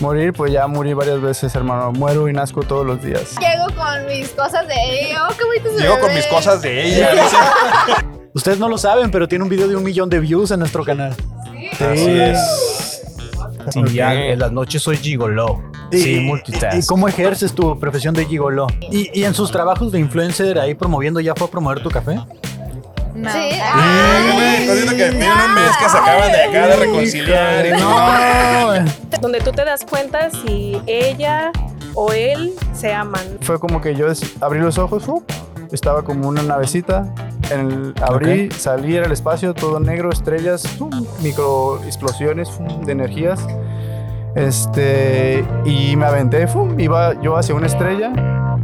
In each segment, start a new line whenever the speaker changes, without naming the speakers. Morir, pues ya morí varias veces, hermano. Muero y nazco todos los días.
Llego con mis cosas de ella. Oh, qué bonito se
Llego con
ve.
mis cosas de ella. dice.
Ustedes no lo saben, pero tiene un video de un millón de views en nuestro canal.
Así es.
Sí, ya en las noches soy gigoló.
Y-
Sí,
y-
multitask.
¿Y cómo ejerces tu profesión de gigoló? ¿Y, y en sus trabajos de influencer ahí promoviendo ya fue a promover tu café?
No.
Sí.
Sí, güey, con eso que tienen un mes que se acaban de acá de reconciliar. y
No.
donde tú te das cuenta si ella o él se aman.
Fue como que yo des- abrí los ojos, ¡fup! estaba como una navecita. En el- abrí, salí era el espacio, todo negro, estrellas, ¡fum! micro explosiones ¡fum! de energías. Este, y me aventé, ¡fum! iba yo hacia una estrella.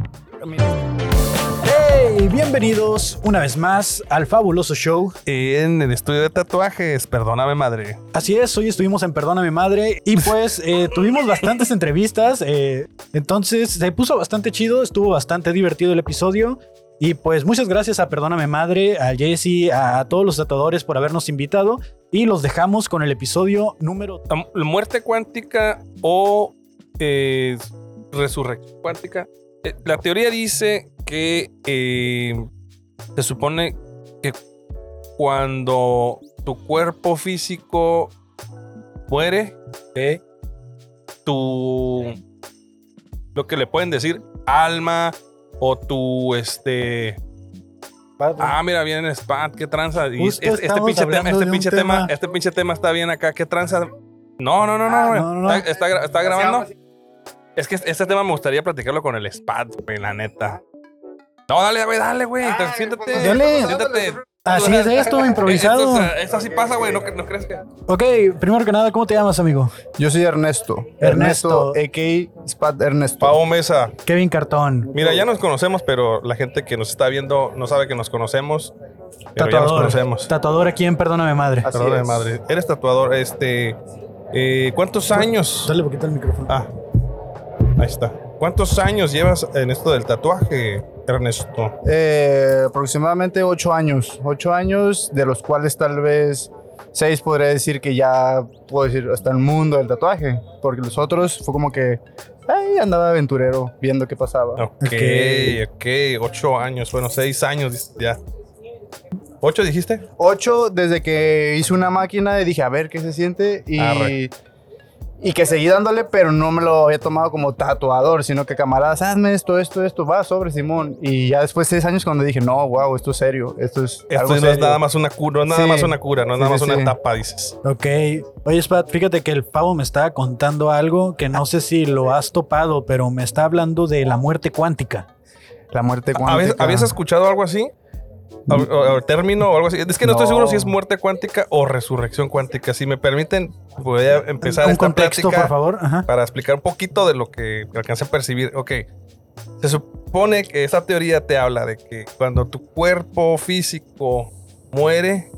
¡Hey! Bienvenidos una vez más al fabuloso show.
En el estudio de tatuajes, perdóname madre.
Así es, hoy estuvimos en Perdóname Madre y pues eh, tuvimos bastantes entrevistas, eh, entonces se puso bastante chido, estuvo bastante divertido el episodio y pues muchas gracias a Perdóname Madre, a Jesse, a, a todos los tatuadores por habernos invitado y los dejamos con el episodio número...
La mu- muerte cuántica o eh, resurrección cuántica. Eh, La teoría dice que eh, se supone que cuando tu cuerpo físico muere, eh, tu lo que le pueden decir alma o tu este Ah, mira, bien Spat, qué tranza. Y
Justo
es- este,
estamos
pinche tema,
hablando
este
de un
pinche tema.
tema.
este pinche tema está bien acá, qué tranza. No, no, no, no,
Ah,
güey.
no, no, no.
Está, está gra- está grabando. Es que este tema me gustaría platicarlo con el Spat, güey, la neta. No, dale, güey, dale, güey. Entonces, siéntate.
Dale.
Siéntate. ah,
Así es esto, improvisado.
Esto, esto así pasa, güey, no, cre- no crees que.
Ok, primero que nada, ¿cómo te llamas amigo?
Yo soy Ernesto.
Ernesto.
a.k.a. Spat Ernesto.
Mesa.
Kevin Cartón.
Mira, ya nos conocemos, pero la gente que nos está viendo no sabe que nos conocemos.
Tatuador. Tatuador aquí en Perdóname Madre.
Así
Tatuador de
es.
madre. Eres tatuador, este. eh, ¿Cuántos años?
Dale poquito el micrófono.
Ah, ahí está. ¿Cuántos años llevas en esto del tatuaje, Ernesto?
Eh, aproximadamente ocho años. Ocho años, de los cuales tal vez seis podría decir que ya puedo decir hasta el mundo del tatuaje. Porque los otros fue como que ay, andaba aventurero viendo qué pasaba.
Ok, ok, ocho años, bueno, seis años ya. ¿Ocho dijiste?
Ocho desde que hice una máquina y dije a ver qué se siente y.
Arre.
Y que seguí dándole, pero no me lo había tomado como tatuador, sino que camaradas, hazme esto, esto, esto, va sobre Simón. Y ya después de seis años cuando dije, no, wow, esto es serio, esto es
Esto
algo
no es
serio".
nada más una cura, no es nada
Sí.
más una cura, no es
Sí,
nada
sí,
más una
sí.
etapa, dices.
Ok. Oye, Spat, fíjate que el pavo me estaba contando algo que no sé si lo has topado, pero me está hablando de la muerte cuántica.
La muerte cuántica.
¿Habías, habías escuchado algo así? O, o- o término o algo así. Es que no, estoy
No.
seguro si es muerte cuántica o resurrección cuántica. Si me permiten, voy a empezar
Un
esta
contexto,
plática
por favor. Ajá.
para explicar un poquito de lo que alcancé a percibir. Ok, se supone que esta teoría te habla de que cuando tu cuerpo físico muere,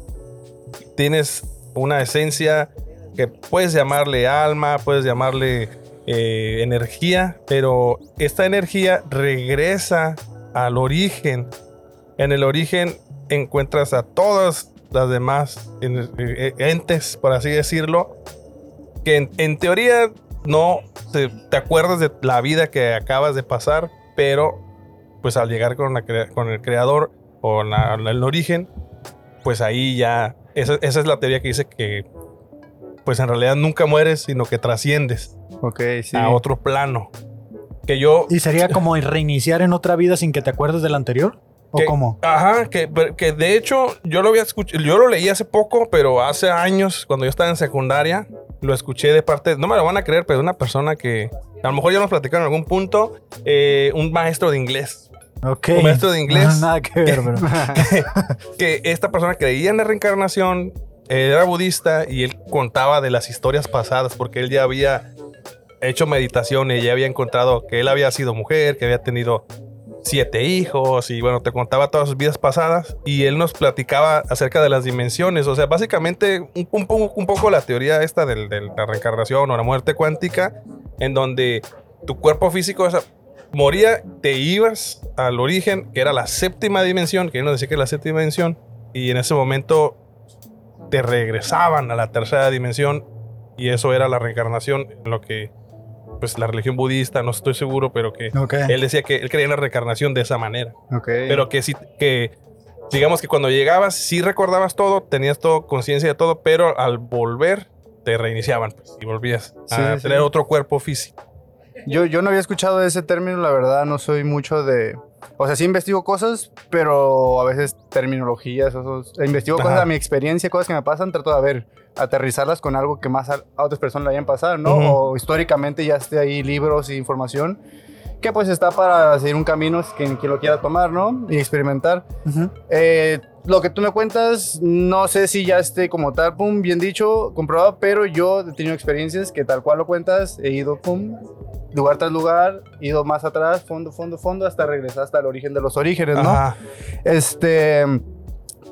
tienes una esencia que puedes llamarle alma, puedes llamarle eh, energía, pero esta energía regresa al origen. En el origen encuentras a todas las demás en- eh, entes, por así decirlo, que en, en teoría no te, te acuerdas de la vida que acabas de pasar, pero pues al llegar con, la crea- con el creador o la- la- el origen, pues ahí ya, esa, esa es la teoría que dice que pues en realidad nunca mueres, sino que trasciendes
Ok, sí.
a otro plano. Que yo...
¿Y sería como reiniciar en otra vida sin que te acuerdes de la anterior? ¿O
que-
cómo?
Ajá, que, pero que de hecho yo lo había escuchado, yo lo leí hace poco, pero hace años, cuando yo estaba en secundaria, lo escuché de parte, no me lo van a creer, pero de una persona que a lo mejor ya nos platicaron en algún punto, eh, un maestro de inglés.
Ok.
un maestro de inglés.
No, nada que ver, pero.
que esta persona creía en la reencarnación, eh, era budista y él contaba de las historias pasadas porque él ya había hecho meditaciones, ya había encontrado que él había sido mujer, que había tenido siete hijos y bueno, te contaba todas sus vidas pasadas y él nos platicaba acerca de las dimensiones, o sea, básicamente un, un po- un poco la teoría esta del- de la reencarnación o la muerte cuántica, en donde tu cuerpo físico o sea, moría, te ibas al origen, que era la séptima dimensión, que yo no decía que era la séptima dimensión, y en ese momento te regresaban a la tercera dimensión y eso era la reencarnación, en lo que pues, la religión budista, no estoy seguro, pero que
Ok.
él decía que él creía en la reencarnación de esa manera.
Ok.
Pero que sí, que digamos que cuando llegabas, sí recordabas todo, tenías todo, conciencia de todo, pero al volver te reiniciaban pues, y volvías
Sí,
a
sí.
tener otro cuerpo físico.
Yo, yo no había escuchado ese término, la verdad, no soy mucho de... O sea, sí investigo cosas, pero a veces terminologías, esos- e investigo
Ajá.
cosas a mi experiencia, cosas que me pasan, trato de ver, aterrizarlas con algo que más a, a otras personas le hayan pasado, ¿no?
Ujú.
O históricamente ya esté ahí libros e información que pues está para seguir un camino quien, quien lo quiera tomar, ¿no? Y experimentar.
Ujú.
Eh, lo que tú me cuentas, no sé si ya esté como tal, pum, bien dicho, comprobado, pero yo he tenido experiencias que tal cual lo cuentas, he ido, pum, lugar tras lugar, he ido más atrás, fondo, fondo, fondo, hasta regresar hasta el origen de los orígenes, ¿no?
Ajá.
Este,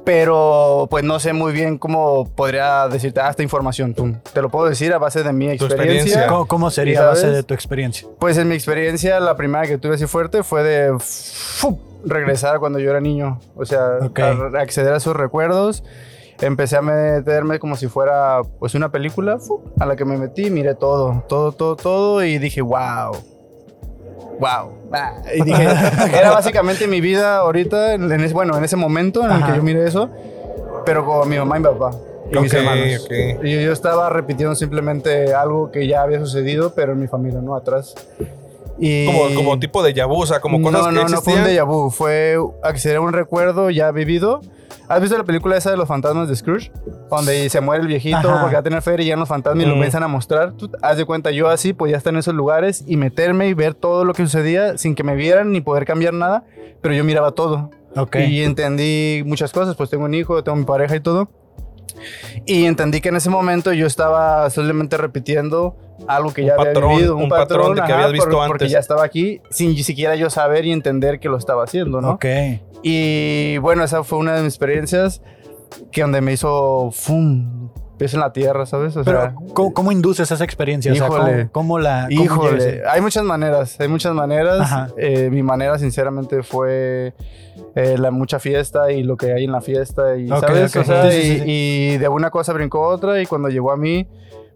pero pues no sé muy bien cómo podría decirte, ah, esta información, pum. Te lo puedo decir a base de mi
Tu
experiencia.
experiencia.
¿Cómo, cómo sería
¿Y
a base
sabes?
de tu experiencia?
Pues en mi experiencia, la primera que tuve así fuerte fue de ¡fup! regresar a cuando yo era niño. O sea,
Ok.
a re- acceder a esos recuerdos. Empecé a meterme como si fuera pues una película ¡fup! a la que me metí, miré todo, todo, todo, todo y dije, wow. Wow. Y dije, era básicamente mi vida ahorita, en en ese, bueno, en ese momento en el
Ajá.
que yo miré eso, pero con mi mamá y mi papá y mis
Ok,
hermanos.
ok.
Y yo, yo estaba repitiendo simplemente algo que ya había sucedido, pero en mi familia, no atrás. Y
Como, como tipo de yabusa, como
no,
cosas que
no, no fue un
existían.
déjà vu, fue acceder a un recuerdo ya vivido. ¿Has visto la película esa de los fantasmas de Scrooge? Donde se muere el viejito
Ajá.
porque va a tener feria y llegan los fantasmas y lo
Mm.
empiezan a mostrar. Tú, haz de cuenta, yo así podía estar en esos lugares y meterme y ver todo lo que sucedía sin que me vieran ni poder cambiar nada, pero yo miraba todo.
Ok.
Y entendí muchas cosas, pues tengo un hijo, tengo mi pareja y todo. Y entendí que en ese momento yo estaba solamente repitiendo algo que ya había
patrón,
vivido,
un patrón de que habías visto
por- Porque
antes.
ya estaba aquí sin ni siquiera yo saber y entender que lo estaba haciendo, ¿no?
Ok.
Y bueno, esa fue una de mis experiencias que donde me hizo ¡fum! Pies en la tierra, ¿sabes? O sea,
Pero, ¿cómo, cómo induces esa experiencia? O sea, ¿cómo-
Híjole.
¿cómo la. cómo llegas
Híjole,
ahí?
hay muchas maneras, hay muchas maneras.
Ajá.
Eh, mi manera, sinceramente, fue eh, la mucha fiesta y lo que hay en la fiesta y,
Ok,
¿sabes?
ok.
O sea,
Sí, sí, sí, sí.
y, y de una cosa brincó a otra y cuando llegó a mí,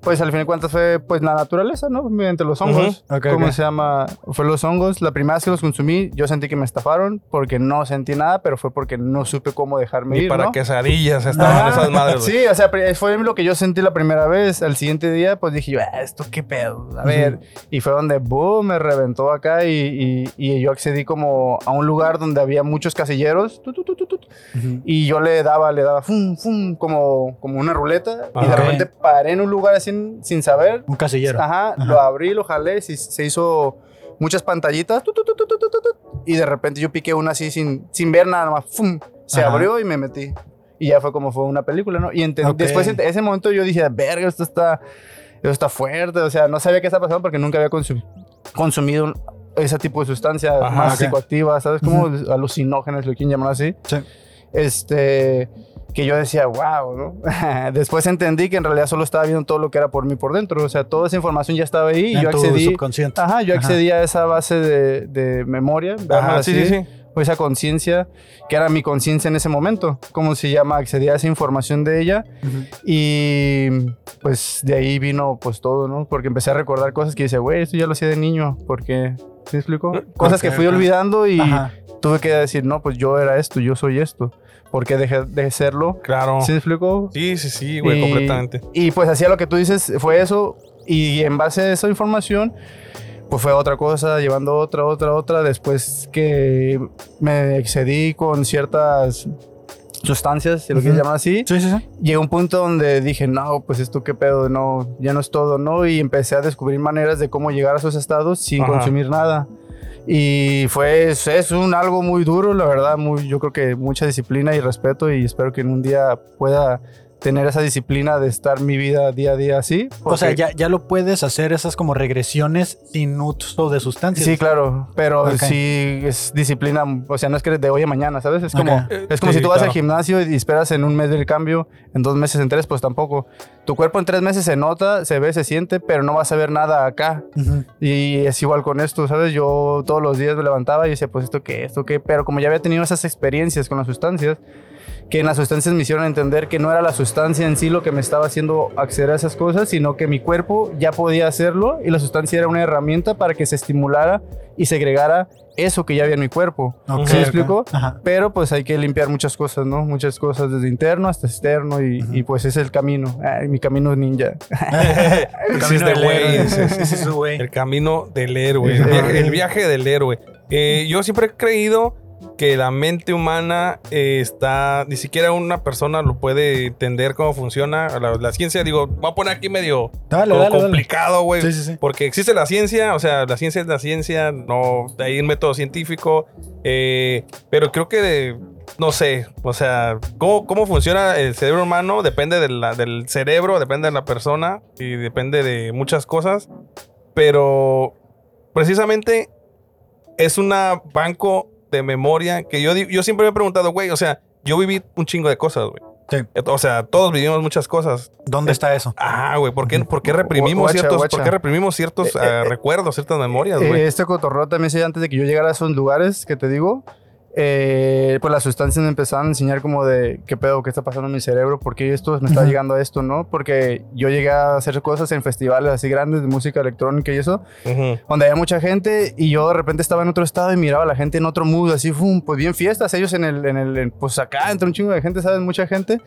pues al fin de cuentas fue pues la naturaleza, ¿no? Mediante los hongos.
Ujú. Ok,
¿Cómo
ok.
se llama? Fue los hongos. La primera vez que los consumí, yo sentí que me estafaron porque no sentí nada, pero fue porque no supe cómo dejarme
Ni
ir,
para
¿no?
quesadillas estaban
Ajá.
esas madres. güey.
Ah. Sí, o sea, pri- fue lo que yo sentí la primera vez. Al siguiente día, pues dije, yo, "Ah, esto qué pedo, a ver. Y fue donde, boom, me reventó acá y, y- y yo accedí como a un lugar donde había muchos casilleros. tu, tu, tu, tu, tu,
Ujú.
y yo le daba, le daba, fum, fum, como, como una ruleta. Y de
Ok.
repente paré en un lugar sin, sin saber.
Un casillero.
Ajá,
Ajá.
lo abrí, lo jalé, se, se hizo muchas pantallitas. tu, tu, tu, tu, tu, tu, tu, tu, y de repente yo piqué una así sin, sin ver nada más. ¡fum! Se
Ajá.
abrió y me metí. Y ya fue como fue una película, ¿no? Y ente-
Ok.
después en ese momento yo dije, verga, esto está, esto está fuerte. O sea, no sabía qué estaba pasando porque nunca había consum- consumido ese tipo de sustancias
Ajá,
más
ok.
psicoactivas, ¿sabes? Como alucinógenas, lo quieren llamar así.
Sí.
Este, que yo decía, wow, ¿no? Después entendí que en realidad solo estaba viendo todo lo que era por mí por dentro. O sea, toda esa información ya estaba ahí y
En
yo
tu
accedí.
subconsciente.
Ajá, yo
Ajá.
accedí a esa base de, de memoria,
Ajá,
llamémosla
sí, sí,
así,
sí.
o esa conciencia, que era mi conciencia en ese momento, como se llama, accedí a esa información de ella
Ujú.
y pues de ahí vino pues todo, ¿no? Porque empecé a recordar cosas que dice, güey, esto ya lo hacía de niño, porque, ¿sí me explico? Cosas que
ok,
fui
ok.
olvidando y
Ajá.
tuve que decir, no, pues yo era esto, yo soy esto, porque dejé de serlo.
Claro.
¿Sí
Sí,
me explico?
sí, sí, güey,
Y-
completamente.
Y pues hacía lo que tú dices, fue eso. Y en base a esa información, pues fue otra cosa, llevando otra, otra, otra. Después que me excedí con ciertas sustancias, si lo quieres
Ujú.
llamar así,
Sí, sí, sí.
llegó un punto donde dije, no, pues esto qué pedo, no, ya no es todo, ¿no? Y empecé a descubrir maneras de cómo llegar a esos estados sin
Ajá.
consumir nada. Y fue, es, es un algo muy duro, la verdad, muy, yo creo que mucha disciplina y respeto y espero que en un día pueda tener esa disciplina de estar mi vida día a día así.
O sea,
porque-
ya, ya lo puedes hacer esas como regresiones sin uso de sustancias.
Sí, claro, pero
Ok.
sí es disciplina, o sea, no es que de hoy a mañana, ¿sabes? Es como,
Ok.
es como
Sí,
si tú vas
claro.
al gimnasio y esperas en un mes del cambio, en dos meses, en tres, pues tampoco. Tu cuerpo en tres meses se nota, se ve, se siente, pero no vas a ver nada acá.
Ujú.
Y es igual con esto, ¿sabes? Yo todos los días me levantaba y decía, pues esto qué, esto qué, pero como ya había tenido esas experiencias con las sustancias, que en las sustancias me hicieron entender que no era la sustancia en sí lo que me estaba haciendo acceder a esas cosas, sino que mi cuerpo ya podía hacerlo y la sustancia era una herramienta para que se estimulara y segregara eso que ya había en mi cuerpo.
Ok,
¿Sí me
ok.
explico?
Ajá.
Pero pues hay que limpiar muchas cosas, ¿no? Muchas cosas desde interno hasta externo y, y, pues ese es el camino. Ay, mi camino ninja.
El
Camino
camino
del
del
héroe.
héroe, dices.
Ese es su güey.
El camino del héroe. El
Sí.
viaje, el viaje del héroe. Eh, yo siempre he creído que la mente humana eh, está. Ni siquiera una persona lo puede entender cómo funciona. La, la ciencia, digo, voy a poner aquí medio
Dale,
como
dale, dale.
complicado, güey.
Sí, sí, sí.
Porque existe la ciencia, o sea, la ciencia es la ciencia, no hay un método científico, eh, pero creo que, no sé, o sea, cómo, cómo funciona el cerebro humano depende de la- del cerebro, depende de la persona y depende de muchas cosas, pero precisamente es un banco de memoria que yo, di- yo siempre me he preguntado, güey, o sea, yo viví un chingo de cosas, güey.
Sí.
O sea, todos vivimos muchas cosas.
¿Dónde está eso?
Ah, güey, ¿por qué, por qué reprimimos
Guacha,
ciertos,
guacha.
¿por qué reprimimos ciertos
Eh,
ah,
eh,
recuerdos, ciertas memorias,
Eh,
güey?
este cotorreo también se dio antes de que yo llegara a esos lugares que te digo. eh, pues las sustancias me empezaron a enseñar como de qué pedo, qué está pasando en mi cerebro, por qué esto me está
Ujú.
llegando a esto, ¿no? Porque yo llegué a hacer cosas en festivales así grandes de música electrónica y eso,
Ujú.
donde había mucha gente y yo de repente estaba en otro estado y miraba a la gente en otro mood, así, fum, pues bien fiestas, ellos en el, en el, en- pues acá, entre un chingo de gente, ¿sabes? Mucha gente.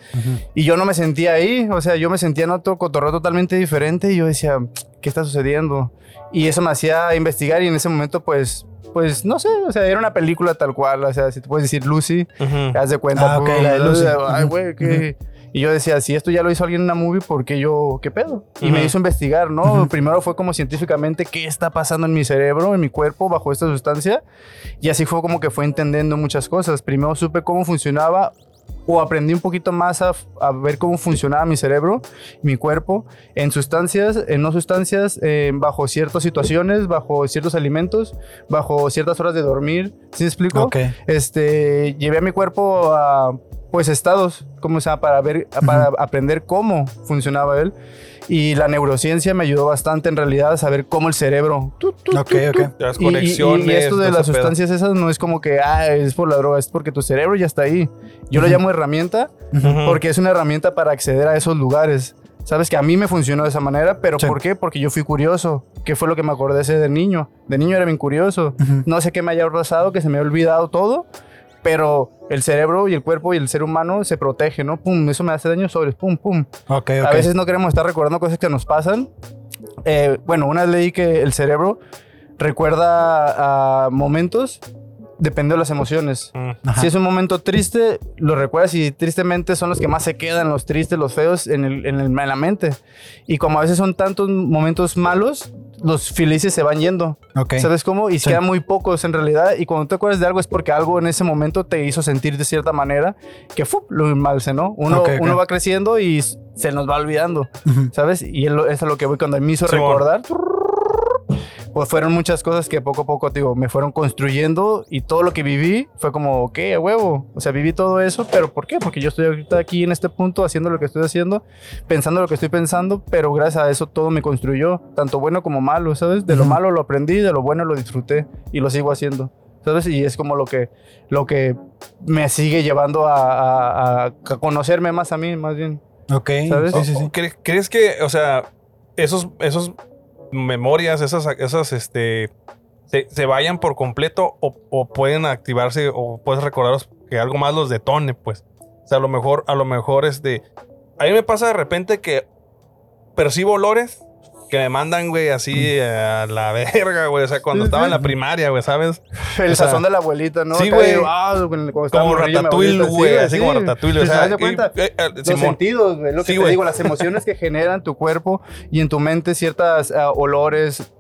Y yo no me sentía ahí, o sea, yo me sentía en otro cotorreo totalmente diferente y yo decía, ¿qué está sucediendo? Y eso me hacía investigar y en ese momento, pues, pues, no sé, o sea, era una película tal cual, o sea, si te puedes decir Lucy,
Ujú.
haz de cuenta,
Ah, ok,
pum,
la de Lucy.
o sea, ay,
Ujú,
güey, qué... Y yo decía, si esto ya lo hizo alguien en una movie, ¿por qué yo, qué pedo? Y me
Ujú.
hizo investigar, ¿no?
Ujú.
Primero fue como científicamente qué está pasando en mi cerebro, en mi cuerpo, bajo esta sustancia. Y así fue como que fue entendiendo muchas cosas. Primero supe cómo funcionaba o aprendí un poquito más a, a ver cómo funcionaba mi cerebro, mi cuerpo, en sustancias, en no sustancias, eh, bajo ciertas situaciones, bajo ciertos alimentos, bajo ciertas horas de dormir. ¿Sí me explico?
Ok.
este, llevé a mi cuerpo a pues estados, como o sea, para ver, para aprender cómo funcionaba él. Y la neurociencia me ayudó bastante en realidad a saber cómo el cerebro. tu, tu, tu,
Ok,
tu.
ok.
Las
Y- y-
conexiones.
Y, esto de
todo
las
ese pedo.
sustancias esas no es como que, ah, es por la droga, es porque tu cerebro ya está ahí. Yo lo
Ujú.
llamo herramienta
Ujú.
porque es una herramienta para acceder a esos lugares. Sabes que a mí me funcionó de esa manera, pero
Sí.
¿por qué? Porque yo fui curioso, que fue lo que me acordé ese de niño. De niño era bien curioso.
Ujú.
No sé qué me haya pasado, que se me ha olvidado todo, pero el cerebro y el cuerpo y el ser humano se protege, ¿no? Pum, eso me hace daño sobre, pum, pum.
Ok, ok.
A veces no queremos estar recordando cosas que nos pasan. Eh, bueno, una ley que el cerebro recuerda a momentos dependiendo de las emociones.
Ujú.
Mm. Ajá.
Si es un momento triste, lo recuerdas y tristemente son los que más se quedan, los tristes, los feos, en, el- en el- en la mente. Y como a veces son tantos momentos malos, los felices se van yendo.
Ok.
¿Sabes cómo? Y
Sí.
quedan muy pocos en realidad. Y cuando te acuerdas de algo es porque algo en ese momento te hizo sentir de cierta manera que ¡fup! lo ¿no? Uno,
Ok, ok.
uno va creciendo y s- se nos va olvidando,
Ujú.
¿sabes? Y es lo- es a lo que voy cuando me hizo
Simón.
recordar. Pues fueron muchas cosas que poco a poco, te digo, me fueron construyendo y todo lo que viví fue como, ¿qué? a huevo. O sea, viví todo eso, pero ¿por qué? Porque yo estoy ahorita aquí en este punto haciendo lo que estoy haciendo pensando lo que estoy pensando, pero gracias a eso todo me construyó, tanto bueno como malo, ¿sabes? De lo
Ujú.
malo lo aprendí, de lo bueno lo disfruté y lo sigo haciendo, ¿sabes? Y es como lo que, lo que me sigue llevando a, a- a c- conocerme más a mí, más bien.
Ok.
¿Sabes?
Sí, sí, sí.
¿Cre- Oh, ¿Crees que, o sea, esos, esos memorias, esas, esas, este, se, se vayan por completo o, o pueden activarse o puedes recordaros que algo más los detone, pues? O sea, a lo mejor, a lo mejor, este, a mí me pasa de repente que percibo olores que me mandan, güey,
Mm.
así a la verga, güey. O sea, cuando estaba en la primaria, güey, ¿sabes?
El
O sea,
sazón de la abuelita, ¿no?
sí,
Acá
güey.
digo, ah, cuando- cuando estaba
Como
morrillo, mi
ratatouille,
abuelita, sí,
güey. Así como
sí.
ratatouille. O
Pues, ¿te
sea,
das de cuenta?
y- eh, eh,
Los
Simón.
sentidos, güey, lo que
Sí,
te
güey.
digo, las emociones que generan tu cuerpo y en tu mente ciertas ah, olores,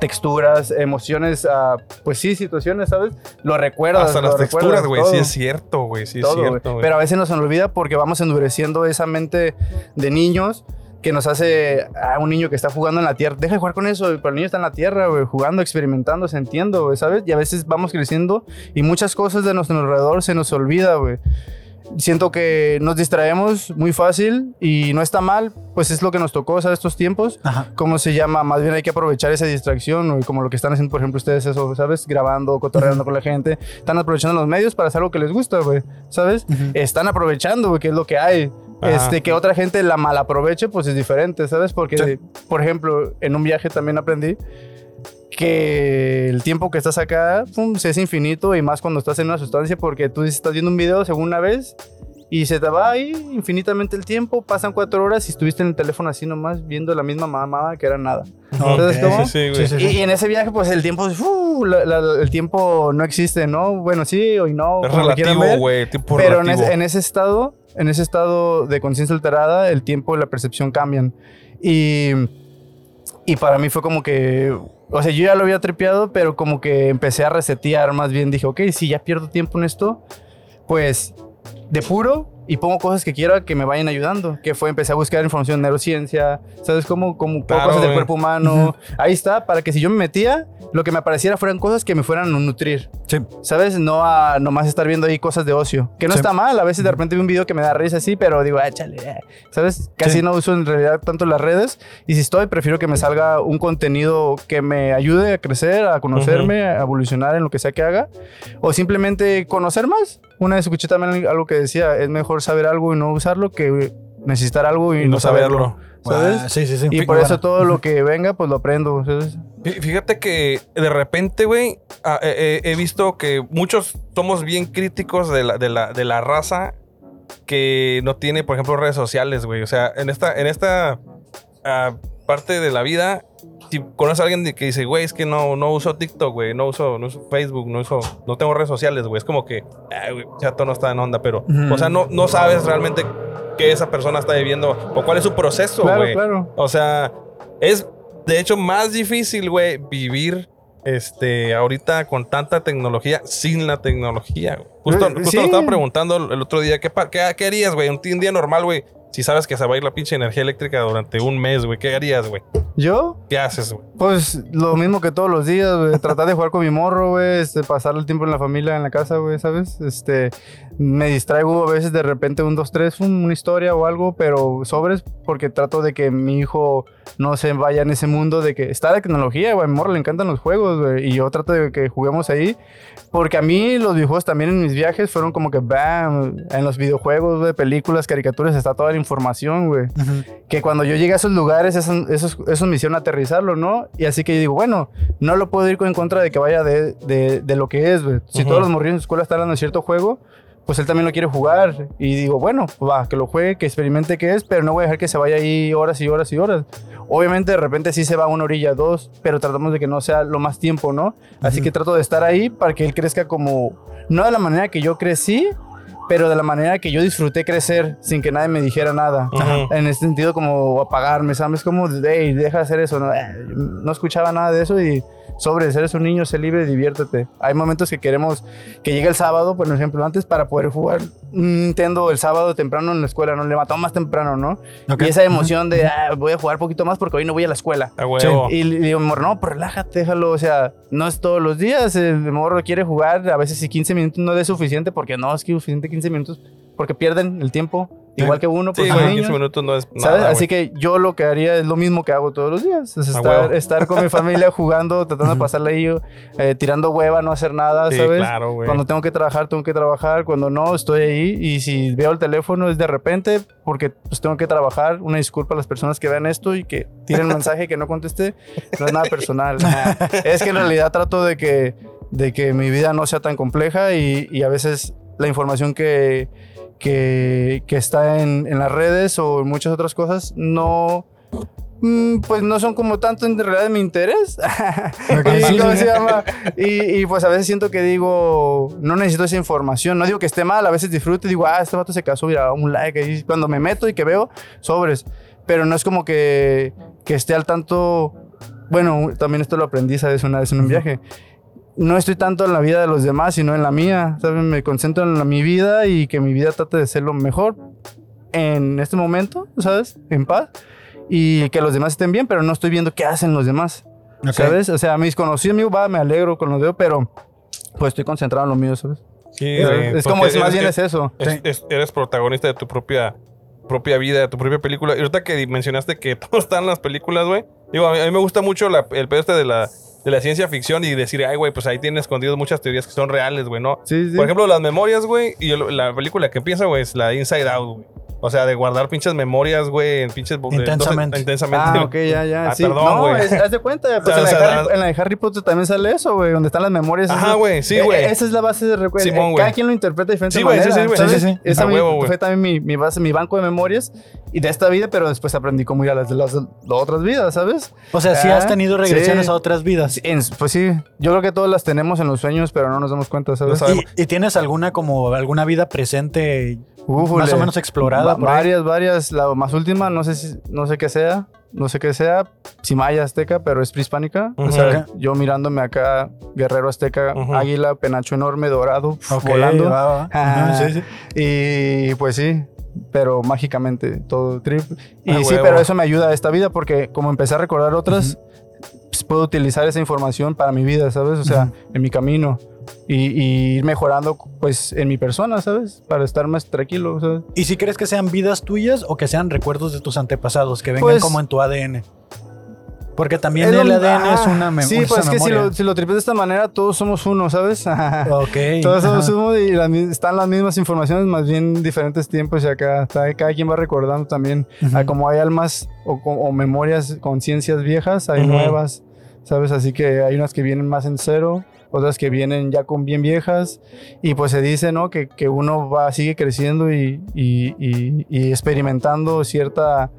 texturas, emociones, ah, pues sí, situaciones, ¿sabes? Lo recuerdas.
Hasta
lo
las
recuerdas,
texturas, güey. Sí,
todo,
es cierto, güey. Sí, es
todo, güey.
cierto, güey.
Pero a veces nos olvida porque vamos endureciendo esa mente de niños que nos hace a un niño que está jugando en la tierra. Deja de jugar con eso, güey, pero el niño está en la tierra, güey, jugando, experimentando, sintiendo, güey, ¿sabes? Y a veces vamos creciendo y muchas cosas de nuestro alrededor se nos olvida, güey. Siento que nos distraemos muy fácil y no está mal, pues es lo que nos tocó, ¿sabes? Estos tiempos.
Ajá.
¿Cómo se llama? Más bien hay que aprovechar esa distracción, güey, como lo que están haciendo, por ejemplo, ustedes, eso, ¿sabes? Grabando, cotorreando con la gente. Están aprovechando los medios para hacer algo que les gusta, güey, ¿sabes?
Ujú.
Están aprovechando, güey, que es lo que hay.
Ajá.
Este, que otra gente la malaproveche, pues es diferente, ¿sabes? Porque,
Sí.
por ejemplo, en un viaje también aprendí que el tiempo que estás acá pum, es infinito y más cuando estás en una sustancia porque tú estás viendo un video según una vez y se te va ahí infinitamente el tiempo, pasan cuatro horas y estuviste en el teléfono así nomás viendo la misma mamada que era nada. Entonces,
Ok.
¿cómo?
Sí, sí, güey.
Sí, sí,
Y,
sí.
y en ese viaje, pues el tiempo, ¡fu! La- la- el tiempo no existe, ¿no? Bueno, sí, hoy no.
Es
como lo quieran
relativo,
ver.
güey. Tipo
Pero en
relativo.
ese, en ese estado, en ese estado de conciencia alterada, el tiempo y la percepción cambian. Y, y para mí fue como que, o sea, yo ya lo había trepeado, pero como que empecé a resetear más bien. Dije, ok, si ya pierdo tiempo en esto, pues depuro y pongo cosas que quiera que me vayan ayudando. Que fue, empecé a buscar información en neurociencia, ¿sabes? Como, como
Claro,
cosas del
güey.
cuerpo humano. Ahí está, para que si yo me metía, lo que me apareciera fueran cosas que me fueran a nutrir.
Sí.
¿Sabes? No a nomás estar viendo ahí cosas de ocio. Que no
Sí.
está mal. A veces de repente veo un video que me da risa así, pero digo, ah, chale. eh". ¿Sabes? Casi
Sí.
no uso en realidad tanto las redes. Y si estoy, prefiero que me salga un contenido que me ayude a crecer, a conocerme, a evolucionar en lo que sea que haga. O simplemente conocer más. Una vez escuché también algo que decía, es mejor saber algo y no usarlo que necesitar algo y,
Y
no saberlo. ¿Sabes?
Ah, sí, sí, sí.
Y por eso todo lo que venga, pues lo aprendo. ¿sabes?
Fí- Fíjate que de repente, güey, ah, eh, eh, he visto que muchos somos bien críticos de la, de la, de la raza que no tiene, por ejemplo, redes sociales, güey. O sea, en esta, en esta ah, parte de la vida, si conoces a alguien de- que dice, güey, es que no, no uso TikTok, güey, no uso, no uso Facebook, no uso, no tengo redes sociales, güey. Es como que, "Ah, güey, chato no está en onda, pero,
Ujú.
o sea, no, no sabes realmente qué esa persona está viviendo o cuál es su proceso, güey.
Claro, claro.
O sea, es de hecho más difícil, güey, vivir este ahorita con tanta tecnología sin la tecnología. güey. Justo,
Eh,
justo
sí.
lo estaba preguntando el el otro día, ¿qué, pa- qué, qué harías, güey? Un, ti- un día normal, güey. Si sabes que se va a ir la pinche energía eléctrica durante un mes, güey, ¿qué harías, güey?
Yo,
¿Qué haces, güey?
Pues lo mismo que todos los días, güey. Tratar de jugar con mi morro, güey. Este, pasar el tiempo en la familia, en la casa, güey, ¿sabes? Este, me distraigo a veces de repente un, dos, tres, un- una historia o algo, pero sobres porque trato de que mi hijo no se vaya en ese mundo de que está la tecnología, güey. A mi morro le encantan los juegos, güey. Y yo trato de que juguemos ahí. Porque a mí los videojuegos también en mis viajes fueron como que, bam, en los videojuegos, güey, películas, caricaturas, está toda la información, güey que cuando yo llegué a esos lugares, esos, esos, esos me hicieron aterrizarlo, ¿no? Y así que yo digo, bueno, no lo puedo ir con- en contra de que vaya de, de- de lo que es, güey. Si
Ujú.
todos los morrillos en su escuela están hablando de cierto juego, pues él también lo quiere jugar. Y digo, bueno, pues va, que lo juegue, que experimente qué es, pero no voy a dejar que se vaya ahí horas y horas y horas. Obviamente, de repente sí se va a una orilla, dos, pero tratamos de que no sea lo más tiempo, ¿no? Así que trato de estar ahí para que él crezca como, no de la manera que yo crecí, pero de la manera que yo disfruté crecer sin que nadie me dijera nada.
Ajá.
En ese sentido, como apagarme, ¿sabes? Como, hey, deja de hacer eso. No, Eh, no escuchaba nada de eso y sobre, eres un niño, sé libre, diviértete. Hay momentos que queremos que llegue el sábado, por ejemplo, antes para poder jugar un Nintendo el sábado temprano en la escuela, ¿no? Le mató más temprano, ¿no?
Ok.
Y esa emoción de, ah, voy a jugar poquito más porque hoy no voy a la escuela.
A huevo.
Y le digo, amor, no, pues relájate, déjalo. O sea, no es todos los días. El morro quiere jugar. A veces, si 15 minutos no es suficiente, porque no es que suficiente 15 minutos, porque pierden el tiempo. Igual que uno, pues
Sí,
son
güey,
niños,
15 minutos no es nada,
¿Sabes? Así
güey.
que yo lo que haría es lo mismo que hago todos los días. Es
A
estar,
huevo.
estar con mi familia jugando, tratando de pasarla ahí, eh, tirando hueva, no hacer nada,
Sí,
¿sabes?
claro, güey.
Cuando tengo que trabajar, tengo que trabajar. Cuando no, estoy ahí. Y si veo el teléfono, es de repente, porque pues tengo que trabajar. Una disculpa a las personas que vean esto y que tiren mensaje que no contesté. No es nada personal. nada. Es que en realidad trato de que, de que mi vida no sea tan compleja y, y a veces la información que, que, que está en, en las redes o en muchas otras cosas no. mm, Pues no son como tanto en realidad de mi interés.
Ok,
Y,
sí,
¿cómo
sí,
se llama? Y- y, pues a veces siento que digo, no necesito esa información. No digo que esté mal, a veces disfruto y digo, ah, este vato se casó, mira, un like. ahí. cuando me meto y que veo, sobres. Pero no es como que, que esté al tanto. Bueno, también esto lo aprendí, ¿sabes? Una vez en un viaje. No estoy tanto en la vida de los demás, sino en la mía. ¿Sabes? Me concentro en la- mi vida y que mi vida trate de ser lo mejor en este momento, ¿sabes? En paz. Y que los demás estén bien, pero no estoy viendo qué hacen los demás.
Ok.
¿Sabes? O sea, mis conocidos míos, va, me alegro con los veo, pero pues estoy concentrado en lo mío, ¿sabes?
Sí, güey,
Es como,
porque
es, más
eres-
bien es eso.
Es- es- eres protagonista de tu propia, propia vida, de tu propia película. Y ahorita que mencionaste que todo está en las películas, güey. Digo, a mí, a mí me gusta mucho la- el pedo este de la, de la ciencia ficción y decir, ay, güey, pues ahí tienen escondidos muchas teorías que son reales, güey, ¿no?
Sí, sí.
Por ejemplo, las memorias, güey, y el- la película que empieza, güey, es la de Inside Out, güey. O O sea, de guardar pinches memorias, güey, en pinches... de-
Intensamente.
entonces- intensamente.
Ah, ok, ya, ya.
Ah,
sí.
perdón,
no,
güey.
es- haz de cuenta. Pues
O sea,
en, la
o
de
sea,
Harry, en la de Harry Potter también sale eso, güey, donde están las memorias.
Ajá,
esas-
güey, sí,
Eh,
güey.
eh, Esa es la base de recuerdo.
Simón,
Eh,
güey.
Cada quien lo interpreta de diferente
Sí, güey,
manera.
sí, sí, güey.
¿sabes?
Sí, sí, sí.
Esa
A
mi-
huevo, güey.
fue también mi, mi base, mi banco de memorias y de esta vida, pero después aprendí cómo ir a las de las, las otras vidas, ¿sabes?
O sea, sí
Ah,
has tenido regresiones
sí.
a otras vidas.
En- pues sí, yo creo que todas las tenemos en los sueños, pero no nos damos cuenta, ¿sabes?
No sabemos.
¿Y, y tienes alguna como alguna vida presente
Ujule.
más o menos explorada?
Va-
por ahí?
varias, varias. La más última, no sé si, no sé qué sea, no sé qué sea, si maya azteca, pero es prehispánica. O
Ujú.
sea, yo mirándome acá, guerrero azteca,
Ujú.
águila, penacho enorme, dorado,
Ok,
volando.
va, va.
Ah.
No, sí, sí.
Y pues sí, pero mágicamente todo trip. Y
Ah,
sí,
huevo.
pero eso me ayuda a esta vida porque como empecé a recordar otras, pues, puedo utilizar esa información para mi vida, ¿sabes? O sea, en mi camino. Y, y ir mejorando, pues, en mi persona, ¿sabes? Para estar más tranquilo, ¿sabes?
¿Y si crees que sean vidas tuyas o que sean recuerdos de tus antepasados, que vengan
Pues-
como en tu ADN? Porque también
Es
el
lo-
ADN es
ah,
una mem-
Sí,
es
pues
una
es que si
memoria.
lo, si lo tripeas de esta manera, todos somos uno, ¿sabes?
Ok.
Todos somos
ajá.
uno y la mi- están las mismas informaciones, más bien diferentes tiempos y acá está- cada quien va recordando también.
Ujú.
Ah, como hay almas o, co- o memorias, conciencias viejas, hay
Ujú.
nuevas, ¿sabes? Así que hay unas que vienen más en cero, otras que vienen ya con bien viejas y pues se dice, ¿no? Que, que uno va, sigue creciendo y, y- y- y experimentando cierta,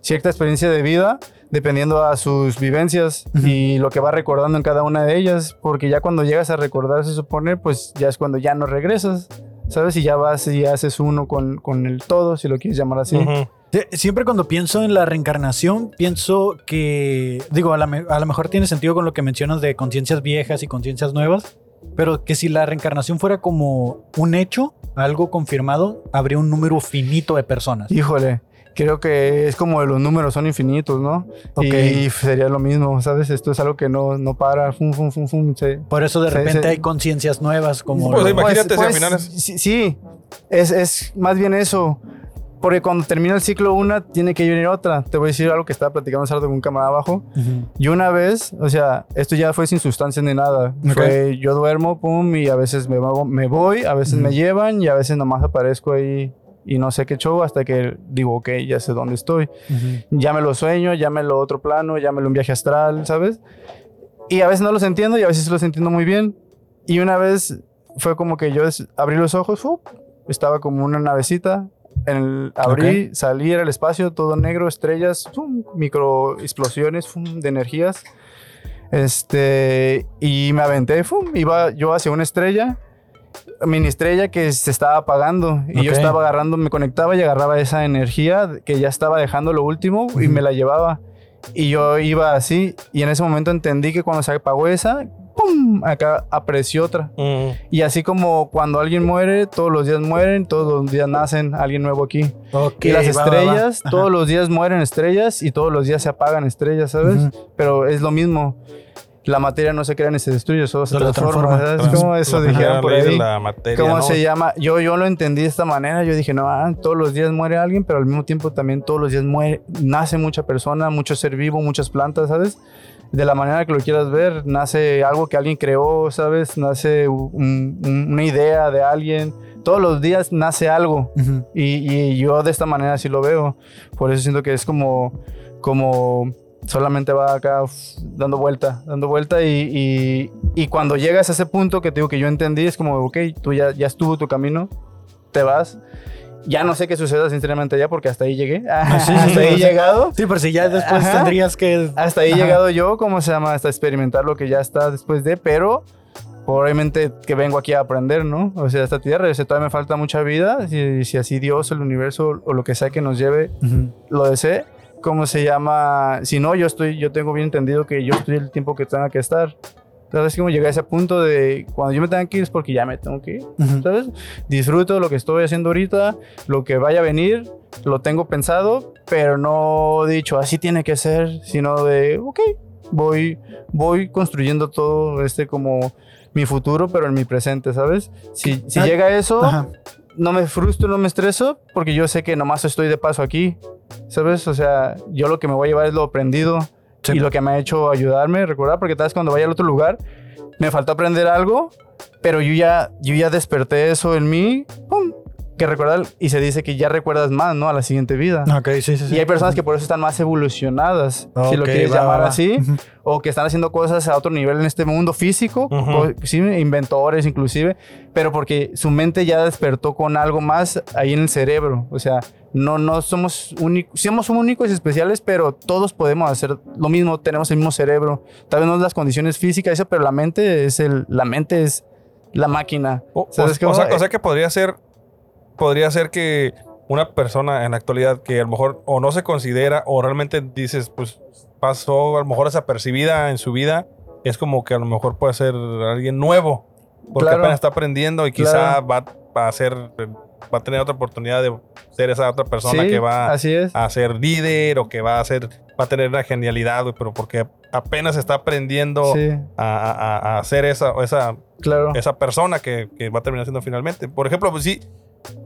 cierta experiencia de vida dependiendo a sus vivencias
Ujú.
y lo que va recordando en cada una de ellas, porque ya cuando llegas a recordar, se supone, pues ya es cuando ya no regresas, ¿sabes? Y ya vas y haces uno con, con el todo, si lo quieres llamar así.
Ujú.
Sí, Siempre cuando pienso en la reencarnación, pienso que, digo, a la me- a lo mejor tiene sentido con lo que mencionas de conciencias viejas y conciencias nuevas, pero que si la reencarnación fuera como un hecho, algo confirmado, habría un número finito de personas.
Híjole, creo que es como los números son infinitos, ¿no?
Ok.
Y sería lo mismo, ¿sabes? Esto es algo que no, no para, fum, fum, fum, fum, se-
Por eso de
Sí,
repente
sí.
hay conciencias nuevas como...
Pues
lo-
sí, imagínate si al final es-
Sí, sí, es, es más bien eso. Porque cuando termina el ciclo una, tiene que venir otra. Te voy a decir algo que estaba platicando hace rato con un camarada abajo.
Ujú.
Y una vez, o sea, esto ya fue sin sustancia ni nada.
Ok.
Fue yo duermo, pum, y a veces me, va- me voy, a veces
Ujú.
me llevan y a veces nomás aparezco ahí y no sé qué show hasta que digo, ok, ya sé dónde estoy.
Ujú.
Ya me lo sueño, ya me lo otro plano, ya me lo un viaje astral, ¿sabes? Y a veces no los entiendo y a veces los entiendo muy bien. Y una vez fue como que yo des- abrí los ojos, ¡fup! estaba como una navecita. En el- abrí, salí, era el espacio, todo negro, estrellas, ¡fum! micro explosiones ¡fum! de energías. Este, y me aventé, ¡fum! iba yo hacia una estrella, mini estrella que se estaba apagando. Y yo
Ok.
estaba agarrando, me conectaba y agarraba esa energía que ya estaba dejando lo último y
Ujú.
me la llevaba. Y yo iba así, y en ese momento entendí que cuando se apagó esa, ¡pum! Acá apareció otra.
Mm.
Ujú.
Y así como cuando alguien muere, todos los días mueren, todos los días nacen alguien nuevo aquí.
Ok,
y las
va, va, va.
estrellas,
Ajá.
todos los días mueren estrellas y todos los días se apagan estrellas, ¿sabes?
Ujú.
Pero es lo mismo. La materia no se crea ni se destruye, solo se
Solo se
transforma.
transforma.
¿sabes? ¿Cómo eso
Ajá,
dijeron por
ley de
ahí?
la materia,
¿Cómo
¿no?
se llama? Yo, yo lo entendí de esta manera. Yo dije, no, ah, todos los días muere alguien, pero al mismo tiempo también todos los días muere, nace mucha persona, mucho ser vivo, muchas plantas, ¿sabes? De la manera que lo quieras ver, nace algo que alguien creó, ¿sabes? Nace un- un- una idea de alguien. Todos los días nace algo.
Ujú.
Y, y yo de esta manera sí lo veo. Por eso siento que es como, como solamente va acá uf, dando vuelta, dando vuelta. Y, y- y cuando llegas a ese punto que te digo que yo entendí, es como, ok, tú ya, ya estuvo tu camino, te vas. Ya no sé qué suceda sinceramente ya porque hasta ahí llegué.
Ah, sí, sí,
hasta ahí he
sí.
llegado.
Sí, pero si ya después
Ajá.
tendrías que...
Hasta ahí he
Ajá.
llegado yo, como se llama? Hasta experimentar lo que ya está después de, pero obviamente que vengo aquí a aprender, ¿no? O sea, esta tierra, o sea, todavía me falta mucha vida, si, si así Dios, el universo o lo que sea que nos lleve,
Ujú.
lo desee, ¿cómo se llama? Si no, yo estoy, yo tengo bien entendido que yo estoy el tiempo que tenga que estar. Entonces, como llegué a ese punto de cuando yo me tenga que ir es porque ya me tengo que ir.
Ujú.
¿sabes? Disfruto lo que estoy haciendo ahorita, lo que vaya a venir, lo tengo pensado, pero no dicho así tiene que ser, sino de, ok, voy, voy construyendo todo este como mi futuro, pero en mi presente, ¿sabes? Si, si
Ah,
llega eso,
Ajá.
no me frustro, no me estreso, porque yo sé que nomás estoy de paso aquí, ¿sabes? O sea, yo lo que me voy a llevar es lo aprendido
Sí.
y lo que me ha hecho ayudarme, recordar, porque tal vez cuando vaya al otro lugar me faltó aprender algo, pero yo ya, yo ya desperté eso en mí, ¡pum! que recordar y se dice que ya recuerdas más, ¿no? A la siguiente vida.
Ok, sí, sí, sí.
Y hay personas que por eso están más evolucionadas, si lo
Ok,
quieres
va, va,
llamar
va.
así,
Ujú.
o que están haciendo cosas a otro nivel en este mundo físico,
Ujú.
co- sí, inventores inclusive, pero porque su mente ya despertó con algo más ahí en el cerebro. O sea, no, no somos únicos, somos únicos y especiales, pero todos podemos hacer lo mismo, tenemos el mismo cerebro. Tal vez no las condiciones físicas, eso, pero la mente es el, la mente es la máquina.
O, o-
¿Sabes Eh, cómo?
o sea, o sea que podría ser, podría ser que una persona en la actualidad que a lo mejor o no se considera o realmente dices, pues pasó a lo mejor desapercibida en su vida, es como que a lo mejor puede ser alguien nuevo, porque
Claro.
apenas está aprendiendo y quizá
Claro.
va, va a ser, va a tener otra oportunidad de ser esa otra persona
Sí,
que va
así es.
a ser líder o que va a ser, va a tener la genialidad, güey, pero porque apenas está aprendiendo
Sí,
a, a- a- a ser esa, esa
claro.
esa persona que, que va a terminar siendo finalmente. Por ejemplo, pues sí,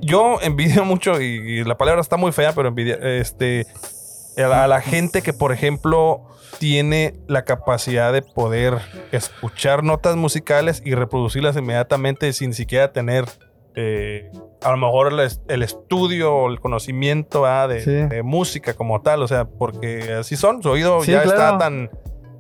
yo envidio mucho, y, y la palabra está muy fea, pero envidia, este, a la, a la gente que, por ejemplo, tiene la capacidad de poder escuchar notas musicales y reproducirlas inmediatamente sin siquiera tener... eh, a lo mejor el, es- el estudio o el conocimiento ¿verdad? de,
Sí.
de música como tal, o sea, porque así son, su oído
Sí,
ya está
claro.
tan,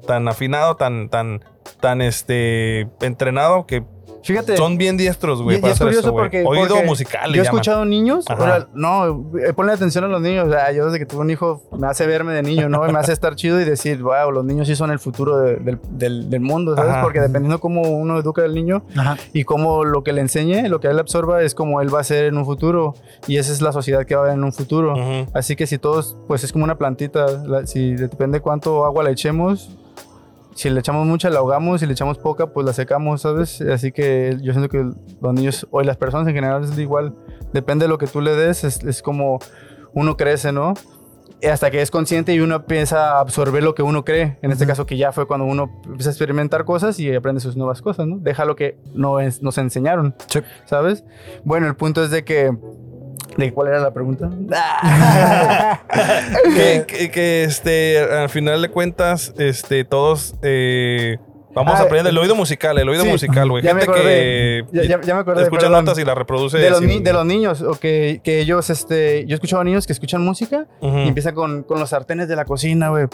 tan afinado, tan, tan, tan este entrenado que
Fíjate.
son bien diestros,
Y-
güey.
y
para
es
hacer
curioso
eso, güey.
porque-
Oído
porque
musical, le
Yo he
llaman.
escuchado niños,
Ajá.
ahora, no, eh, ponle atención a los niños. O sea, yo desde que tuve un hijo me hace verme de niño, ¿no? Me hace estar chido y decir, wow, los niños sí son el futuro de- del, del- del mundo, ¿sabes?
Ajá.
Porque dependiendo cómo uno educa al niño
Ajá.
y cómo lo que le enseñe, lo que él absorba es como él va a ser en un futuro y esa es la sociedad que va a haber en un futuro.
Ujú.
Así que si todos, pues es como una plantita, la- si depende cuánto agua le echemos, si le echamos mucha la ahogamos, si le echamos poca pues la secamos, ¿sabes? Así que yo siento que los niños o las personas en general es igual, depende de lo que tú le des, es, es como uno crece, ¿no? Y Hasta que es consciente y uno empieza a absorber lo que uno cree. En este
Ujú.
caso, que ya fue cuando uno empieza a experimentar cosas y aprende sus nuevas cosas, ¿no? Deja lo que no es- nos enseñaron,
Sí.
¿sabes? Bueno, el punto es de que... ¿De cuál era la pregunta?
que, que- que, este, al final de cuentas, este, todos eh, vamos
Ah,
aprendiendo el oído musical, el oído
sí.
musical, güey.
Ya me
Gente que
acordé. Ya, ya- ya me acordé.
escucha
perdón.
notas y la reproduce.
de los,
sin-
ni- de los niños, o que, que ellos, este, yo he escuchado a niños que escuchan música
Ujú.
y empiezan con, con los sartenes de la cocina, güey.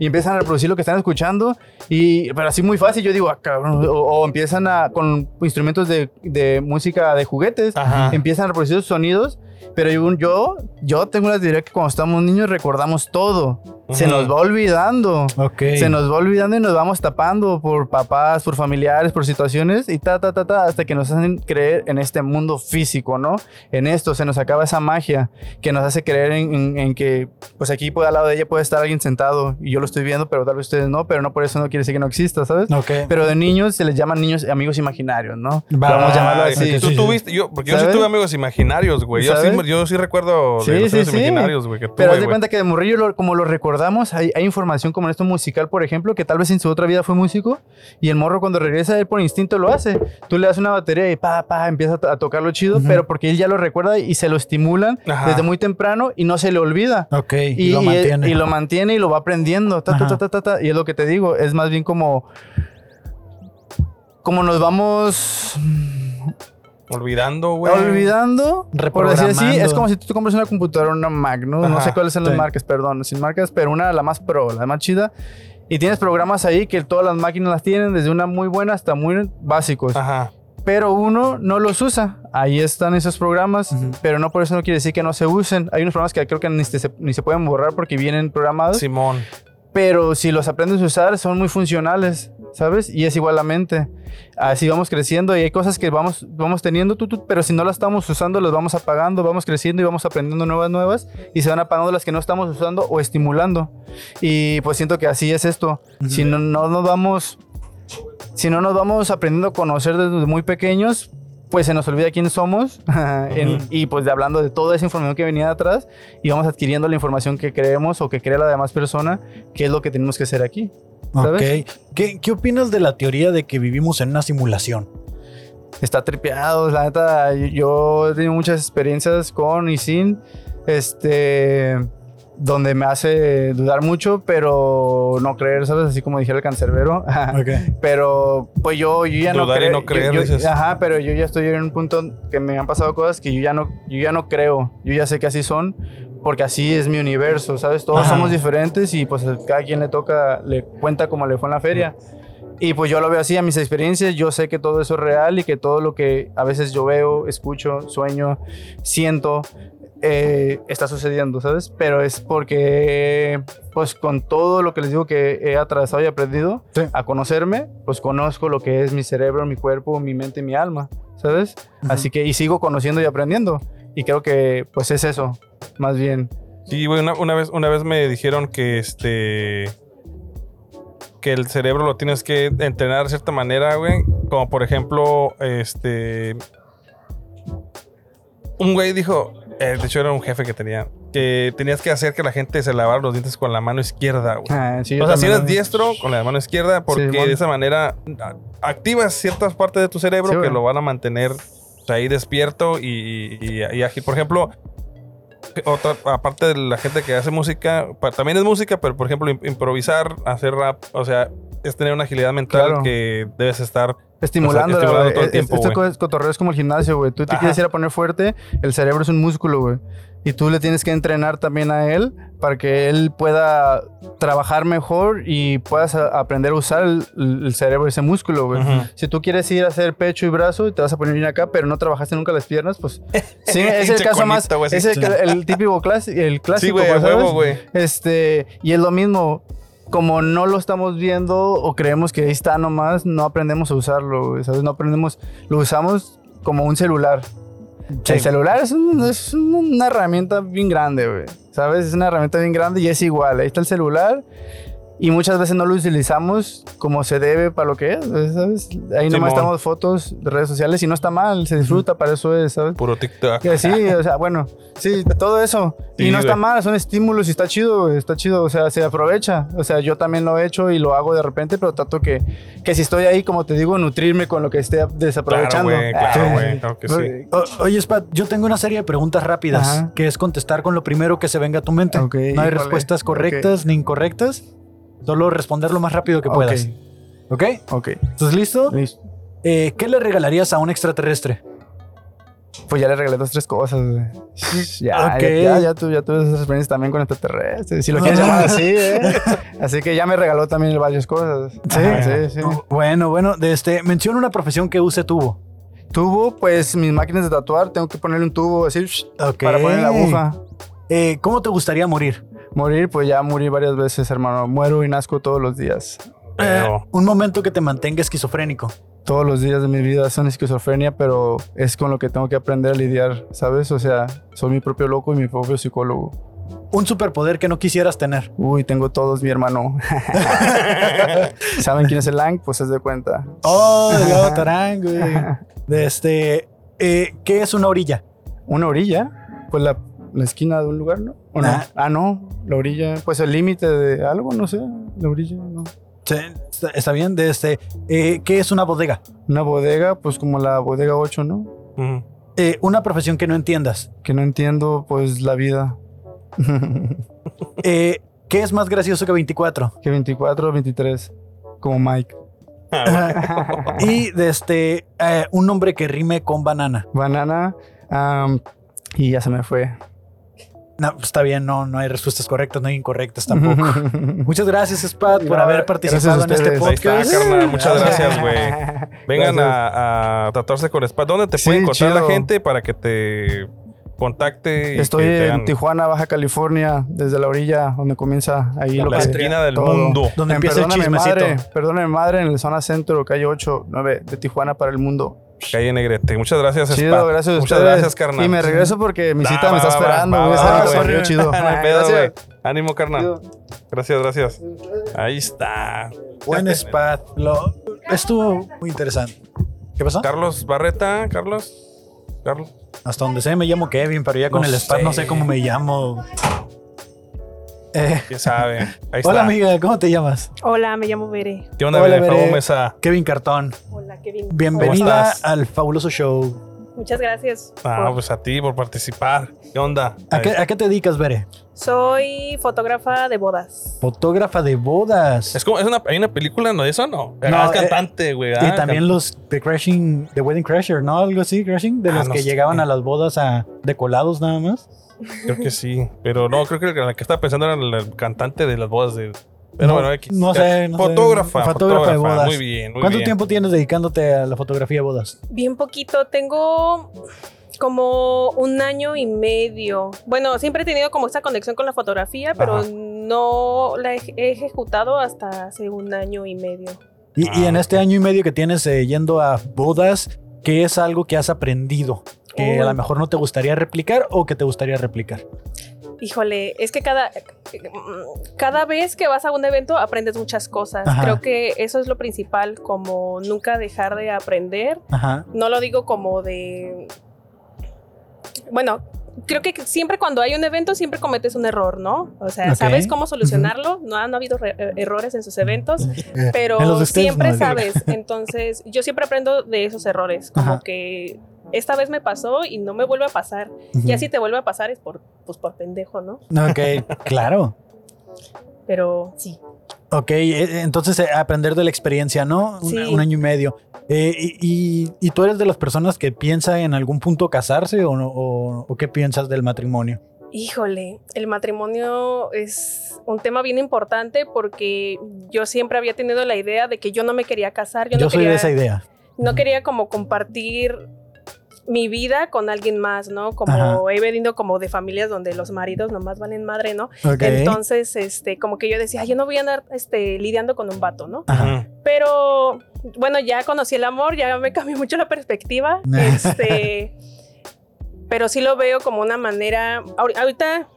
Y empiezan a reproducir lo que están escuchando, y, pero así muy fácil, yo digo, ah, cabrón, o, o empiezan a, con instrumentos de, de música de juguetes,
Ajá.
empiezan a reproducir sus sonidos, pero yo, yo, yo tengo la teoría que cuando estamos niños recordamos todo, se
Ujú.
nos va olvidando.
Ok.
Se nos va olvidando y nos vamos tapando por papás, por familiares, por situaciones y ta, ta, ta, ta, hasta que nos hacen creer en este mundo físico, ¿no? En esto se nos acaba esa magia que nos hace creer en, en- en que, pues aquí puede, al lado de ella puede estar alguien sentado y yo lo estoy viendo, pero tal vez ustedes no, pero no por eso no quiere decir que no exista, ¿sabes?
Ok.
Pero de niños se les llaman niños amigos imaginarios, ¿no?
Va.
Vamos a llamarlo
Ay,
así.
ok,
Tú
sí, sí.
tuviste, yo, porque yo sí
¿Sabes?
tuve amigos imaginarios, güey. Yo sí,
¿Sabes?
yo sí recuerdo
Sí,
de los
sí,
amigos
sí.
imaginarios, güey, que
Pero
tuve,
haz de
güey.
cuenta que de morrillo, lo- como lo recordamos, hay, hay información como en esto musical, por ejemplo, que tal vez en su otra vida fue músico y el morro cuando regresa, él por instinto lo hace. Tú le das una batería y pa, pa, empieza a to- a tocarlo chido,
Ujú.
pero porque él ya lo recuerda y se lo estimulan
Ajá.
desde muy temprano y no se le olvida.
Ok. Y, lo
y-
mantiene.
y lo mantiene y lo va aprendiendo. ta, ta,
Ajá.
ta, ta, ta, y es lo que te digo, es más bien como... Como nos vamos
Olvidando, güey.
olvidando, por decir así,
Reprogramando.
es como si tú te compras una computadora, una Mac, ¿no? No
Ajá,
sé cuáles son las
sí.
marcas, perdón, sin marcas, pero una, la más pro, la más chida. Y tienes programas ahí que todas las máquinas las tienen, desde una muy buena hasta muy básicos.
Ajá.
Pero uno no los usa. Ahí están esos programas,
Ujú.
pero no por eso no quiere decir que no se usen. Hay unos programas que creo que ni se, ni se pueden borrar porque vienen programados
Simón.
pero si los aprendes a usar son muy funcionales, ¿sabes? Y es igual la mente. Así vamos creciendo y hay cosas que vamos, vamos teniendo, tú, tú, pero si no las estamos usando, las vamos apagando, vamos creciendo y vamos aprendiendo nuevas, nuevas, y se van apagando las que no estamos usando o estimulando. Y pues siento que así es esto. Si no, no nos vamos... Si no nos vamos aprendiendo a conocer desde muy pequeños, pues se nos olvida quiénes somos en-
Ujú.
y pues de hablando de toda esa información que venía de atrás y vamos adquiriendo la información que creemos o que cree la demás persona, que es lo que tenemos que hacer aquí.
Ok.
¿sabes?
¿Qué, ¿Qué opinas de la teoría de que vivimos en una simulación?
Está tripeado, la neta, yo he tenido muchas experiencias con y sin, este, donde me hace dudar mucho, pero no creer, ¿sabes? Así como dijera el cancerbero. pero pues yo, yo ya no
Dudar y
creo.
no creer,
yo- yo-
dices.
ajá, pero yo ya estoy en un punto que me han pasado cosas que yo ya no, yo ya no creo. Yo ya sé que así son, porque así es mi universo, ¿sabes? Todos
Ajá.
somos diferentes y pues a cada quien le toca, le cuenta como le fue en la feria. Y pues yo lo veo así a mis experiencias, yo sé que todo eso es real y que todo lo que a veces yo veo, escucho, sueño, siento, eh, está sucediendo, ¿sabes? Pero es porque, pues con todo lo que les digo que he atravesado y aprendido
Sí.
a conocerme, pues conozco lo que es mi cerebro, mi cuerpo, mi mente, mi alma, ¿sabes? Así que, y sigo conociendo y aprendiendo. Y creo que, pues es eso, más bien.
Sí, güey, una, una vez, una vez me dijeron que este. Que el cerebro lo tienes que entrenar de cierta manera, güey. Como por ejemplo, este. Un güey dijo. eh, de hecho, era un jefe que tenía. Que tenías que hacer que la gente se lavara los dientes con la mano izquierda, güey.
Ah, sí, yo
O sea, si
también
eres
lo-
diestro, con la mano izquierda, porque
Simón.
de esa manera a- activas ciertas partes de tu cerebro
Sí,
que
güey.
lo van a mantener o sea, ahí despierto y, y- y ágil. Por ejemplo, otra, aparte de la gente que hace música, pa- también es música, pero por ejemplo, im- improvisar, hacer rap, o sea, es tener una agilidad mental
Claro.
que debes estar.
Estimulando,
O sea, estimulando todo el tiempo,
Este
güey.
co- cotorreo es como el gimnasio, güey. Tú te
Ajá.
quieres ir a poner fuerte, el cerebro es un músculo, güey. Y tú le tienes que entrenar también a él para que él pueda trabajar mejor y puedas a- aprender a usar el, el cerebro, ese músculo, güey.
Ujú.
Si tú quieres ir a hacer pecho y brazo y te vas a poner bien acá, pero no trabajaste nunca las piernas, pues sí, es el
Pinche
caso más.
conito, güey, así.
Es el, el típico clásico, el clásico.
Sí, güey, a
pues,
huevo,
¿sabes?
güey.
Este, y es lo mismo. Como no lo estamos viendo o creemos que ahí está nomás, no aprendemos a usarlo, güey, ¿sabes? No aprendemos, lo usamos como un celular. El celular es, un- es una herramienta bien grande, güey, ¿sabes? Es una herramienta bien grande y es igual. Ahí está el celular y muchas veces no lo utilizamos como se debe para lo que es, güey, ¿sabes? Ahí nomás
Simón.
estamos fotos de redes sociales y no está mal, se disfruta, para eso es, ¿sabes?
Puro TikTok.
Que sí, o sea, bueno, sí, todo eso.
Sí,
y no está
güey.
mal, son estímulos y está chido, güey, está chido, o sea, se aprovecha. O sea, yo también lo he hecho y lo hago de repente, pero trato que, que si estoy ahí, como te digo, nutrirme con lo que esté
Claro,
desaprovechando.
güey, claro, güey, claro que sí.
O- oye, Spat, yo tengo una serie de preguntas rápidas
Ajá.
que es contestar con lo primero que se venga a tu mente.
Ok,
no hay
híjole.
respuestas correctas ni incorrectas. Solo responder lo más rápido que puedas. ¿Ok?
Ok,
¿Estás listo?
listo.
Eh, ¿Qué le regalarías a un extraterrestre?
Pues ya le regalé dos, tres cosas, güey. Ah, Ya,
Ok.
ya, ya, ya tu- ya tuve esas experiencias también con extraterrestres, si lo quieres llamar así, ¿eh? Así que ya me regaló también varias cosas.
Ajá.
sí, sí.
Bueno, bueno, de este, menciona una profesión que use tubo.
Tubo, pues mis máquinas de tatuar, tengo que ponerle un tubo así
Ok.
para poner la aguja.
Eh, ¿Cómo te gustaría morir?
Morir, pues ya morí varias veces, hermano. Muero y nazco todos los días.
Pero-
Eh, Un momento que te mantenga esquizofrénico.
Todos los días de mi vida son esquizofrenia, pero es con lo que tengo que aprender a lidiar, ¿sabes? O sea, soy mi propio loco y mi propio psicólogo.
Un superpoder que no quisieras tener.
Uy, tengo todos, mi hermano. ¿Saben quién es el Lang? Pues es de cuenta.
Oh, lo tarán, güey. De este, eh, ¿qué es una orilla?
¿Una orilla? Pues la, la esquina de un lugar, ¿no? ¿O no?
Nah.
Ah, no, la orilla. Pues el límite de algo, no sé. La orilla, no.
Sí, está- Está bien, de este, eh, ¿qué es una bodega?
Una bodega, pues como la bodega 8, ¿no?
Ujú.
Eh, una profesión que no entiendas.
Que no entiendo, pues la vida.
Eh, ¿Qué es más gracioso que 24?
que 24 o 23, como Mike.
Ah,
Y de este, eh, un nombre que rime con banana.
Banana. am, y ya se me fue.
No, pues, está bien, no, no hay respuestas correctas, no hay incorrectas tampoco. Muchas gracias, Spat, por haber participado en
gracias a
este
ustedes.
Ahí está,
podcast.
carnal. Muchas gracias, güey. Vengan
Gracias.
a, a tratarse con spa. ¿Dónde te
Sí,
puede encontrar la
chido.
gente para que te contacte? y
Estoy
que te
en
hagan
Tijuana, Baja California, desde la orilla donde comienza ahí lo
La
que-
esquina del
todo.
mundo.
Donde
En
empieza el
Perdóname,
chismecito.
Madre, perdóname, madre, en la zona centro, calle 8, 9 de Tijuana para el mundo.
Calle Negrete. Muchas gracias,
Chido,
Spa.
gracias a
Muchas
ustedes.
gracias, carnal.
Y me regreso porque mi
Nah,
cita
va,
me está
va,
esperando.
va,
güey,
va,
esa
va,
noche
va.
corrió chido.
No hay pedo,
Gracias.
güey. Ánimo, carnal. Gracias, gracias. Ahí está.
Buen Spat. Lo, estuvo muy interesante. ¿Qué pasó?
Carlos Barreta, Carlos. Carlos.
Hasta donde sé, me llamo Kevin, pero ya con
No
el Spat no
sé.
sé cómo me llamo. Eh,
¿Quién sabe? Ahí está.
hola, amiga, ¿cómo te llamas?
Hola, me llamo Bere.
¿Qué onda,
Hola,
Bere? Pablo
Bere.
Mesa?
Kevin Cartón.
Hola, Kevin.
Bienvenida
estás?
al fabuloso show.
Muchas gracias.
Ah,
por-
pues a ti por participar. ¿Qué onda?
¿A qué, a qué te dedicas, Bere?
Soy fotógrafa de bodas.
Fotógrafa de bodas.
Es como, es una, hay una película, ¿no? ¿Eso no?
No,
Ah, es
eh,
cantante, güey. Ah,
y también los de Crashing, de Wedding Crasher, ¿no? Algo así, Crashing, de
Ah,
los
no
que
sé.
llegaban a las bodas a decolados nada más.
Creo que sí. Pero no, creo que la que estaba pensando era la cantante de las bodas de. Pero
No,
bueno, X.
no sé, no sé.
fotógrafa,
Fotógrafa de
fotógrafa.
bodas.
Muy bien, muy
¿Cuánto
bien.
tiempo tienes dedicándote a la fotografía de bodas?
Bien poquito, tengo como un año y medio. Bueno, siempre he tenido como esa conexión con la fotografía, pero
Ajá.
no la he he ejecutado hasta hace un año y medio.
Y, y en
Ah,
este año y medio que tienes eh, yendo a bodas, ¿qué es algo que has aprendido? Que a
Uy.
lo mejor no te gustaría replicar o que te gustaría replicar.
Híjole, es que cada, cada vez que vas a un evento aprendes muchas cosas.
Ajá.
Creo que eso es lo principal, como nunca dejar de aprender.
Ajá.
No lo digo como de... Bueno, creo que siempre cuando hay un evento siempre cometes un error, ¿no? O sea,
Ok.
sabes cómo solucionarlo, no han habido re- eh, errores en sus eventos, pero
Eh, En los de ustedes
siempre
no.
sabes. Entonces, yo siempre aprendo de esos errores, como
Ajá.
que esta vez me pasó y no me vuelve a pasar. Y así te vuelve a pasar es por, pues por pendejo, ¿no?
Ok, claro.
Pero sí.
Ok, eh, entonces eh, aprender de la experiencia, ¿no? Un,
Sí.
un año y medio. Eh, y, y- y tú eres de las personas que piensa en algún punto casarse o, no- o- o qué piensas del matrimonio?
Híjole, el matrimonio es un tema bien importante porque yo siempre había tenido la idea de que yo no me quería casar, yo,
Yo,
no,
soy
quería,
de esa idea.
no quería como compartir mi vida con alguien más, ¿no? Como
Ajá.
he venido como de familias donde los maridos nomás valen madre, ¿no?
Ok.
Entonces, este, como que yo decía, "Ay, yo no voy a andar este, lidiando con un vato, ¿no?
Ajá.
Ujú.
Pero bueno, ya conocí el amor, ya me cambió mucho la perspectiva. este, pero sí lo veo como una manera. ahori- Ahorita,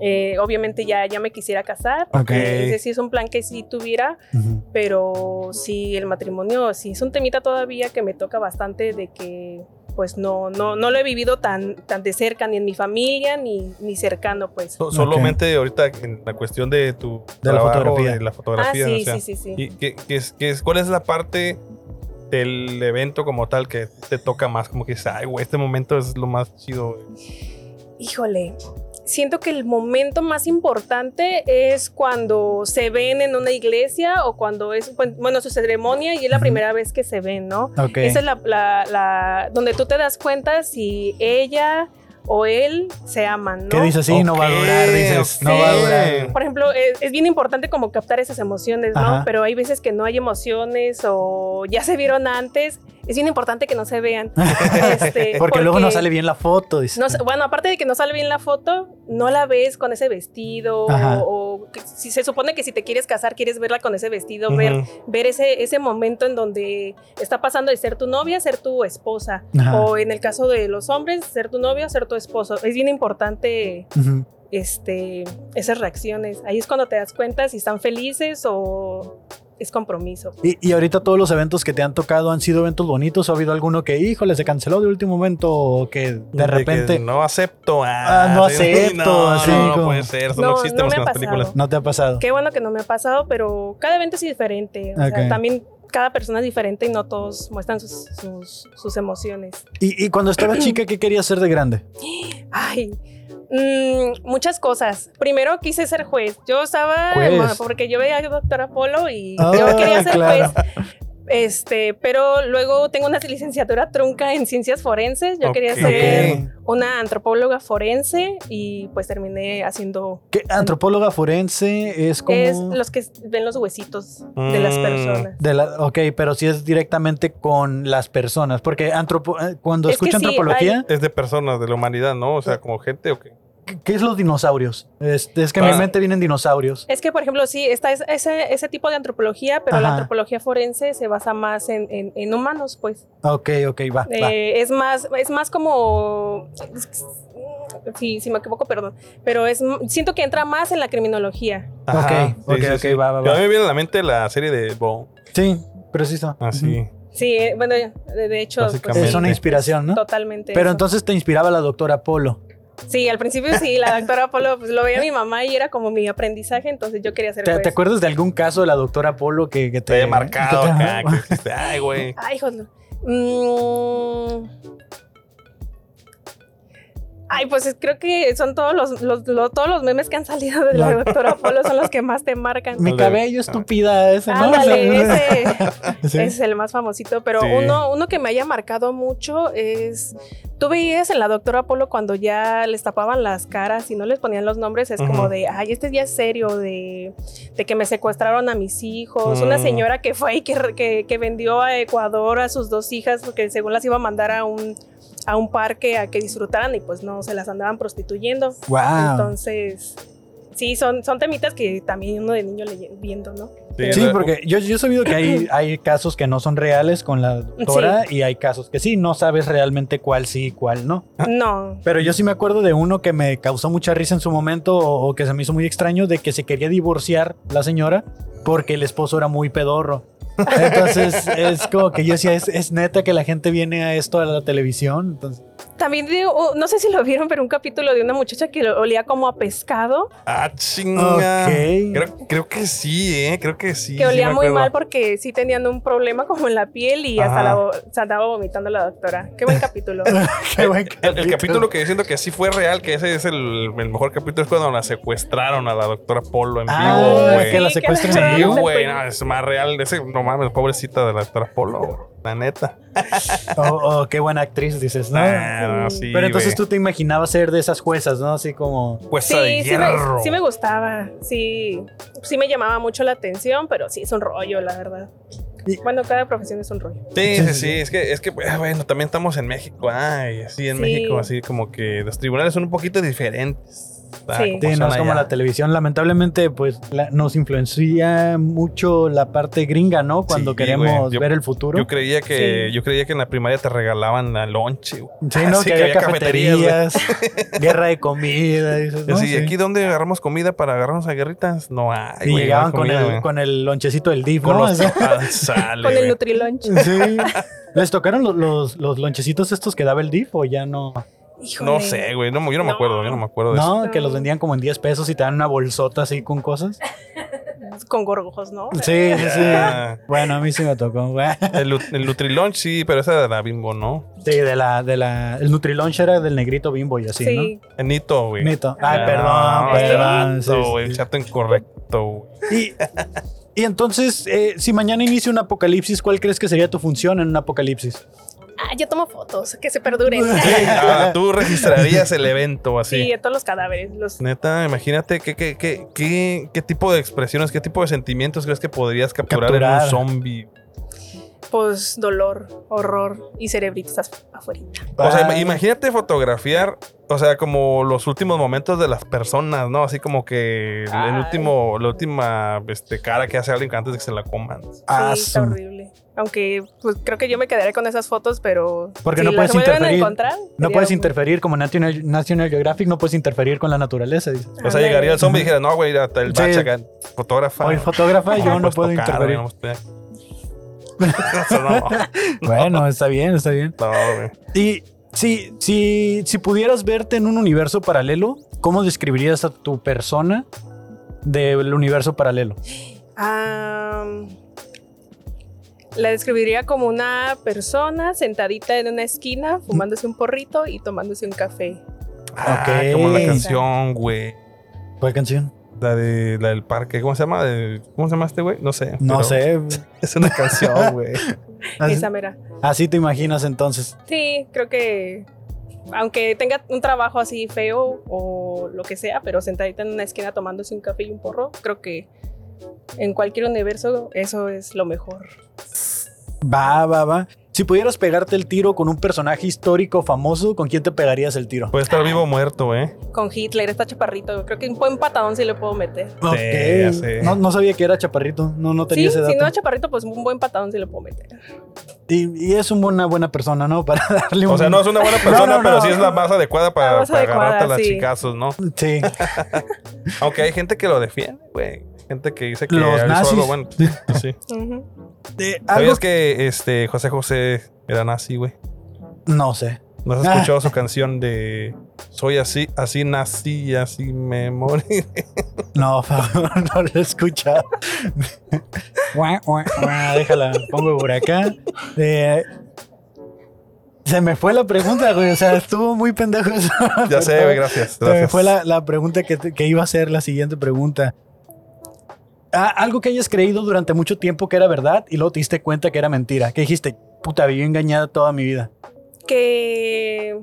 eh, obviamente, ya, ya me quisiera casar.
Ok.
Eh, Ese sí es un plan que sí tuviera,
Ujú.
pero sí el matrimonio, sí es un temita todavía que me toca bastante de que pues no, no, no lo he vivido tan, tan de cerca, ni en mi familia, ni, ni cercano, pues.
So- Solamente ahorita en la cuestión de tu
De la
trabajo,
fotografía.
de la
Ah,
fotografía,
sí,
o sea,
sí, sí, sí.
¿y qué- qué es- qué es- ¿Cuál es la parte del evento como tal que te toca más? Como que dices, ay, güey, este momento es lo más chido. güey"?
Híjole, siento que el momento más importante es cuando se ven en una iglesia o cuando es, bueno, su ceremonia y es la
Ujú.
primera vez que se ven, ¿no?
Ok.
Esa es la, la- la- donde tú te das cuenta si ella o él se aman, ¿no?
¿Qué dices? Sí, no va a
Ok,
durar, dices. No
ok.
va a durar.
Por ejemplo, es, es bien importante como captar esas emociones, ¿no?
Ajá.
Pero hay veces que no hay emociones o ya se vieron antes. Es bien importante que no se vean. Este,
Porque, luego no sale bien la foto, dices.
no sé, bueno, aparte de que no sale bien la foto, no la ves con ese vestido.
Ajá.
O, o que si se supone que si te quieres casar, quieres verla con ese vestido,
Ujú.
ver, ver ese, ese momento en donde está pasando de ser tu novia a ser tu esposa.
Ajá.
O en el caso de los hombres, ser tu novia o ser tu esposo. Es bien importante
Ujú.
este, esas reacciones. Ahí es cuando te das cuenta si están felices o es compromiso.
y, y ahorita todos los eventos que te han tocado han sido eventos bonitos. ¿O ha habido alguno que, híjole, se canceló de último momento o que de
que
repente
no acepto.
Ah, no acepto,
No,
así
no, no
como-
puede ser. Eso no,
No,
existe
no
en
me
las
ha
películas.
pasado.
no te ha pasado?
Qué bueno que no me ha pasado, pero cada evento es diferente. O
Ok.
sea, también cada persona es diferente y no todos muestran sus, sus, sus emociones.
Y, y cuando estaba chica, ¿qué querías ser de grande?
Ay, mm, muchas cosas. Primero quise ser juez. Yo estaba,
Juez.
ma- porque yo veía a Doctora Polo y
Ah,
yo quería ser
claro.
juez. Este, pero luego tengo una licenciatura trunca en ciencias forenses. Yo quería
Ok.
ser una antropóloga forense y pues terminé haciendo
¿Qué antropóloga forense es como...
es los que ven los huesitos
Ah,
de las
Mm.
personas.
De la, ok, pero si es directamente con las personas, porque antropo- eh, cuando
Es que
escucho
sí, Ah.
antropología,
Es de personas, de la humanidad, ¿no? O sea, como gente o qué.
¿qué- ¿qué es los dinosaurios? Es, es que en
Ah.
mi mente vienen dinosaurios.
Es que, por ejemplo, sí, está es- ese, ese tipo de antropología, pero la
Ajá.
antropología forense se basa más en, en- en humanos, pues.
Ok, ok, va. va.
Eh, es más, es más como. Sí, si me equivoco, perdón. Pero es siento que entra más en la criminología.
Ok, ok, ok, va, va,
Pero A
va.
mí me viene a la mente la serie de Bo.
Sí, preciso.
Así.
Ujú.
Sí, eh, bueno, de, de hecho, pues,
Es una
Exactamente.
inspiración, ¿no?
totalmente.
Pero
eso.
entonces te inspiraba la doctora Polo.
Sí, al principio sí, la doctora Polo, pues lo veía mi mamá y era como mi aprendizaje, entonces yo quería ser
¿Te,
juez.
te acuerdas de algún caso de la doctora Polo que, que te,
Te he marcado
que te-
acá. que dijiste, Ay, güey.
Ay, joder. Mm, Ay, pues creo que son todos los, los- los- todos los memes que han salido de la doctora Polo son los que más te marcan.
Mi
Ándale.
cabello estúpida, ese, ¿no?
Ándale, ese
Sí.
es el más famosito, pero
Sí.
uno, uno que me haya marcado mucho es, tú veías en la doctora Polo cuando ya les tapaban las caras y no les ponían los nombres, es como
Ujú.
de, ay, este ya es serio, de, de que me secuestraron a mis hijos, una
Mm.
señora que fue y que, re- que, que vendió a Ecuador a sus dos hijas porque según las iba a mandar a un, a un parque a que disfrutaran y pues no, se las andaban prostituyendo.
Wow.
Entonces... Sí, son, son temitas que también uno de niño leyendo, viendo, ¿no?
Sí, porque yo, yo he sabido que hay, hay casos que no son reales con la doctora y hay casos que sí, no sabes realmente cuál sí y cuál no.
No,
Pero yo sí me acuerdo de uno que me causó mucha risa en su momento o, o que se me hizo muy extraño de que se quería divorciar la señora porque el esposo era muy pedorro. Entonces es como que yo decía, es, es neta que la gente viene a esto a la televisión. Entonces,
También digo, oh, no sé si lo vieron, pero un capítulo de una muchacha que lo- olía como a pescado,
Ah, chinga.
Ok.
Creo, creo que sí, ¿eh? Creo que sí.
que
sí
olía
me
muy
acuerdo.
mal porque sí tenían un problema como en la piel y hasta
Ajá.
la, vo- se andaba vomitando la doctora. Qué buen capítulo.
qué buen
El, el capítulo que yo siento que sí fue real, que ese es el, el mejor capítulo, es cuando la secuestraron a la doctora Polo en vivo,
Ah,
güey.
que la
Sí, que
secuestren
la-
en
Sí,
vivo.
güey, no, es más real. Ese, no mames, pobrecita de la doctora Polo, güey. la neta.
Oh, oh, qué buena actriz, dices, ¿no?
Ah, no, sí,
Pero entonces
güey.
tú te imaginabas ser de esas juezas, ¿no? Así como...
Cuesta de
Sí, sí me,
hierro.
sí me gustaba, sí, sí me llamaba mucho la atención, pero sí es un rollo, la verdad.
Y-
Bueno, cada profesión es un rollo.
Sí, sí, sí, es que, es que ah, bueno, también estamos en México, ay, sí, en
Sí.
México, así como que los tribunales son un poquito diferentes. ah,
Sí.
Sí, no
son
es como
allá.
la televisión. Lamentablemente, pues la- nos influencia mucho la parte gringa, ¿no? Cuando
Sí,
queremos
güey. Yo-
ver el futuro.
Yo creía que,
Sí.
yo creía que en la primaria te regalaban la lonche, güey.
sí, ¿no?
sí,
que
que
había
había cafeterías,
cafeterías, guerra de comida. Dices, ¿no?
Así,
Sí.
aquí donde agarramos comida para agarrarnos a guerritas, no hay.
y
güey, no hay
llegaban con,
comida,
el,
güey.
con el lonchecito del DIF,
Con
¿no?
los
O sea,
ah, sale,
Con el
güey.
Nutrilunch.
sí. ¿Les tocaron los, los, los lonchecitos estos que daba el DIF o ya no?
Híjole.
No sé, güey, no, yo no me
No.
acuerdo, yo no me acuerdo de eso.
No, que los vendían como en 10 pesos y te dan una bolsota así con cosas.
Con gorgojos, ¿no?
Sí, sí, sí.
Ah,
Bueno, a mí sí me tocó. güey.
el, Lu- el Nutrilunch, sí, pero esa de la bimbo, ¿no?
Sí, de la, de la, el Nutrilunch era del negrito bimbo y así, ¿no?
Sí.
El Nito, güey.
Nito. Ay,
Ah,
perdón,
este
perdón.
vato,
Sí,
güey,
sí.
chato incorrecto, güey.
Y, y entonces, eh, si mañana inicia un apocalipsis, ¿cuál crees que sería tu función en un apocalipsis?
Ah, yo tomo fotos, que se perduren.
Ah, tú registrarías el evento así.
Sí, a todos los cadáveres. Los,
Neta, imagínate qué, qué, qué, qué, qué tipo de expresiones, qué tipo de sentimientos crees que podrías capturar, en
Capturar.
un zombie.
pues dolor, horror y cerebritos af- afuerita.
O sea,
Ah.
im- imagínate fotografiar, o sea, como los últimos momentos de las personas, ¿no? Así como que el, el
Ay.
último, la última este, cara que hace alguien antes de que se la coman.
Ah,
sí, está horrible. Aunque pues creo que yo me quedaré con esas fotos, pero
Porque
si
no
las
puedes
vuelven a
interferir.
encontrar,
No
sería
puedes
muy-
interferir, como National, National Geographic, no puedes interferir con la naturaleza. dice.
O sea,
Ándale.
llegaría el zombie y dijera, no, güey, hasta el
Sí.
bacha acá, fotógrafa. pues,
Hoy fotógrafa, yo no
puedes
puedo
tocar,
interferir.
güey, no puedes tocar. O sea, no,
Bueno, está bien, está bien.
no, güey.
Y si, si, si pudieras verte en un universo paralelo, ¿cómo describirías a tu persona del universo paralelo?
Am, la describiría como una persona sentadita en una esquina, fumándose un porrito y tomándose un café.
Ah,
Ok.
como la canción, güey.
¿Cuál canción?
La, de, la del parque, ¿cómo se llama? De- ¿Cómo se llama este güey? No sé.
No
pero
sé.
Es una canción, güey.
Así,
Esa mera.
así te imaginas entonces.
Sí, creo que aunque tenga un trabajo así feo o lo que sea, pero sentadita en una esquina tomándose un café y un porro, creo que en cualquier universo eso es lo mejor.
Va, va, va. Si pudieras pegarte el tiro con un personaje histórico famoso, ¿con quién te pegarías el tiro?
Puede estar vivo o muerto, ¿eh?
Con Hitler está chaparrito, creo que un buen patadón sí le puedo meter.
Ok.
Sí, ya sé.
No, no sabía que era chaparrito. No, no tenía
Sí,
ese dato.
si no es chaparrito, pues un buen patadón sí le puedo meter.
y, y es un- una buena persona, ¿no? Para darle un.
O sea, no es una buena persona,
No, no,
pero
no.
sí es la más adecuada
La
para,
más
para
adecuada,
agarrarte a las
sí.
chicazos, ¿no?
Sí.
Aunque hay gente que lo defiende, güey. Gente que dice que
Los
hizo
nazis.
algo bueno. pues, Sí.
Ujú.
De- algo
¿Sabías que este, José José era nazi, güey?
No sé.
¿No has
Ah.
escuchado su canción de Soy así, así nací, así me morí?
No, por favor, no lo he escuchado. Guau, guau, guau. Déjala, pongo por acá. Eh, Se me fue la pregunta, güey. O sea, estuvo muy pendejo eso.
Ya sé, güey, gracias.
Se me
gracias.
fue la, la pregunta que, te- que iba a ser la siguiente pregunta. Ah, algo que hayas creído durante mucho tiempo que era verdad y luego te diste cuenta que era mentira. Que dijiste, puta, viví engañada toda mi vida.
que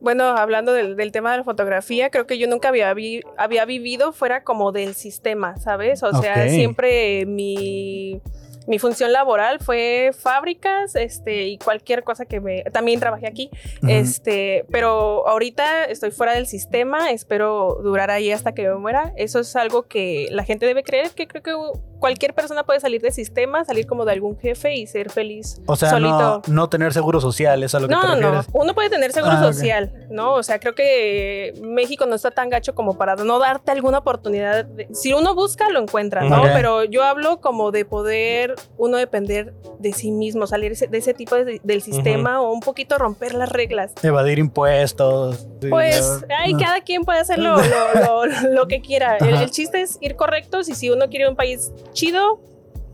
bueno, hablando del, del tema de la fotografía, creo que yo nunca había, vi- había vivido fuera como del sistema, ¿sabes? O sea,
Ok.
siempre mi, mi función laboral fue fábricas este, y cualquier cosa que me... También trabajé aquí,
Ujú.
este, pero ahorita estoy fuera del sistema, espero durar ahí hasta que me muera. Eso es algo que la gente debe creer, que creo que cualquier persona puede salir del sistema, salir como de algún jefe y ser feliz
O sea,
solito.
no, no tener seguro social, es a lo que te
No, no,
refieres.
uno puede tener seguro
Ah, ok.
social, ¿no? O sea, creo que México no está tan gacho como para no darte alguna oportunidad. de- si uno busca, lo encuentra, ¿no?
Ok.
Pero yo hablo como de poder uno depender de sí mismo, salir ese- de ese tipo de- del sistema o un poquito romper las reglas.
Evadir impuestos. Sí,
Pues
ya.
ahí
No.
cada quien puede hacer lo, lo- lo- lo que quiera. El,
Ajá.
el chiste es ir correctos y si uno quiere un país chido,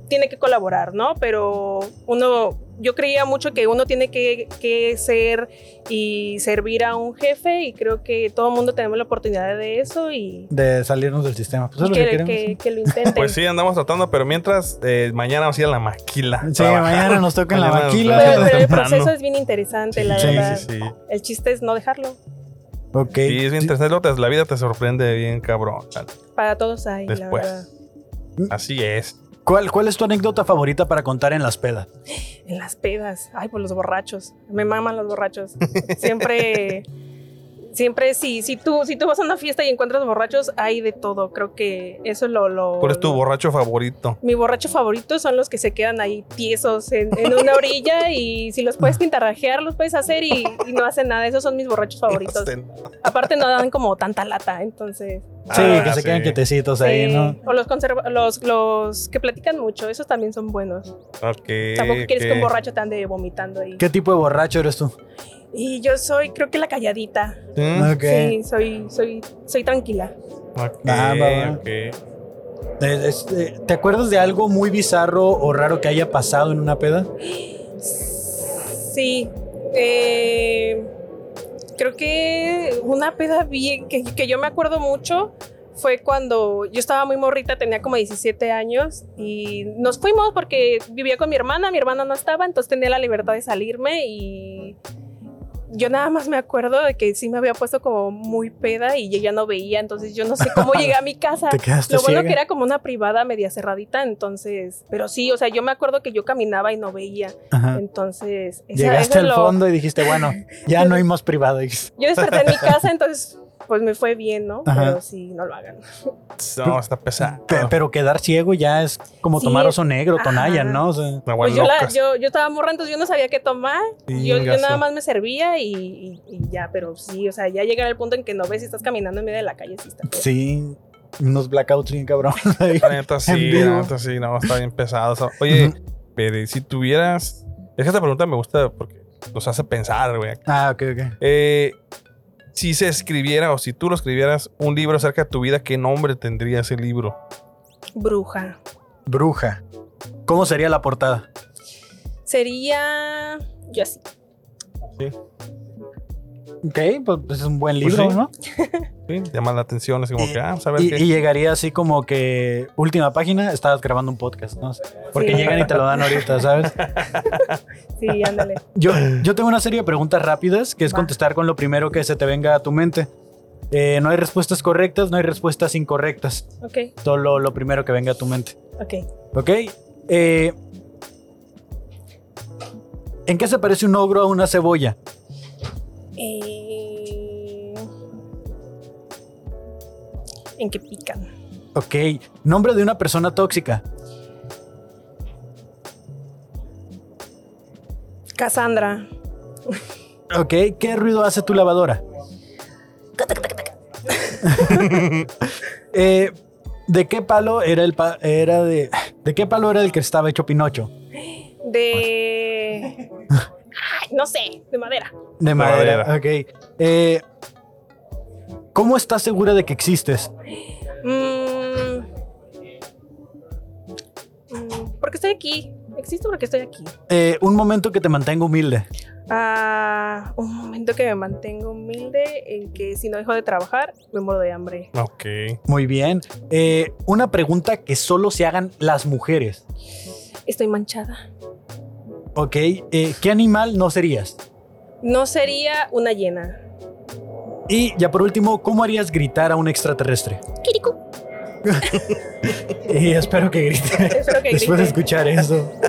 tiene que colaborar, ¿no? Pero uno, yo creía mucho que uno tiene que, que ser y servir a un jefe y creo que todo el mundo tenemos la oportunidad de eso y
De salirnos del sistema. Pues es lo que,
que,
queremos.
que- que lo intenten.
Pues sí, andamos tratando, pero mientras, eh, mañana vamos a ir a la maquila.
Sí,
trabajar.
mañana nos toca en la
Mañana nos
maquila.
vemos.
pero, pero el
temprano.
proceso es bien interesante, la
Sí,
verdad.
Sí, sí, sí.
El chiste es no dejarlo.
Ok.
Sí, es bien interesante. luego te- La vida te sorprende bien, cabrón.
Para todos hay, la
Después.
verdad.
Así es.
¿Cuál, ¿Cuál es tu anécdota favorita para contar en las pedas?
En las pedas. Ay, por los borrachos. Me maman los borrachos. Siempre. Siempre sí, si tú, si tú vas a una fiesta y encuentras borrachos, hay de todo. Creo que eso es lo... lo
¿Cuál es tu
lo-
borracho favorito?
Mi borracho favorito son los que se quedan ahí tiesos en, en una orilla y si los puedes pintarrajear, los puedes hacer y, y no hacen nada. Esos son mis borrachos favoritos. Aparte no dan como tanta lata, entonces...
Sí,
Ah,
que se
sí.
quedan quietecitos ahí,
sí.
¿no?
O los, conserva- los, los que platican mucho, esos también son buenos.
Ok.
Tampoco quieres que un
ok.
borracho te ande vomitando ahí.
¿Qué tipo de borracho eres tú?
Y yo soy, creo que la calladita.
¿Mm?
Ok.
Sí, soy, soy, soy tranquila.
Ah, Ok,
Va, Ah, va, va.
ok.
Eh, este, ¿Te acuerdas de algo muy bizarro o raro que haya pasado en una peda?
Sí. eh, creo que una peda bien, que, que yo me acuerdo mucho fue cuando yo estaba muy morrita, tenía como 17 años y nos fuimos porque vivía con mi hermana, mi hermana no estaba, entonces tenía la libertad de salirme y yo nada más me acuerdo de que sí me había puesto como muy peda y ella no veía, entonces yo no sé cómo llegué a mi casa.
¿Te quedaste
Lo bueno que
ciega?
era como una privada media cerradita, entonces, pero sí, o sea, yo me acuerdo que yo caminaba y no veía,
Ajá.
entonces, esa-
Llegaste
eso
al
lo-
fondo y dijiste, bueno, ya no hay más privado.
yo desperté en mi casa, entonces, pues me fue bien, ¿no?
Ajá.
Pero sí, no lo hagan.
Ah,
No, está pesado.
Pe- Pero quedar ciego ya es como
Sí,
tomar oso negro, tonalla,
ajá.
¿no? O sea,
Una
Pues
buena
yo, la-
loca.
yo, yo estaba morra, entonces yo no sabía qué tomar, yo, yo
Chingazo.
nada más me servía y, y- y ya, pero sí, o sea, ya llegar al punto en que no ves si estás caminando en medio de la calle, sí está feo.
sí, unos blackouts bien cabrón. ahí.
La neta sí,
vivo.
la neta sí, no, está bien pesado. O sea, oye, pero ¿y si tuvieras. Es que esta pregunta me gusta porque nos hace pensar, güey.
ah, ok, ok.
Eh, si se escribiera o si tú lo escribieras un libro acerca de tu vida, ¿qué nombre tendría ese libro?
Bruja.
Bruja. ¿Cómo sería la portada?
Sería yo así.
Ok, pues, pues es un buen
Pues
libro,
sí.
¿no?
Sí, Llama la atención, es como que, ah, vamos a ver
Y,
qué.
y llegaría así como que última página, estabas grabando un podcast, ¿no? Porque
Sí.
llegan y te lo dan ahorita, ¿sabes?
Sí, ándale.
Yo, yo tengo una serie de preguntas rápidas que es
Va.
contestar con lo primero que se te venga a tu mente. Eh, no hay respuestas correctas, no hay respuestas incorrectas.
Ok,
Solo lo primero que venga a tu mente.
ok.
¿Ok? Eh, ¿En qué se parece un ogro a una cebolla?
Eh, ¿En qué pican?
Ok. Nombre de una persona tóxica.
Cassandra.
Ok. ¿Qué ruido hace tu lavadora? Eh, ¿De qué palo era el pa- era de de qué palo era el que estaba hecho Pinocho?
De. Ay, no sé, de madera.
De madera. Ok. Eh, ¿Cómo estás segura de que existes?
Mm, mm, ¿Por qué estoy aquí? existo porque estoy aquí.
Eh, un momento que te mantenga humilde.
Ah, un momento que me mantengo humilde en que si no dejo de trabajar, me muero de hambre.
Ok.
Muy bien. Eh, una pregunta que solo se hagan las mujeres.
Estoy manchada.
Ok. eh, ¿Qué animal no serías?
No sería una llena.
Y ya por último, ¿cómo harías gritar a un extraterrestre?
Kiriku.
Y espero que grite.
Espero que
Después
grite.
de escuchar eso.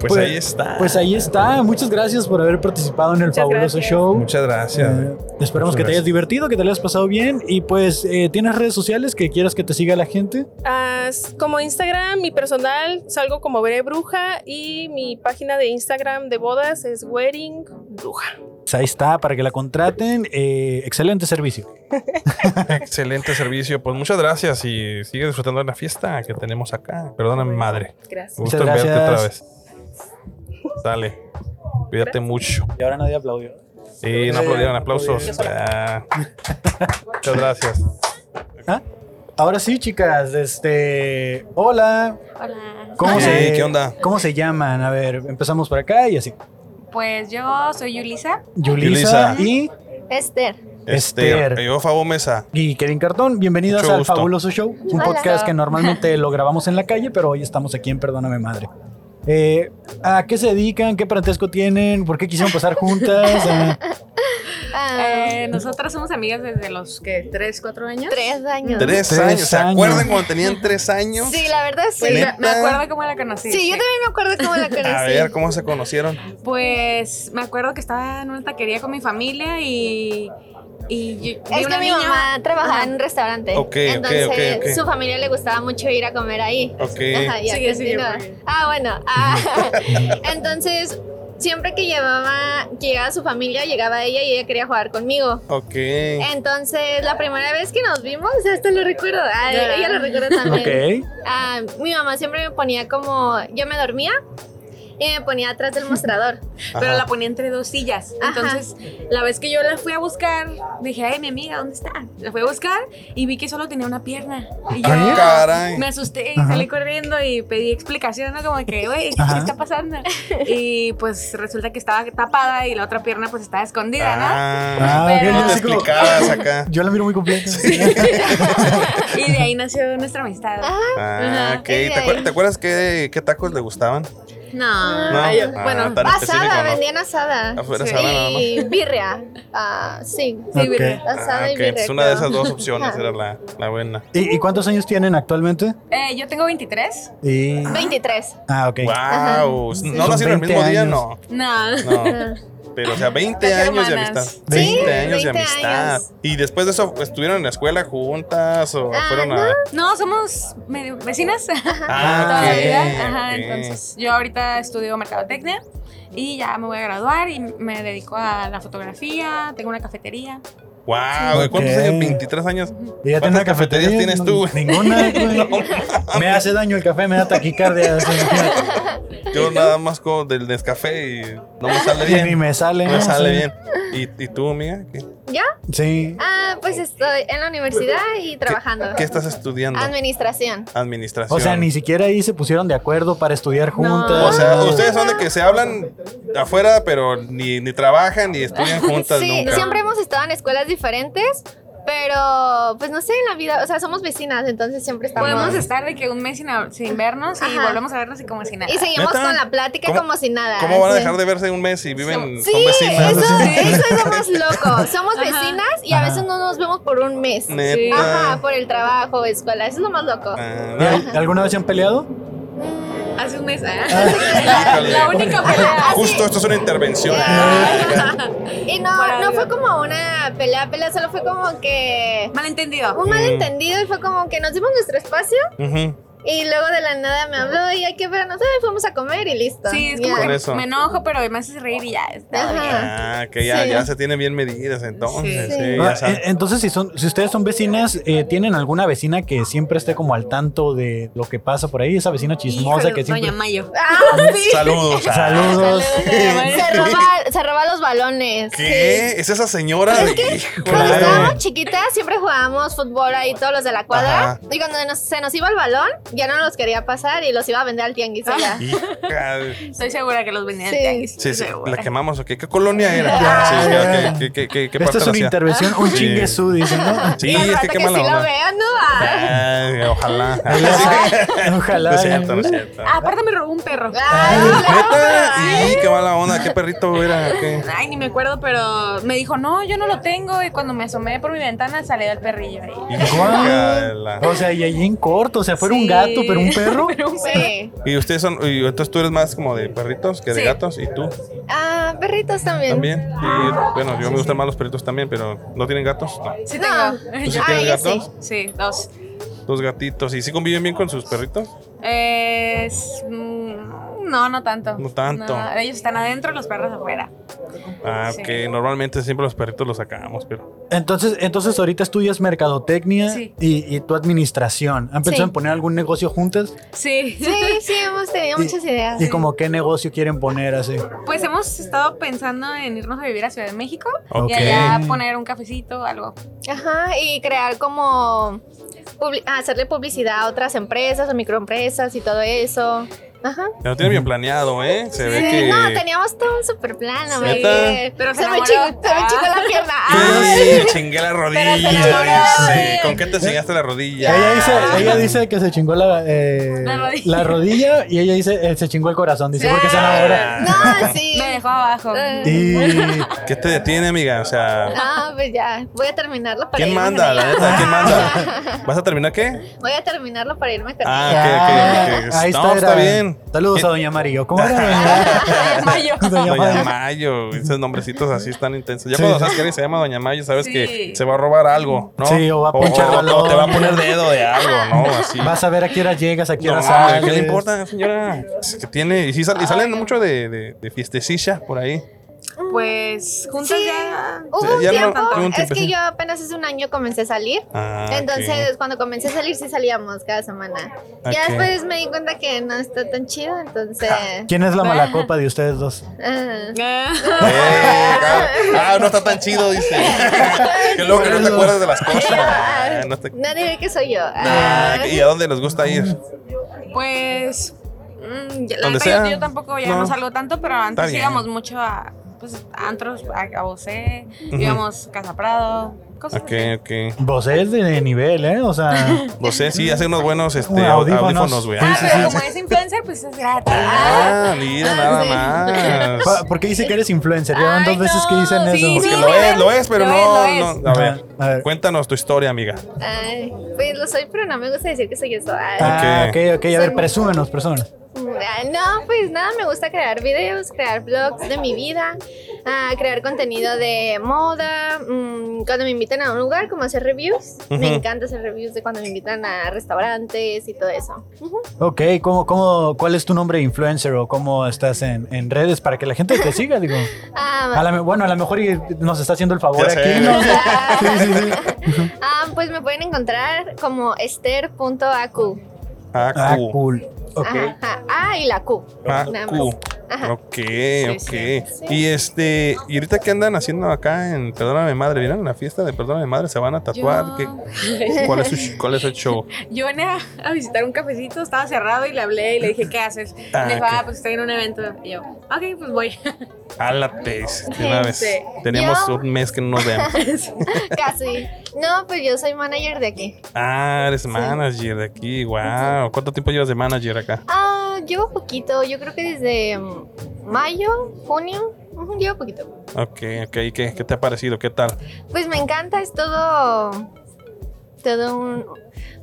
Pues,
Pues-
ahí está.
Pues ahí está. Muchas gracias por haber participado en el
Muchas
fabuloso
gracias.
show.
Muchas gracias.
Eh,
Muchas
esperamos que te hayas
gracias.
divertido, que te lo hayas pasado bien. Y pues, eh, ¿tienes redes sociales que quieras que te siga la gente?
Ah, s- como Instagram, mi personal salgo como Veré Bruja y mi página de Instagram de bodas es Wedding Bruja.
Pues ahí está, para que la contraten. Eh, excelente servicio.
Excelente servicio. Pues muchas gracias y sigue disfrutando de la fiesta que tenemos acá. Perdóname, madre.
Gracias.
Gusto en
Muchas
verte
gracias.
otra vez. Dale. Cuídate mucho.
Y ahora nadie aplaudió.
Sí, no aplaudieron, aplausos. Ah. Muchas gracias.
Ahora sí, chicas. Este. Hola.
Hola.
¿Cómo,
Sí,
se,
¿qué onda?
¿Cómo se llaman? A ver, empezamos por acá y así.
Pues yo soy Yulisa.
Yulisa.
Yulisa y,
Esther.
Esther.
Yo, Este, Fabo Mesa.
y Kevin Cartón. Bienvenidas
Mucho
al
gusto.
Fabuloso Show, un
Hola.
podcast que normalmente lo grabamos en la calle, pero hoy estamos aquí en Perdóname Madre. Eh, ¿A qué se dedican? ¿Qué parentesco tienen? ¿Por qué quisieron pasar juntas? Ah,
Ah,
Eh, nosotras somos amigas desde los que tres, cuatro años.
tres años.
Tres,
Tres
años. ¿Se
años.
acuerdan cuando tenían tres años?
Sí, la verdad sí.
Pues me- me
¿Neta?
acuerdo cómo la conocí.
Sí, yo también me acuerdo cómo la conocí.
A ver, ¿cómo se conocieron?
Pues me acuerdo que estaba en una taquería con mi familia y. y yo- vi
Es que
una
mi
niña-
mamá trabajaba
Ajá.
en un restaurante.
Ok, ok,
entonces
ok, ok.
su familia le gustaba mucho ir a comer ahí.
Ok.
Ajá, ya
Sigue, sigue,
continúa.
porque-
Ah, bueno. ah, entonces, siempre que llevaba, que llegaba su familia, llegaba ella y ella quería jugar conmigo.
Ok.
Entonces, la primera vez que nos vimos, hasta lo recuerdo. Ah,
Ya.
ella lo recuerda también.
ok.
Ah, mi mamá siempre me ponía como, yo me dormía y me ponía atrás del mostrador.
Pero
Ajá.
la ponía entre dos sillas.
Ajá.
Entonces, la vez que yo la fui a buscar, dije, ay, mi amiga, ¿dónde está? La fui a buscar y vi que solo tenía una pierna. Y yo
Ah, caray.
me asusté y
Ajá.
salí corriendo y pedí explicación, ¿no? Como que, güey, ¿qué
Ajá.
está pasando? Y pues resulta que estaba tapada y la otra pierna pues estaba escondida, ¿no?
Ah,
ok,
Pero-
yo
te
así como-
explicabas acá.
Yo la miro muy completa.
Y de ahí nació nuestra amistad.
Ah,
Ajá.
ok. ¿Te, acuer- te acuerdas qué, qué tacos le gustaban?
No.
No.
Ay, yo-
Ah,
bueno,
tan específico,
Asada,
¿no?
vendían asada.
Ah, fuera
Sí.
asada nada más.
Y birria. Ah, sí.
sí,
Ok.
Asada
Ah,
y
ok,
birria.
entonces una de
creo.
esas dos opciones
Ajá.
era la, la buena.
¿Y, y cuántos años tienen actualmente?
eh, yo tengo 23.
Y-
23.
ah, ok.
Ajá.
Wow,
Sí.
no
Son
nacieron el
20
mismo día,
años.
no.
No.
No,
Ah.
pero o sea, 20
Las
años de
hermanas.
amistad.
Sí,
20 años de
20
amistad.
años.
Y después de eso, ¿estuvieron en la escuela juntas o
Ah,
fueron a.?
No, somos medio vecinas. toda
Ah,
la
ok,
vida. Ajá,
ok.
entonces yo ahorita estudio mercadotecnia y ya me voy a graduar y me dedico a la fotografía, tengo una cafetería.
Wow, ¿y ¿cuántos
Ok.
años? 23 años.
¿Y ya tiene
¿Cuántas
una cafetería?
cafeterías tienes tú, güey?
Eh, Ninguna. güey. me hace daño el café, me da taquicardia. así.
Yo nada más como del Nescafé y no me sale
Y ni
bien.
me sale.
No me
¿no?
sale
Sí.
bien. ¿Y, y tú, amiga? ¿Qué,
Sí.
Ah, pues estoy en la universidad y trabajando.
qué estás estudiando?
Ah, Administración.
Administración.
O sea, ni siquiera ahí se pusieron de acuerdo para estudiar juntas.
No.
O sea, ustedes son de que se hablan afuera, pero ni, ni trabajan ni estudian juntas
sí,
nunca.
siempre hemos estado en escuelas diferentes, pero pues no sé, en la vida, o sea, somos vecinas, entonces siempre estamos.
Podemos estar de que un mes sin, hab- sin vernos y
Ajá.
volvemos a vernos y como si nada.
y seguimos
¿Neta?
con la plática
¿Cómo-
como si nada.
¿Cómo van a
Sí.
dejar de verse un mes si viven
Sí,
son vecinas?
eso, eso es lo más loco. Somos vecinas y a
Ajá.
veces no nos vemos por un mes.
Neta.
Ajá, por el trabajo, escuela, eso es lo más loco.
Ah,
¿Y al- ¿Alguna vez se han peleado?
Hace un mes. ¿eh? la,
Ah,
la
híjole.
única pelea.
Justo esto es una intervención.
Y no,
Por
no
algo.
fue como una pelea, pelea, solo fue como que
Malentendido.
un
Mm.
malentendido y fue como que nos dimos nuestro espacio
Ujú,
y luego de la nada me habló y hay que vernos, ay, fuimos a comer y listo.
Sí, es
Ya.
como
Por
que
eso.
me enojo, pero me haces reír y ya está
Ajá.
bien.
Ah, que ya,
Sí.
ya se tienen bien medidas entonces.
Sí.
sí,
Sí.
ya
Ah,
saben.
en- Entonces, si, son, si ustedes son vecinas, eh, ¿tienen alguna vecina que siempre esté como al tanto de lo que pasa por ahí? Esa vececina chismosa
Híjole,
que
Doña
siempre...
Mayo.
Ah, sí.
Ah, Saludos.
Saludos.
Doña Mayo.
Se roba, se roba los balones.
¿Qué? ¿Es esa señora?
Es
Híjole.
Cuando estábamos chiquitas siempre jugábamos fútbol ahí todos los de la cuadra.
Ajá.
Y cuando nos- se nos iba el balón, ya no los quería pasar y los iba a vender al tianguis allá.
Hija de-
Ah, Estoy segura que los vendían
Sí.
en tianguis.
Sí, sí,
segura.
la quemamos, ¿ok? ¿Qué colonia era?
Ya,
Sí,
ya.
¿qué- qué- qué- qué
Ah, Esta
parte
es
la
una
hacía?
intervención, un
Sí.
chingue su, dicen, ¿no?
Sí,
Al
es que
rato
qué
sí
mala
lo
onda.
vean, ¿no? Ah.
Ay, ojalá.
Ojalá.
No es cierto, no es cierto.
Ah, Aparte me robó un perro.
Ay,
¿Neta?
no.
Sí, qué mala onda, qué perrito era. qué-
Ay, ni me acuerdo, pero me dijo, no, yo no lo tengo. Y cuando me asomé por mi ventana salió el perrillo ahí.
Hija de la-
O sea, y ahí en corto, o sea, fuera un
Sí.
gato, pero un perro.
Pero un perro.
Sí.
Y ustedes son, y entonces tú eres más como de perritos que de
Sí.
gatos, y tú
Ah, perritos también.
también. Y bueno, yo me gustan más los perritos también, pero ¿no tienen gatos? No.
Sí
No.
tengo.
¿Tú ¿Pues sí
Yo-
Ah,
tienes
yo sí.
gatos?
Sí, dos.
Dos gatitos. ¿Y sí conviven bien con sus perritos?
Eh, es- mm, no, no tanto.
No tanto.
No, ellos están adentro, los perros afuera.
Ah,
Sí.
que normalmente siempre los perritos los sacamos, pero.
Entonces, entonces ahorita estudias mercadotecnia
Sí.
y, y tu administración. ¿Han pensado
Sí.
en poner algún negocio juntas?
Sí.
Sí, sí, hemos tenido
Y-
muchas
Ah,
ideas.
¿Y como qué negocio quieren poner así?
Pues hemos estado pensando en irnos a vivir a Ciudad de México
Ok.
y allá poner un cafecito o algo.
Ajá, y crear como publi- hacerle publicidad a otras empresas, a microempresas y todo eso. Ajá.
Ya Lo tienen bien planeado, ¿eh? Se ve que.
No, teníamos todo un super plan,
¿Neta?
Pero se
se, me
enamoró.
chingó, se me
Ah.
chingó la pierna. Ay,
Ay, chingué la rodilla.
Pero te enamoró,
Sí,
oye.
¿Con qué te enseñaste la rodilla? Ah.
Ella dice, ella dice que se chingó la, eh,
La
la,
rodilla.
rodilla. y ella dice eh, se chingó el corazón. Dice, porque se enamora.
no, sí.
Me dejó abajo.
Eh,
Y
¿Qué te detiene, amiga? O sea,
No, pues ya, voy a terminarlo para
¿quién
irme
manda?
con
La
ella.
neta, ¿quién manda? ¿Vas a terminar qué?
Voy a terminarlo para irme con
Ah,
ella.
ok, ok, ok.
ahí
No,
está,
está
era.
bien.
Saludos a Doña Mario. ¿Cómo era Doña
Mayo.
Doña
Doña
Mayo.
Mayo, esos nombrecitos así están intensos. Ya
Sí.
cuando sabes que alguien se llama Doña Mayo, sabes
Sí.
que se va a robar algo, ¿no?
Sí, o va a ponchar
o- o
balón.
te va a poner dedo de algo, ¿no? Así.
Vas a ver a qué hora llegas, a qué
No,
hora
hombre,
sales.
¿Qué le importa, señora? Es que tiene, y, sí sal- y salen mucho de, de, de fiestecillas por ahí.
Pues juntos
Sí.
ya.
Hubo un
Ya no-
tiempo,
hubo un
es
tiempo,
que
sí.
yo apenas hace un año comencé a salir.
Ah, ok.
Entonces, cuando comencé a salir, sí salíamos cada semana. Ya
Ok. Ah,
después me di cuenta que no está tan chido, entonces.
¿Quién es la mala copa de ustedes dos?
ah.
Eh, ah, ah, no está tan chido, dice. que luego que no te acuerdas de las cosas. Ah, no te-
No diré que soy yo.
Ah,
Ah.
¿Y a dónde les gusta ir?
Pues. mm, ya- la neta, yo-
Donde sea.
Yo, tampoco ya
No.
no. salgo tanto, pero
Está
antes
bien.
íbamos mucho a pues, a antros, a, a Bocé,
Ujú.
íbamos a Casa Prado, cosas
Ok,
así.
ok.
Vos es de nivel, ¿eh? O sea,
No sé, sí, hacen unos buenos este,
Unos
au-
audífonos.
audífonos, güey.
Ah, pero como es influencer, pues es gratis.
Ah, mira, nada
sí.
más.
pa- ¿por qué dice que eres influencer?
Ay,
Llevan dos veces que dicen
no, sí,
eso.
Porque
sí.
lo es, lo es, pero
Lo
no,
es, lo es.
no. A ver,
Ah, a ver.
cuéntanos tu historia, amiga.
Ay, pues lo soy, pero no me gusta decir que soy eso. Ay.
Ah,
Ok.
ok, ok. A ver, presúmenos, presúmenos.
Ah, No, pues nada, me gusta crear videos, crear vlogs de mi vida, ah, crear contenido de moda. mm, cuando me invitan a un lugar, como hacer reviews.
Ujú.
Me encanta hacer reviews de cuando me invitan a restaurantes y todo eso.
Ok, ¿cómo, cómo, ¿cuál es tu nombre de influencer o cómo estás en, en redes para que la gente te siga? Digo,
Ah,
a la me- bueno, a lo mejor y nos está haciendo el favor
Ya sé.
aquí. ¿no? Sí, sí, sí.
Ah, pues me pueden encontrar como esther.acu.
Ah,
Acu.
cool.
Ajá, ajá. Ah, y la Q. Nada más.
Acu.
Ajá.
Ok,
sí.
ok. Y este, y ahorita qué andan haciendo acá en Perdóname Madre, ¿vieron la fiesta de Perdóname Madre? ¿Se van a tatuar?
Yo-
¿Qué- ¿Cuál es, su sh- ¿Cuál es el show?
Yo vine a, a visitar un cafecito, estaba cerrado y le hablé y le dije, ¿qué haces?
Ah,
me dijo,
ok.
ah, pues estoy en un evento. Y yo, ok, pues voy.
Álate, de una vez.
Sí.
Tenemos
Yo-
un mes que no nos vemos.
Casi. No, pues yo soy manager de aquí.
Ah, eres manager de aquí, wow. ¿Cuánto tiempo llevas de manager acá?
Ah, llevo poquito. Yo creo que desde mm, mayo, junio. ujú, Llevo poquito.
Ok, ok, ¿y ¿qué, qué te ha parecido? ¿Qué tal?
Pues me encanta, es todo. Todo un.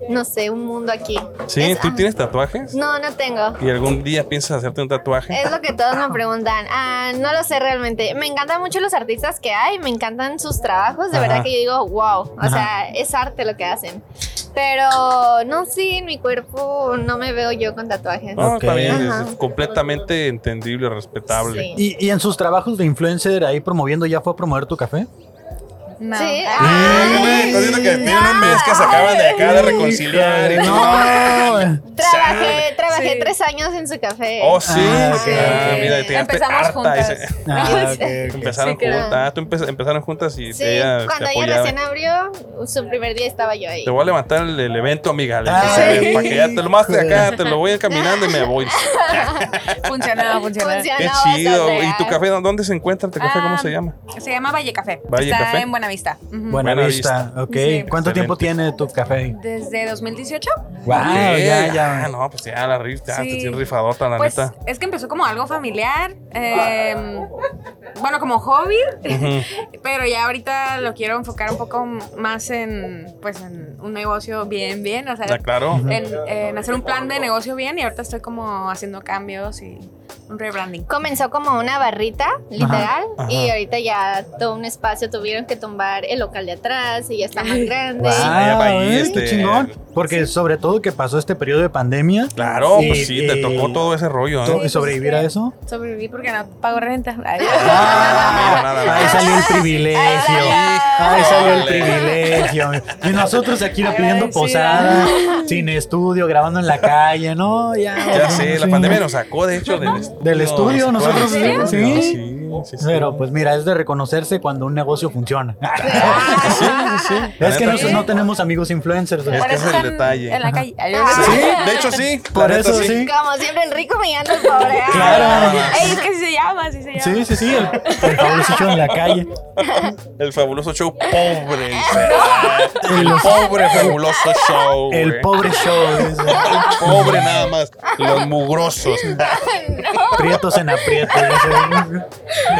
No sé, un mundo aquí.
¿Sí?
Es-
¿Tú
ah,
tienes tatuajes?
No, no tengo.
¿Y algún día piensas hacerte un tatuaje?
Es lo que todos me preguntan. Ah, no lo sé realmente. Me encantan mucho los artistas que hay, me encantan sus trabajos. De
Ajá.
verdad que yo digo, wow, o sea, es arte lo que hacen. Pero no, sí, en mi cuerpo no me veo yo con tatuajes.
No, está
Ok.
bien, es-
Ajá.
es completamente entendible, respetable.
Sí.
¿Y, y en sus trabajos de influencer ahí promoviendo, ya fue a promover tu café?
No.
Sí.
Güey,
Ay.
Estás diciendo que tiene unos meses que se acaban de acá de reconciliar. Y no,
No.
Trabajé, trabajé
Sí.
tres años en su café.
Oh, sí.
Ah,
Ah,
ok.
mira, te
Empezamos
harta y se-
juntas.
Ah, ok, ok.
Empezaron
Sí, claro.
juntas. Ah, tú empe- empezaron juntas y
Sí,
te- ella te
cuando ella
apoyaba.
recién abrió, su primer día estaba yo ahí.
Te voy a levantar el, el evento, amiga. le dije,
Ay,
"Eh, para que ya te lo más de
híjole.
acá, te lo voy caminando y me voy.
Funcionaba, funcionaba.
Funcionaba,
Qué
o sea,
chido.
o sea,
¿Y tu café dó- dónde se encuentra? ¿Tu café cómo se
Ah,
llama?
Se llama Valle Café.
Valle
Está
Café.
en Buenavista. Ujú.
Buena,
Buena
vista. Ok.
Sí.
¿Cuánto
Excelente.
tiempo tiene tu café?
Desde 2018.
Wow,
Ok,
ya, ya.
Ah, no, pues ya la rif, ya,
Sí.
te tienes rifadota, la
Pues
neta.
es que empezó como algo familiar. eh, bueno, como hobby. Pero ya ahorita lo quiero enfocar un poco más en, pues, en un negocio bien, bien. O sea,
Ya, claro.
en, en hacer un plan de negocio bien. Y ahorita estoy como haciendo cambios y un rebranding.
Comenzó como una barrita, literal,
ajá.
y ahorita ya todo un espacio tuvieron que tumbar el local de atrás y ya está más grande.
Wow,
ya va ahí,
eh, qué
este,
chingón. Porque sobre todo que pasó este periodo de pandemia
Claro,
Sí,
pues sí, te
eh,
tocó todo ese rollo,
to-
¿eh?
y sobrevivir a eso.
Sobreviví porque no pago renta. Ay,
Ah, nada, nada.
ahí salió el privilegio. Ahí salió el privilegio. Y nosotros aquí no pidiendo posada, sin estudio, grabando en la calle, ¿no? Ya,
Ya sé, la
sí.
pandemia nos sacó, de hecho, del estudio.
Del estudio,
nos sacó
nosotros,
del
sí.
estudio,
Sí.
sí, sí.
Pero pues mira, es de reconocerse cuando un negocio funciona. pues,
Sí, sí, sí. La
Es que
neta,
nosotros
sí.
no tenemos amigos influencers.
Es que ese es el
están
detalle.
En la calle. Ay,
Sí, de hecho sí. la
Por
neta,
eso sí.
Ah. Como siempre, el rico mirando al pobre.
Claro.
Ey, es que sí se llama, así se llama.
Sí, sí, sí, el, el fabuloso show en la calle.
El fabuloso show pobre. El pobre fabuloso show.
El
güey.
pobre show. dice.
El pobre nada más. Los mugrosos.
Prietos en aprietos. dice.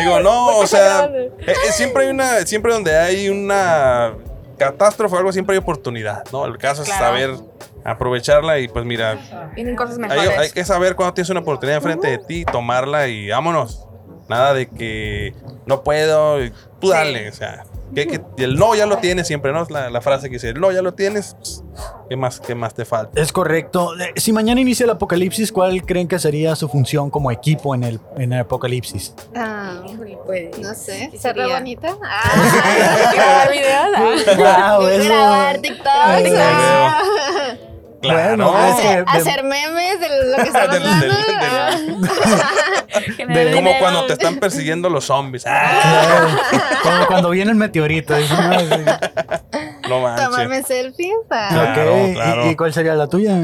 Digo, no, o
qué
sea,
perdón?
eh, eh, siempre hay una, siempre donde hay una catástrofe o algo, siempre hay oportunidad, ¿no? El caso es
Claro.
saber aprovecharla y pues mira,
Vienen cosas
hay,
mejores.
hay que saber cuando tienes una oportunidad enfrente de ti, tomarla y vámonos. Nada de que no puedo, y tú dale, o sea. Que, que- y el no ya lo tienes siempre, ¿no? Es la, la frase que dice, el no ya lo tienes, pues, ¿qué más, qué más te falta?
Es correcto. Eh, Si mañana inicia el apocalipsis, ¿cuál creen que sería su función como equipo en el, en el apocalipsis?
Ah,
Híjole, pues.
no sé,
¿Qué
¿será
sería?
bonita? Ah,
Grabar videos. ah.
Wow,
grabar TikToks. ah,
Bueno,
Claro.
es que de-
hacer memes de lo que estamos
Del- del-
hablando.
del-
ah.
Generar
Del-
Como
dinero.
cuando te están persiguiendo los zombies. Ah,
claro, como cuando viene el meteorito. dice, no, sí.
no manches.
Tomarme selfies. ah.
ah, Claro,
Ok, ¿y-
claro.
¿Y, cuál sería la tuya?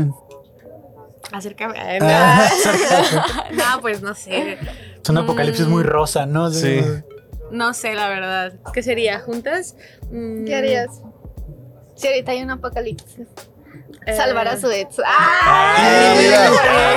Acércame. Ay,
Ah,
No, No, pues no sé.
Es
Mm.
un apocalipsis muy rosa, ¿no?
Sí.
No sé, la verdad. ¿Qué sería? ¿Juntas? Mm,
¿Qué harías? Si ahorita hay un apocalipsis.
eh,
Salvar a su ex. ¡Ah!
Ah, mira,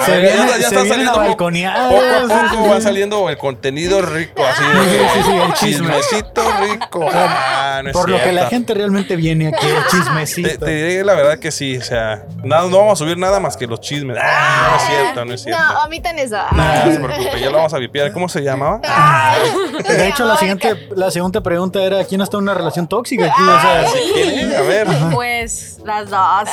Se
ya,
viene,
está- ya
se
está
viene la
saliendo poco,
balconeada.
poco a poco va saliendo el contenido rico, así de que
Sí, sí, sí, el chisme.
chismecito rico. Ah, no es
Por lo que la
cierto.
gente realmente viene aquí, el
Te,
chismecito.
te diré la verdad que sí, o sea, nada, no vamos a subir nada más que los chismes. Ah, no es cierto, no es cierto.
No, omitan eso.
Ah, no se preocupe, ya lo vamos a vipiar. ¿Cómo se llamaba?
De hecho, la siguiente, la siguiente pregunta era: ¿quién está en una relación tóxica aquí? O sea,
¿Quién es? A ver.
Pues las dos.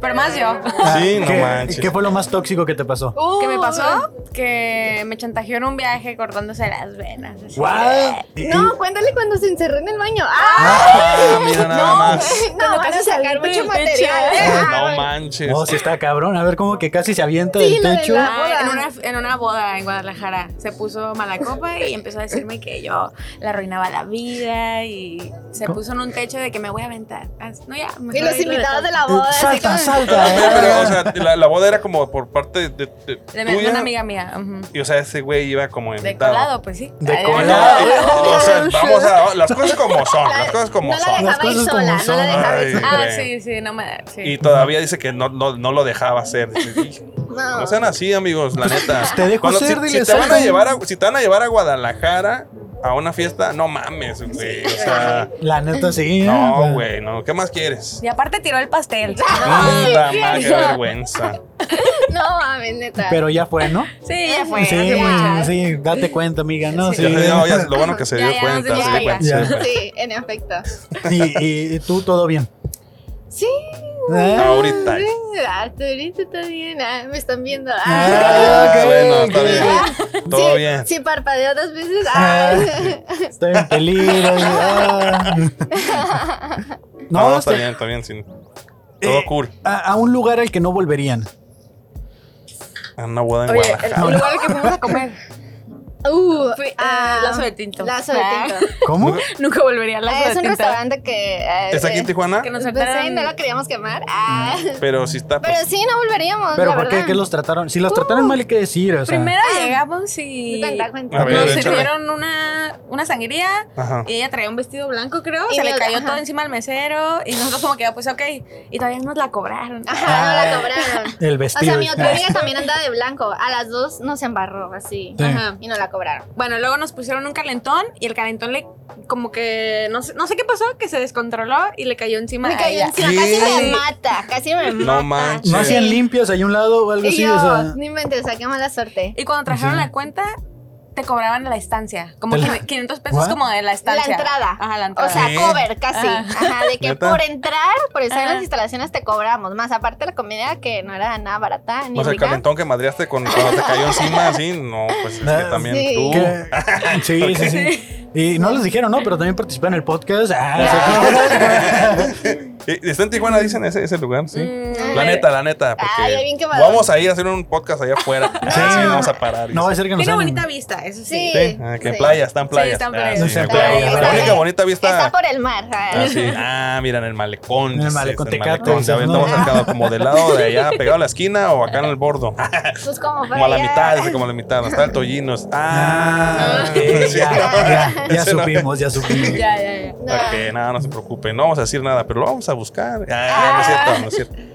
Pero más yo.
Sí, no
¿qué-
manches.
¿Qué fue lo más tóxico que te pasó?
¿Qué me pasó?
Uh.
Que me chantajeó en un viaje cortándose las venas. así.
What? Y-
No, cuéntale cuando se encerró en el baño. ¡Ah!
Ah, mira nada más.
No, vas a sacar
salirte del
mucho
techo.
material. ¿eh?
No manches.
No, si está cabrón. A ver, como que casi se avienta
Sí,
del
lo de
techo.
la-
Ay, en, una, en una boda en Guadalajara se puso mala copa y empezó a decirme que yo le arruinaba la vida y se puso en un techo de que me voy a aventar. Ah, No, ya, mejor
Y los
ahí lo
invitados de
dejamos.
la
Eh,
boda. así
salta,
como-
salta.
Pero, pero, o
eh.
sea, la, la boda era como por parte de, de-
De, mi- de
tuya,
una amiga mía. ujú.
Y o sea, ese güey iba como
De
invitado.
colado, pues sí.
De
Ay,
colado.
O sea, vamos a las cosas como son, las cosas como
No la
son.
Las
dejaba ir
cosas como
sola. No
son.
la dejaba
Ay.
ir sola.
Ah,
Sí.
sí, sí, no me. Sí.
Y todavía dice que no, no, no lo dejaba hacer.
No.
No sean así, amigos, la neta.
te dejo
Cuando-
ser,
si,
dile,
si te van a
salta.
llevar a, si te van a llevar a Guadalajara a una fiesta, no mames, güey. O sea,
La neta, sí. ¿eh?
no, güey, no. ¿Qué más quieres?
Y aparte tiró el pastel.
Puta madre, qué vergüenza.
No mames, neta.
Pero ya fue, ¿no?
Sí, ya fue.
sí,
hace mucho.
sí, date cuenta, amiga, ¿no? Sí.
Ya se- no, ya, lo bueno que se
Ya,
dio
ya,
cuenta,
ya,
se dio
ya.
cuenta, se dio
Ya.
cuenta.
Sí, en efecto.
Y, y- y tú, todo bien.
Sí,
Ah.
Ahorita. eh.
Hasta ahorita está bien. ah, me están viendo. ah.
Ah, ok,
bueno, está
ok.
bien. Todo
Sí,
bien.
Si parpadeo dos veces.
Ah.
Ah. ay.
Estoy en peligro. ah.
No,
No,
está
este-
bien, está bien. Sin... Todo
Eh,
cool.
a, a un lugar al que no volverían.
A una boda en
Oye, el,
Guadalajara.
el lugar al que fuimos a comer.
Uh,
Fui
ah,
a Lazo de Tinto.
Lazo de
Ah.
Tinto.
¿Cómo?
Nunca volvería a la
Ah, es un restaurante que. eh,
¿Es aquí en Tijuana?
Que nos
pues, ahí
saltaran.
no lo queríamos quemar. Ah,
Pero si está.
pero sí, no volveríamos.
¿Pero
la
por qué?
verdad. Uh,
¿Qué los trataron? Si los trataron mal, hay que decir. O sea,
Primero
Ah.
llegamos y
Cuenta, cuenta.
A ver,
nos
échale.
sirvieron una, una sangría
Ajá.
y ella traía un vestido blanco, creo.
Y
se le
nos-
cayó
ajá.
todo encima al mesero y nosotros como que, ah, pues ok. Y todavía nos la cobraron.
Ajá, no la cobraron.
el
O
vestido.
sea, mi otro día también Ah, andaba de blanco. A las dos nos embarró así.
Sí.
Ajá.
Y no la cobraron.
Bueno, luego nos pusieron un calentón y el calentón le como que no sé, no sé qué pasó, que se descontroló y le cayó encima.
Me
a
cayó
ella.
encima.
¿Qué?
Casi me mata. Casi me mata.
No manches.
¿No hacían
Sí.
limpios ahí a un lado o algo
Y
así?
yo,
O sea,
ni mente, saqué mala suerte.
Y cuando trajeron la cuenta, te cobraban la estancia. Como
¿Te la-
500 pesos
¿What?
como de la estancia.
La entrada.
Ajá, la
O
entrada.
sea,
¿Qué?
cover casi.
Ajá.
Ajá, de que
¿Neta?
por entrar, por estar en
Ajá.
las instalaciones te cobramos. Más aparte la comida que no era nada barata ni
Más el
rica.
calentón que madreaste con, cuando te cayó encima, así. No, pues es que
Ah,
también
sí.
tú.
¿qué? Sí, sí, sí. Y no les dijeron, ¿no? Pero también participan en el podcast. Ah, o sea, ¿cómo?
Eh, Está en Tijuana, dicen ese, ese lugar, sí.
Mm,
La neta, la neta. Porque
Ay, bien quemado.
vamos a ir a hacer un podcast allá afuera. Ah, Sí, vamos a parar.
no va a ser que nos
Tiene
hagan-
bonita vista, eso sí.
Sí.
Sí, ah, que en
Sí.
playa, están playas.
están
Ah,
playas.
sí,
Están
me acuerdo.
playas.
La única bonita vista.
Está por el mar.
Ah, sí. Ah, mira, en el malecón.
el
dices,
malecón
en el
Tecate,
malecón. Ya
dices,
estamos
¿no?
acá, como del lado de allá, pegado a la esquina o acá en el bordo.
Pues como, para
Como a la
allá.
mitad, dice, como a la mitad. Donde está el Tollinos. Ah,
Ah, ok,
sí,
ya,
no,
ya, ya
ese no.
supimos, ya supimos.
Ya, ya, ya.
No.
Ok, nada, no se preocupen. No vamos a decir nada, pero lo vamos a buscar. Ah, no es cierto, no es cierto.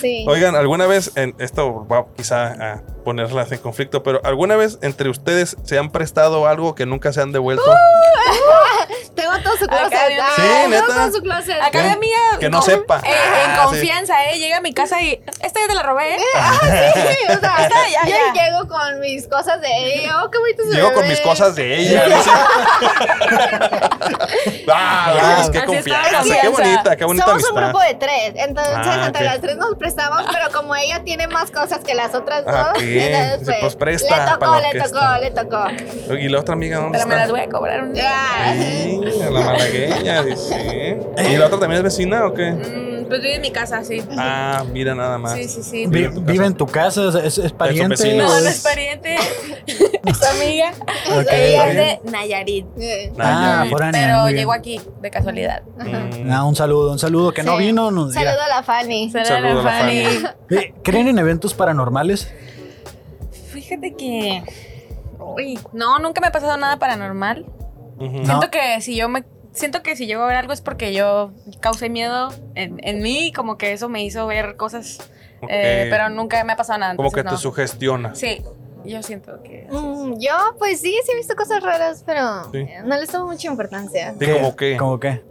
Sí.
Oigan, ¿alguna vez, en, esto va quizá a ponerlas en conflicto, pero ¿alguna vez entre ustedes se han prestado algo que nunca se han devuelto?
Uh,
Uh, Tengo todo su
Acá
closet.
de-
ah,
Sí,
tengo
neta.
todo su closet.
Acá
¿Qué?
mi amiga.
¿Eh? Que no
con-
sepa.
eh, en
Ah, sí.
confianza, ¿eh? Llega a mi casa y. Esta ya te la robé, ¿eh?
Sí, o sea,
Está, ya,
yo
ya.
llego con mis cosas de ella. Oh, qué bonito se
Llego
ve.
con mis cosas de ella. dice. ah,
Wow.
es que
Así
confianza,
está la
qué
confianza.
bonita, qué bonita
Somos un
amistad.
grupo de tres, entonces
Ah,
entre
ok.
las tres nos prestamos, pero como ella tiene más cosas que las otras dos,
Ah, ok.
entonces
Sí,
pues,
pues, presta
le
para
tocó,
lo
le
que
tocó,
está.
le tocó,
Y la otra amiga, ¿dónde
Pero me
está?
las voy a cobrar un día.
Ya.
Sí, la malagueña, dice. ¿Y la otra también es vecina o qué?
Mm, pues vive en mi casa, sí.
Ah, mira nada más.
Sí, sí, sí.
Vi- vive en tu casa, es- es, es pariente.
vecino.
No,
o
no es pariente. es amiga.
Ok.
Ella es de Nayarit.
Eh,
Ah,
Nayarit.
foránea,
Pero
muy bien.
llegó aquí, de casualidad.
Mm.
Ah, un saludo, un saludo que no
sí.
vino. nos dirá.
Saludo a la Fanny.
saludo a la Fanny.
Eh, ¿Creen en eventos paranormales?
Fíjate que. Uy, no, nunca me ha pasado nada paranormal.
Ujú.
No.
Siento que si yo me. Siento que si llego a ver algo es porque yo causé miedo en, en mí y como que eso me hizo ver cosas.
Ok.
eh, pero nunca me ha pasado nada.
Como
entonces
que te
no.
sugestiona.
Sí, yo siento que.
Mm, yo, pues sí, sí he visto cosas raras, pero
Sí.
eh, no les tomo mucha importancia.
Sí, como que.
¿Cómo qué?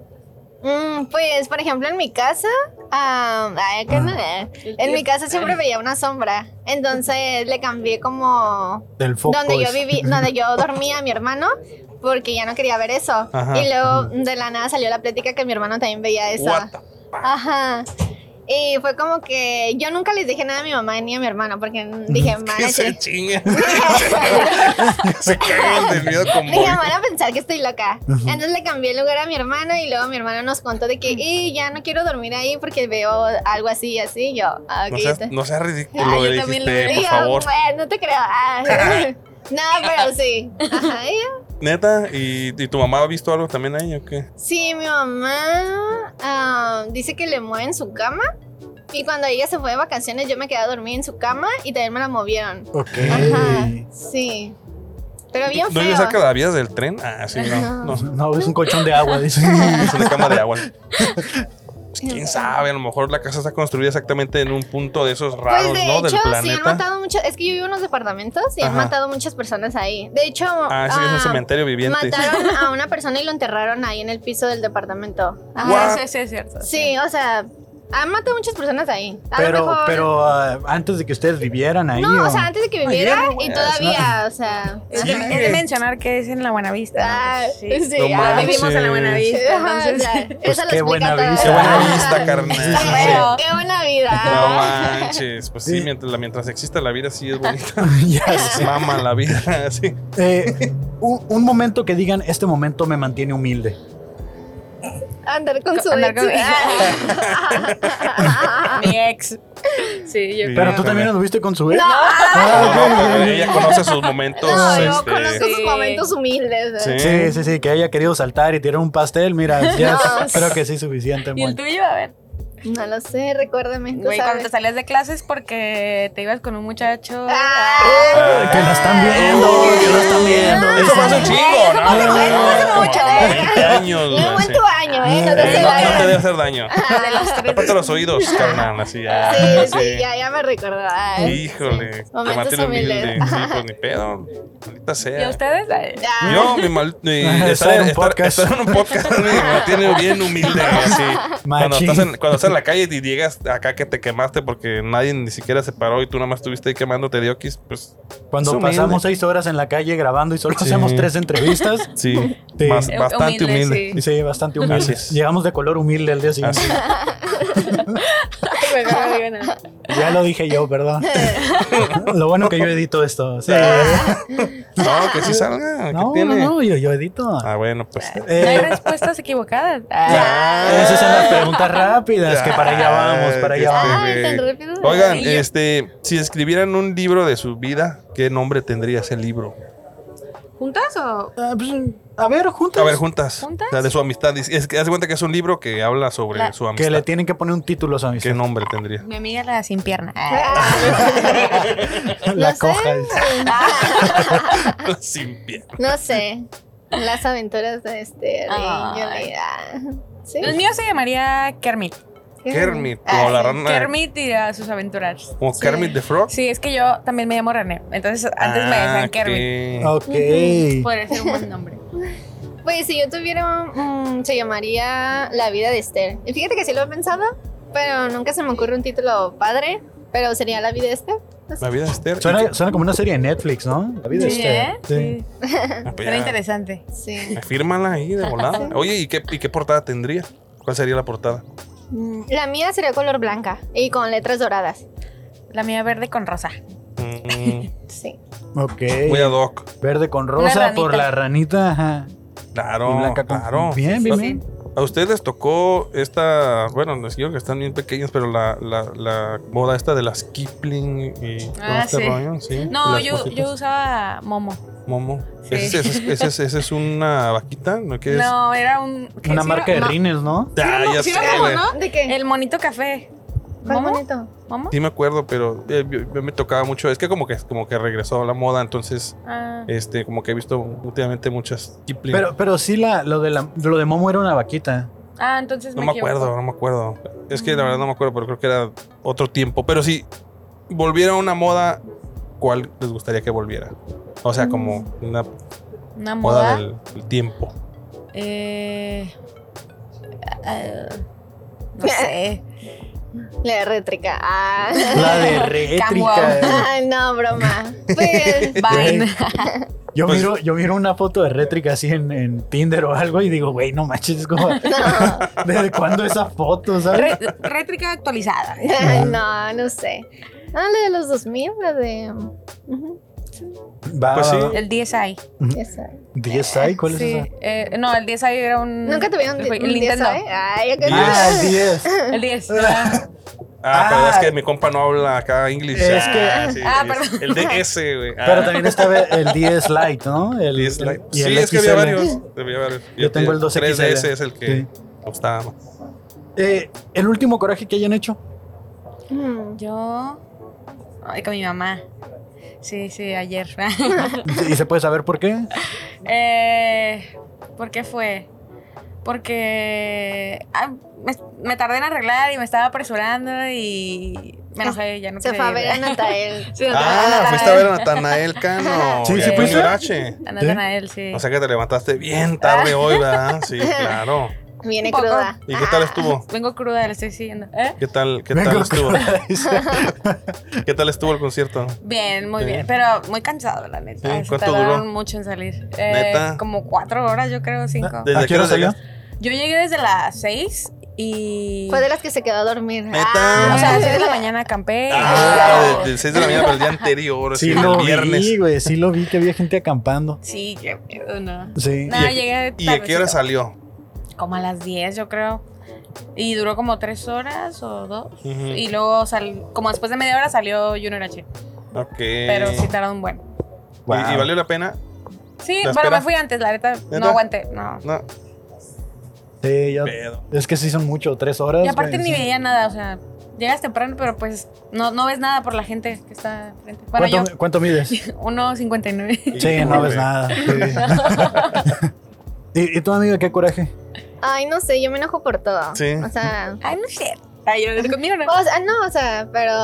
Mm, pues, por ejemplo, en mi casa, ah, ay, acá no, eh, en mi casa siempre veía una sombra, entonces le cambié como
Del foco.
donde yo
es-
viví, donde yo dormía mi hermano, porque ya no quería ver eso.
Ajá.
Y luego de la nada salió la plática que mi hermano también veía eso.
What the-
Ajá. Y fue como que yo nunca les dije nada a mi mamá ni a mi hermano, porque dije,
Que
manche.
se chingue. se cagan del miedo como.
Dije, van a pensar que estoy loca. Entonces le cambié el lugar a mi hermano y luego mi hermano nos contó de que "Eh, ya no quiero dormir ahí porque veo algo así y así. Y yo, ah, ok.
No seas,
está-
no seas ridículo,
Ay, yo
le
también lo
dijiste,
Y
por
yo,
favor.
"Bueno, no te creo. Ah. no, pero sí. Ajá, y ya.
Neta, ¿Y, y tu mamá ha visto algo también ahí o qué?
Sí, mi mamá ah, dice que le mueven su cama. Y cuando ella se fue de vacaciones, yo me quedé a dormir en su cama y también me la movieron.
Ok.
Ajá, sí. Pero bien
¿No vives
feo.
cerca de las vías del tren? Ah, sí, no. no.
No, es un colchón de agua, dice.
Es una cama de agua. Pues, Quién sabe, a lo mejor la casa está construida exactamente en un punto de esos raros,
Pues de
¿no?
hecho,
del
sí han
planeta.
matado muchas. Es que yo vivo en unos departamentos y han
Ajá.
matado muchas personas ahí. De hecho,
ah, sí, es un
ah,
cementerio viviente.
mataron a una persona y lo enterraron ahí en el piso del departamento.
Ah,
What?
sí, sí, es cierto.
Sí, o sea, Ah, mato a muchas personas ahí. A lo
Pero,
mejor-
pero ah, antes de que ustedes vivieran ahí.
No, o
o-
sea, antes de que viviera
hierro, güey.
y todavía, o sea.
Es
Sí.
de, es de mencionar que es en la Buenavista.
Ah, sí,
No
ah,
manches.
Vivimos en la Buenavista,
Ajá, o
entonces.
sea, eso
Pues, qué
lo
buena
explica todo.
vista.
Qué buena
Ajá.
vista, carnal.
Bueno, Qué buena
No
vida.
manches, pues sí, mientras, la- mientras exista la vida sí es bonita.
Ya
Pues, Mama la vida, sí.
Eh, un, un momento que digan, este momento me mantiene humilde.
Andar con su
Andar con-
ex.
Mi ex. Sí, yo
Sí. este
Pero tú
Híjole.
también anduviste con su ex. Ah,
No, no, pero ella conoce sus momentos.
No, yo
este,
conozco sus
Sí.
momentos humildes.
Sí.
eh.
Sí, sí, sí, que haya querido saltar y tirar un pastel, mira, ya
No.
creo que sí, suficiente.
¿Y el
Mon.
tuyo? A ver.
No lo sé, recuérdame. tú
Güey, cuando te
sabes.
salías de clases porque te ibas con un muchacho.
Ah,
Que lo están viendo, que lo están viendo. Ah,
Eso fue hace un chingo, ¿no?
Eso fue- eso fue hace
Como
mucho,
20 años,
no
güey,
en
sí.
tu año, ¿eh? No te
Eh,
sé
No
la-
no te debe hacer daño.
Ah,
de las tres.
Aparte los oídos, carnal, así ya.
Sí,
sí.
sí, ya, ya me recordaba. eh.
Híjole, te
Momentos
maté la humilde.
humildes.
Sí, pues ni pedo. Maldita
¿Y a
sea.
ustedes? Ay,
Ya.
Yo, mi mal. mi-
Estar
estar,
en un
en estar,
podcast.
estar en un podcast me mantiene bien humilde. Así. Cuando,
Machín.
estás en, cuando estás en la calle y llegas acá que te quemaste porque nadie ni siquiera se paró y tú nada más estuviste ahí quemándote de oquis, pues
Cuando
Es humilde.
pasamos seis horas en la calle grabando y solo hacemos tres entrevistas.
sí,
Sí.
bas-
Eh,
bastante
humilde,
humilde.
sí.
Y sí, bastante humilde.
Gracias.
Llegamos de color humilde al día siguiente.
Así.
bueno, no digo nada.
Ya lo dije yo, perdón. lo bueno que yo edito esto. sí.
No, que sí salga. Ah. ¿qué
No, no,
tiene?
no, yo, yo edito.
Ah, bueno, pues.
No hay
Eh,
respuestas equivocadas. Ah,
Ah.
esas son las preguntas rápidas, que para allá vamos, para allá
Este,
vamos.
Ay, tan
güey.
rápido.
Oigan,
Ay, yo-
este, si escribieran un libro de su vida, ¿qué nombre tendría ese libro?
¿Juntas o
Ah, pues, a ver, juntos.
A ver, juntas.
¿Juntas?
La de su amistad. Dice- Es que haz de cuenta que es un libro que habla sobre
La-
su amistad.
que le tienen que poner un título a su
¿Qué
amistad.
nombre tendría?
mi amiga la sin pierna? Ah.
Ah.
La
No sé.
coja.
Sin pierna.
No sé. Las aventuras de este.
Ay.
Ringo Sí.
El mío se llamaría Kermit.
Kermit.
Ah,
Como la
sí.
rana.
Kermit y a sus aventuras.
Como Kermit the Frog.
Sí, es que yo también me llamo René. Entonces antes me
Ah,
decían
ok.
Kermit.
Ok.
Podría ser un buen nombre.
Pues si yo tuviera. mm, se llamaría La vida de Esther. Y fíjate que sí lo he pensado, pero nunca se me ocurre un título padre. Pero sería La vida de Esther. No sé.
La vida de Esther. Y
Suena, suena como una serie de Netflix, ¿no? La vida
Sí,
es
¿eh?
que-
Sí.
que- pues
Era
ya,
interesante.
Sí.
Fírmala ahí de volada. Oye, ¿y qué, ¿y qué portada tendría? ¿Cuál sería la portada?
Mm, La mía sería color blanca y con letras doradas.
La mía verde con rosa.
Mm,
Sí.
Ok.
muy ad hoc.
Verde con rosa
ranita.
por la ranita. ajá.
Claro.
y blanca con.
claro.
Bien, bien, bien.
¿A ustedes les tocó esta, bueno, les digo que están bien pequeños, pero la, la, la moda esta de las Kipling y todo
Ah,
este
sí.
rollo? ¿Sí?
No,
Las
yo,
cositas.
yo usaba Momo.
Momo.
Sí.
¿Ese, es- ese, es- ese es una vaquita? ¿No qué es?
No, era un. ¿qué
Una
sí
marca
era?
de
Ma-
rines, ¿no?
Ah, ya
sí
sé,
era Momo,
güey.
¿no?
¿De qué?
El monito café.
¿Cuál
¿Momo?
bonito?
¿Momo?
Sí me acuerdo, pero eh, yo- yo me tocaba mucho. Es que como que como que regresó la moda, entonces
Ah.
este como que he visto últimamente muchas Kipling.
Pero, pero sí, la, lo, de la, lo de Momo era una vaquita.
Ah, entonces
no me
equivoco.
acuerdo, no me acuerdo. Es que la verdad no me acuerdo, pero creo que era otro tiempo. Pero si volviera una moda, ¿cuál les gustaría que volviera? O sea, como una
Mm. Una
moda
moda.
del, del tiempo.
Eh, ah, no sé.
La rétrica. Ah.
La de
Camua.
rétrica.
Ay, no, broma. Pues.
Vine.
Yo,
Pues-
miro, yo miro una foto de rétrica así en, en Tinder o algo y digo, güey, no manches, es como,
No.
¿desde cuándo esa foto, sabes?
Re- rétrica actualizada.
no, no sé. Ah, la de los 2000, la de. ujú,
Va,
Pues sí.
va, va.
El DSi.
esa.
¿DSi? ¿Cuál
Sí,
es esa?
eh, no, el DSi era un.
Nunca tuvieron un,
el,
di-
el
un
Nintendo.
10, ¿eh? Ay, yo creo
Ah, el
que-
10.
El 10. Ah,
Ah, pero
Ah.
es que mi compa no habla acá inglés.
Es
Ah,
que-
sí,
Ah,
es-
perdón.
El DS, güey. Ah,
Pero también estaba el 10 Lite, ¿no? El
DS Lite.
y el
Sí, es que había
XL.
varios. había varios.
Yo tengo el 12XL.
3DS es el que
Sí.
me gustaba más.
Eh, el último coraje que hayan hecho.
Mm,
Yo. Ay, con mi mamá. Sí, sí, ayer.
Y se puede saber por qué.
eh, ¿Por qué fue? Porque ah, me, me tardé en arreglar y me estaba apresurando y me enojé, ya no
Se
quería
fue a
ir.
ver a Natael.
Sí,
Ah,
Natanael.
fuiste a ver a Natanael Cano.
Sí,
sí,
Allá en
fuiste.
Virache.
A Natanael, Ah. sí.
O sea que te levantaste bien tarde hoy, ¿verdad? Sí, claro.
Viene
Un poco.
cruda.
¿Y qué tal estuvo?
Vengo cruda, le estoy siguiendo. ¿Eh?
¿Qué tal, qué
Vengo
tal estuvo?
cruda, dice.
¿Qué tal estuvo el concierto?
Bien, muy
Sí.
bien. Pero muy cansado, la neta.
Sí,
Se
¿cuánto
tardaron
duró?
mucho en salir. Eh,
¿Neta? Ah,
Como cuatro horas, yo creo, cinco.
¿Desde
¿A
qué
qué hora
hora
salió?
llegaste?
Yo llegué desde las seis y.
Fue de las que se quedó a dormir.
¿Neta?
Ah,
O sea, a las seis de la mañana acampé.
Ah, de- de 6 de la mañana, pero el día anterior,
Sí,
así,
lo
el viernes.
vi, güey. Sí lo vi que había gente acampando.
Sí, qué miedo, no.
Sí.
No,
¿Y-
llegué
¿Y a qué hora
tardecito.
salió?
Como a las 10, yo creo. Y duró como tres horas o dos.
Ujú.
Y luego, sal, como después de media hora, salió Junior H.
Ok.
Pero
Eh.
sí tardaron un buen.
¿Y, y valió la pena?
Sí,
¿La
pero
espera?
me fui antes, la neta.
¿Neta?
No aguanté, no.
No.
Sí, ya-
Pedo.
Es que sí son mucho, tres horas.
Y aparte
güey,
ni
sí.
veía nada, o sea, llegas temprano, pero pues no, no ves nada por la gente que está frente. Bueno,
¿Cuánto,
yo,
cuánto mides?
1.59.
Sí, no ves nada. sí. ¿Y, y tu amiga qué coraje?
Ay, no sé, yo me enojo por todo.
Sí.
O sea,
Ay, no sé. Ay, yo conmigo no.
o sea, no, o sea, pero.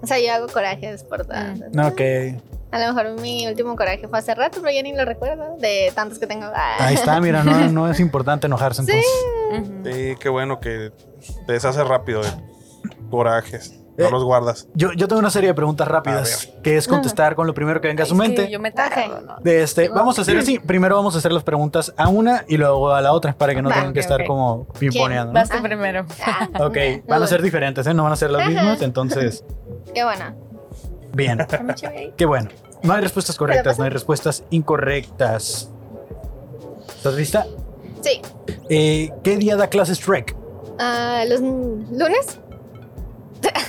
O sea, yo hago corajes por todo.
Mm.
No, que
A lo mejor mi último coraje fue hace rato, pero ya ni lo recuerdo. De tantos que tengo. Ah.
ahí está, mira, no, no es importante enojarse entonces.
Ujú.
Sí, qué bueno que te deshaces rápido de corajes. No
Eh,
los guardas.
Yo, yo tengo una serie de preguntas rápidas, que es contestar con lo primero que venga a su
Ay, es que
mente.
Yo me tardo,
Ok.
¿no?
De este, vamos a hacer así, primero vamos a hacer las preguntas a una y luego a la otra para que no
Va,
tengan que
ok,
estar
ok.
como pimponeando.
Vas tú
Ah.
primero.
Ah,
Ok,
mira,
van a
muy
ser diferentes, ¿eh? No van a ser las
Ajá.
mismas, entonces,
bueno. Qué bueno.
bien. Qué bueno. No hay respuestas correctas, no hay respuestas incorrectas. ¿Estás lista?
Sí.
Eh, ¿Qué día da clases Shrek?
Ah, ¿Los lunes?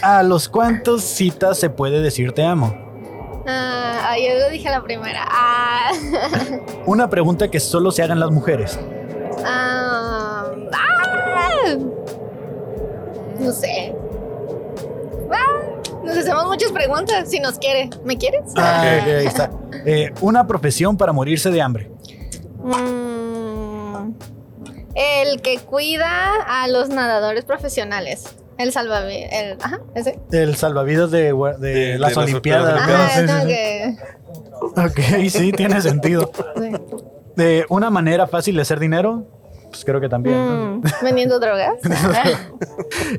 ¿A los cuántos citas se puede decir te amo?
Ah, ay, yo lo dije a la primera. Ah,
Una pregunta que solo se hagan las mujeres.
ah, ah. no sé. Ah, nos hacemos muchas preguntas. Si nos quiere, ¿me quieres?
Ah, ok, ahí está. Eh, una profesión para morirse de hambre.
Mm, el que cuida a los nadadores profesionales. El salvavidas. El, ajá, ese.
El salvavidas de, gua- de
De- de
las
las
Olimpiadas.
Olimpiadas.
¿no?
Ajá,
Ah, Sí,
es como
sí,
Ah, que.
sí. Ok, sí, tiene sentido.
sí.
Eh, una manera fácil de hacer dinero, pues creo que también. ¿no?
Mm, vendiendo drogas.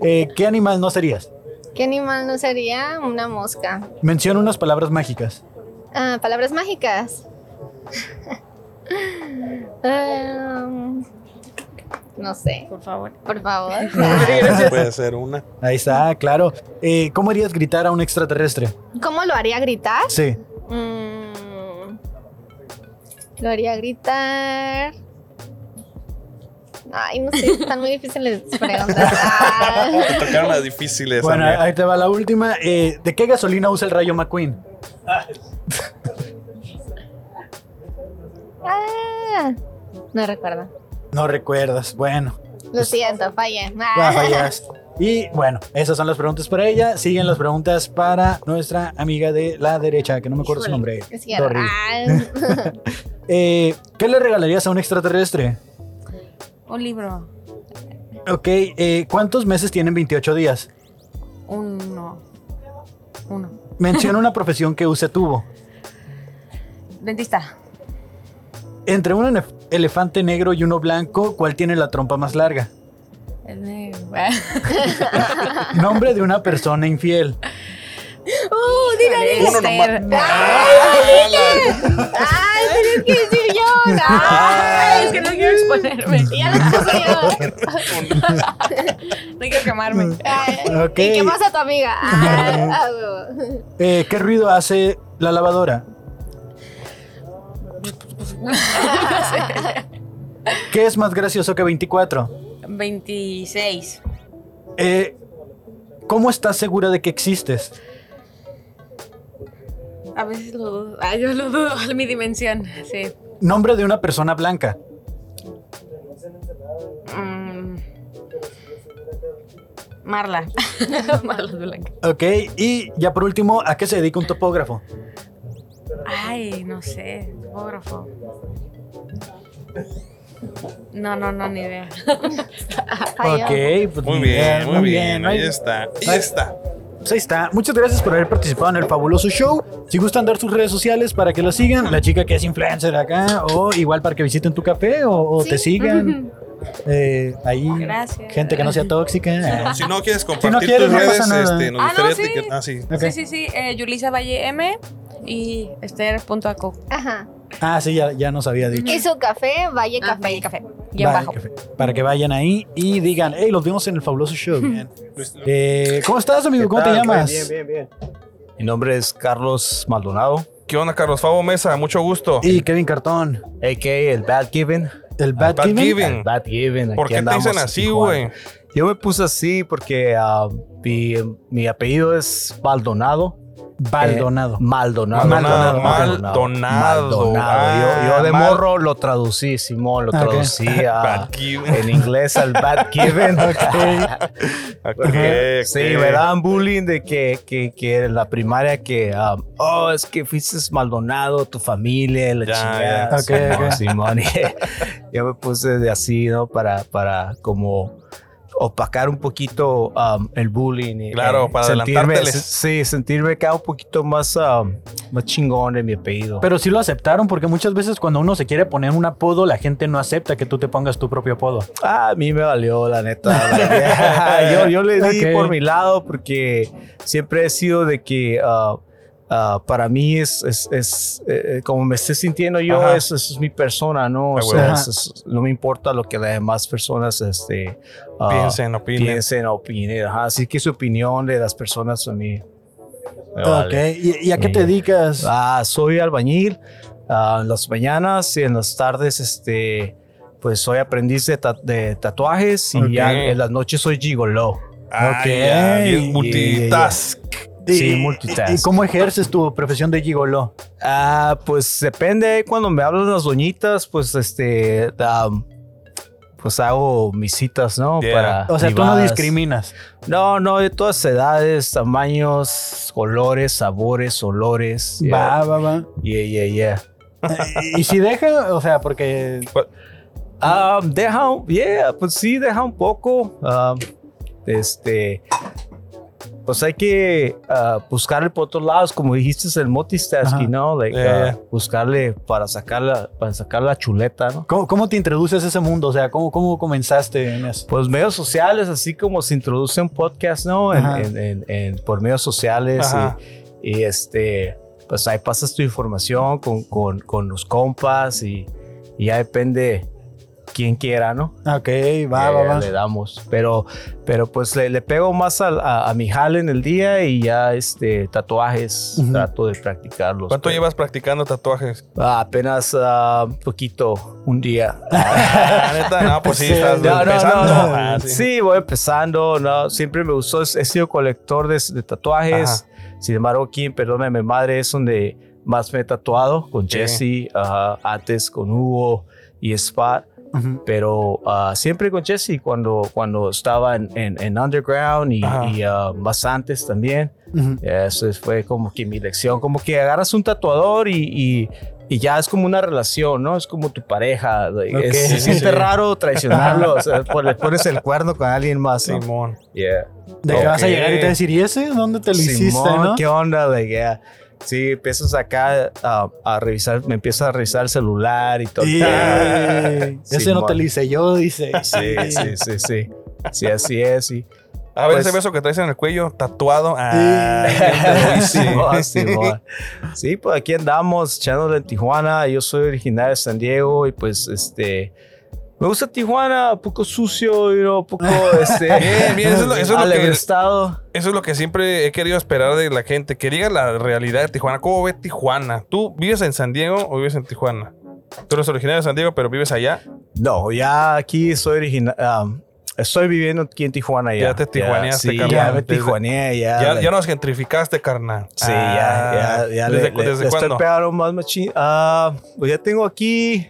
Eh, ¿Qué animal no serías?
¿Qué animal no sería una mosca?
Menciona unas palabras mágicas.
Ah, palabras mágicas. Em, no sé,
Por favor.
por favor.
Ah,
Puede ser una.
Ahí está, claro. Eh, ¿Cómo harías gritar a un extraterrestre?
¿Cómo lo haría gritar?
Sí.
Mm, lo haría gritar. Ay, no sé, están muy difíciles las preguntas. Ah,
Te tocaron las difíciles.
Bueno,
amiga.
ahí te va la última. Eh, ¿De qué gasolina usa el rayo McQueen?
ah, no recuerdo.
No recuerdas. Bueno,
Lo siento, fallé.
ya
Ah.
fallaste. Y bueno, esas son las preguntas para ella. Siguen las preguntas para nuestra amiga de la derecha, que no me acuerdo su nombre.
Es cierto.
Sorry.
Ah,
Eh, ¿Qué le regalarías a un extraterrestre?
Un libro.
Ok, eh, ¿cuántos meses tienen 28 días?
Uno. Uno.
Menciona una profesión que use tubo.
Dentista.
Entre un elef- elefante negro y uno blanco, ¿cuál tiene la trompa más larga?
El negro.
Nombre de una persona infiel.
Oh,
Uh, dígale.
Uno nomás. Ah,
Ay, tenés que decir yo. Ay,
es que no quiero exponerme.
ya lo puse yo.
No quiero quemarme.
Ay,
Ok.
¿Y qué más a tu amiga? Ay, ah, huevo.
Eh, ¿Qué ruido hace la lavadora? ¿Qué es más gracioso que 24?
26.
Eh, ¿Cómo estás segura de que existes?
A veces lo dudo. Ay, yo lo dudo. Mi dimensión. Sí.
Nombre de una persona blanca.
Mm. Marla. Marla Blanca.
Ok, y ya por último, ¿a qué se dedica un topógrafo?
Ay, no sé. Topógrafo. No, no, no, ni idea.
Falló.
Ok, pues
Muy bien, muy bien. Ahí está. Ahí
Ay.
está.
Pues ahí está. Muchas gracias por haber participado en el fabuloso show. Si gustan dar sus redes sociales para que lo sigan, la chica que es influencer acá, o igual para que visiten tu café o, o te sigan. eh, ahí
Gracias.
gente que no sea tóxica. Eh.
Si no quieres compartir
quieres,
tus
no
redes,
pasa nada.
este, nos
Ah, no,
gustaría
sí.
etiquetar- Ah, sí.
Ok.
Sí, sí, sí. eh, Yulisa Valle M y Esther.aco.
Ajá.
Ah, sí, ya, ya nos había dicho.
Y su café, Valle
Ah,
Café.
Valle Café. Guión
Vale,
bajo.
café. Para que vayan ahí y digan, hey, los vimos en el fabuloso show. Bien. Eh, ¿Cómo estás, amigo? ¿Cómo te
tal?
llamas?
Bien, bien, bien. Mi nombre es Carlos Maldonado,
¿Qué onda, Carlos Fabo Mesa? Mucho gusto.
Y Kevin Cartón,
a.k.a. el Bad Given.
el Bad,
Bad
Kevin.
Given.
El Bad Given.
¿Por
aquí
qué te
andamos
dicen
en
así,
Tijuana.
güey?
Yo me puse así porque ah, mi, mi apellido es Maldonado. Eh,
Baldonado.
Maldonado.
Maldonado,
Maldonado.
Maldonado.
Maldonado. Yo, yo de
Ah, mal-
morro lo traducí, Simón, lo
Ah, ok.
traducí a,
Bad Given.
en inglés al Bad Given. Porque
Ok,
Sí,
ok.
me daban bullying de que, que, que en la primaria que, um, oh, es que fuiste Maldonado, tu familia, la
Ya,
chingada.
ya. Ok,
Simón,
ok.
Simón. Y yo me puse de así, ¿no? Para, para como opacar un poquito um, el bullying. y, eh,
Claro, para
sentirme,
adelantárteles.
Sí, sentirme cada un poquito más, um, más chingón de mi apellido.
Pero sí lo aceptaron porque muchas veces cuando uno se quiere poner un apodo, la gente no acepta que tú te pongas tu propio apodo.
Ah, a mí me valió, la neta. yo, yo le di
Ok.
por mi lado porque siempre he sido de que ah, ah, para mí es, es, es, eh, como me esté sintiendo yo,
Ajá.
eso, eso es mi persona, ¿no? O
Ah,
sea,
huevo.
eso es- no me importa lo que las demás personas este, ah,
Piensen, opinen.
piensen o opinen. Ajá, Así que su opinión de las personas a mí. me
Ok,
vale.
¿Y, y a qué te
Sí.
dedicas?
Eh, Ah, soy albañil. Ah, en las mañanas y en las tardes, este, pues soy aprendiz de, ta- de tatuajes y
Ok.
ya en las noches soy gigoló.
Ah,
Ok.
ya, bien
Ya, ya,
multitask.
Y-
sí,
y-
multitask.
¿Y cómo ejerces tu profesión de gigoló?
Ah, pues depende. Cuando me hablan las doñitas, pues este, am, pues hago mis citas, ¿no?
Yeah.
Para
O sea, tú no
privadas.
discriminas.
No, no, de todas edades, tamaños, colores, sabores, olores.
Va, va, va.
Yeah, yeah, yeah.
Eh, y si deja, o sea, porque
Um, deja, un- yeah, pues sí, deja un poco. um, este, pues hay que uh, buscarle por otros lados, como dijiste, el multitasking,
Ajá.
¿no? Like,
Yeah,
uh, buscarle para sacar, la, para sacar la chuleta, ¿no?
¿Cómo, cómo te introduces a ese mundo? O sea, ¿cómo, cómo comenzaste en eso?
Pues medios sociales, así como se introduce un podcast, ¿no? En-
Ajá.
en- en- en- por medios sociales
Ajá.
y, y, este, pues ahí pasas tu información con, con, con los compas y, y ya depende quién quiera, ¿no?
Ok, va, va,
Eh,
va.
Le damos. Pero, pero pues le, le pego más al- a, a mi jale en el día y ya este tatuajes
Ujú.
trato de practicarlos.
¿Cuánto
Pero-
llevas practicando tatuajes?
Ah, apenas ah, un poquito, un día.
Ah, neta, no, pues sí, estás
No, no,
empezando.
no.
Ah,
sí.
sí.
voy empezando. No, siempre me gustó. He sido colector de, de tatuajes. Sin embargo, aquí, en perdóname, madre, es donde más me he tatuado con
Sí.
Jesse, ajá, antes con Hugo y Spot
Ujú.
pero ah, siempre con Jesse cuando, cuando estaba en, en- en Underground y,
Ajá.
y, ah, más antes también.
Ujú.
Eso es- fue como que mi lección, como que agarras un tatuador y, y- y ya es como una relación, ¿no? Es como tu pareja. like,
Ok.
es-
Sí,
se
sí,
siente
sí.
raro traicionarlo, o sea, pon- le pones el cuerno con alguien más. ¿no?
Simón.
Yeah.
De que vas a
Ok.
llegar y te vas a decir, ¿y ese? ¿Dónde te lo hiciste?
Simón,
¿no?
¿qué onda? Like, yeah. Sí, empiezas acá a, a revisar, me empiezas a revisar el celular y todo. Ah,
Y- ese no
Simón.
te lo hice yo, dice.
Sí, sí, sí, sí. Sí, así es. Y,
A ver
Pues-
ese beso que traes en el cuello, tatuado. Ah, sí.
Simón, Simón. Sí, pues aquí andamos, echándole en Tijuana. Yo soy originario de San Diego y pues este. Me gusta Tijuana, un poco sucio, you know, un poco este.
Bien, bien, eso es lo- eso es lo que-
alebrestado.
Eso es lo que siempre he querido esperar de la gente, que diga la realidad de Tijuana. ¿Cómo ve Tijuana? ¿Tú vives en San Diego o vives en Tijuana? Tú eres originario de San Diego, pero vives allá.
No, ya aquí soy originario. estoy viviendo aquí en Tijuana ya.
Ya te tijuaneaste,
sí,
carnal.
Ya me
Desde-
tijuaneé, ya.
Ya,
like,
ya nos gentrificaste, carnal.
Sí,
Ah,
ya, ya, ya.
¿Desde,
le- le-
desde
le
cuándo?
Estoy pegado más machín. Ah, pues ya tengo aquí.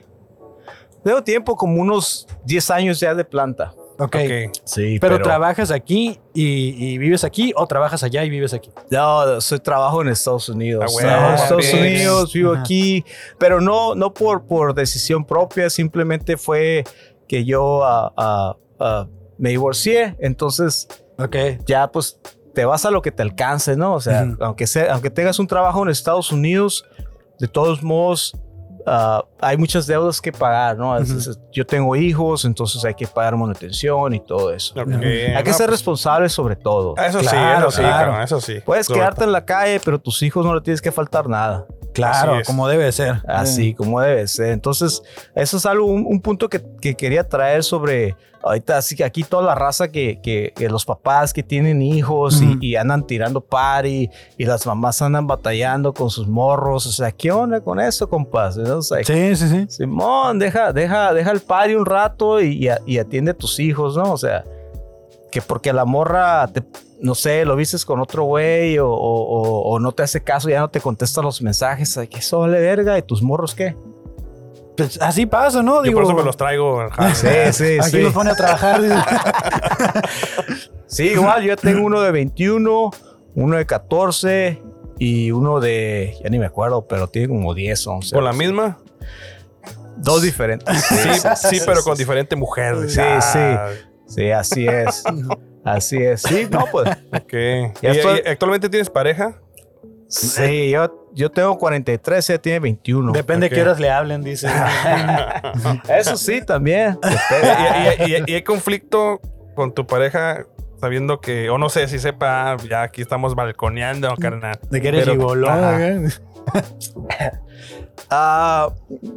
Tengo tiempo, como unos 10 años ya de planta.
Ok.
Ok.
Sí,
Pero, trabajas aquí y, y vives aquí o trabajas allá y vives aquí.
No, soy trabajo en Estados Unidos.
Ah, bueno,
trabajo en Estados
papi.
Unidos, vivo
Ajá.
aquí, pero no, no por, por decisión propia, simplemente fue que yo ah, ah, ah, me divorcié, entonces
Ok.
ya pues te vas a lo que te alcance, ¿no? O sea,
Ujú.
aunque, sea, aunque tengas un trabajo en Estados Unidos, de todos modos, ah, hay muchas deudas que pagar, ¿no? Entonces, Yo tengo hijos, entonces hay que pagar manutención y todo eso.
Ok,
Hay que
no,
ser responsables sobre todo.
Ah, Eso sí,
Claro,
eso sí,
claro.
cabrón, eso sí.
Puedes
Sobre
quedarte en la calle, pero tus hijos no le tienes que faltar nada.
Claro,
Así es.
como debe de ser.
Así como debe ser. Entonces, eso es algo, un, un punto que, que quería traer sobre ahorita, así que aquí toda la raza que, que- que los papás que tienen hijos y-
Ujú.
y, andan tirando party y las mamás andan batallando con sus morros. O sea, ¿qué onda con eso, compas? ¿No? O sea,
Sí, sí, sí.
Simón, deja, deja, deja el party un rato y, y a- y atiende a tus hijos, ¿no? O sea, que porque la morra, te- no sé, lo vistes con otro güey o, o- o- o no te hace caso, ya no te contesta los mensajes, ay, que eso vale verga, ¿y tus morros qué?
Pues así pasa, ¿no? Ah,
Yo por eso me los traigo. Ah, al jale.
sí,
aquí los pone a trabajar.
Sí, igual, yo tengo uno de 21, uno de 14 y uno de, ya ni me acuerdo, pero tiene como 10, 11.
¿Con la misma?
Dos diferentes.
Sí, sí, pero con diferente mujer. Ah,
Sí,
sí.
Sí, así es. Así es. Sí, no, pues.
Ok. ¿Y,
Ya estoy-
y actualmente tienes pareja?
Sí, yo, yo tengo 43, ella tiene 21.
Depende de qué horas le hablen, dice.
Eso sí, también.
¿Y,
Ah.
y- y- y- y hay conflicto con tu pareja sabiendo que, o no sé si sepa, ya aquí estamos balconeando, carnal?
Mm, De que eres
Pero-
gigoló.
Ajá.
¿eh?
Ah,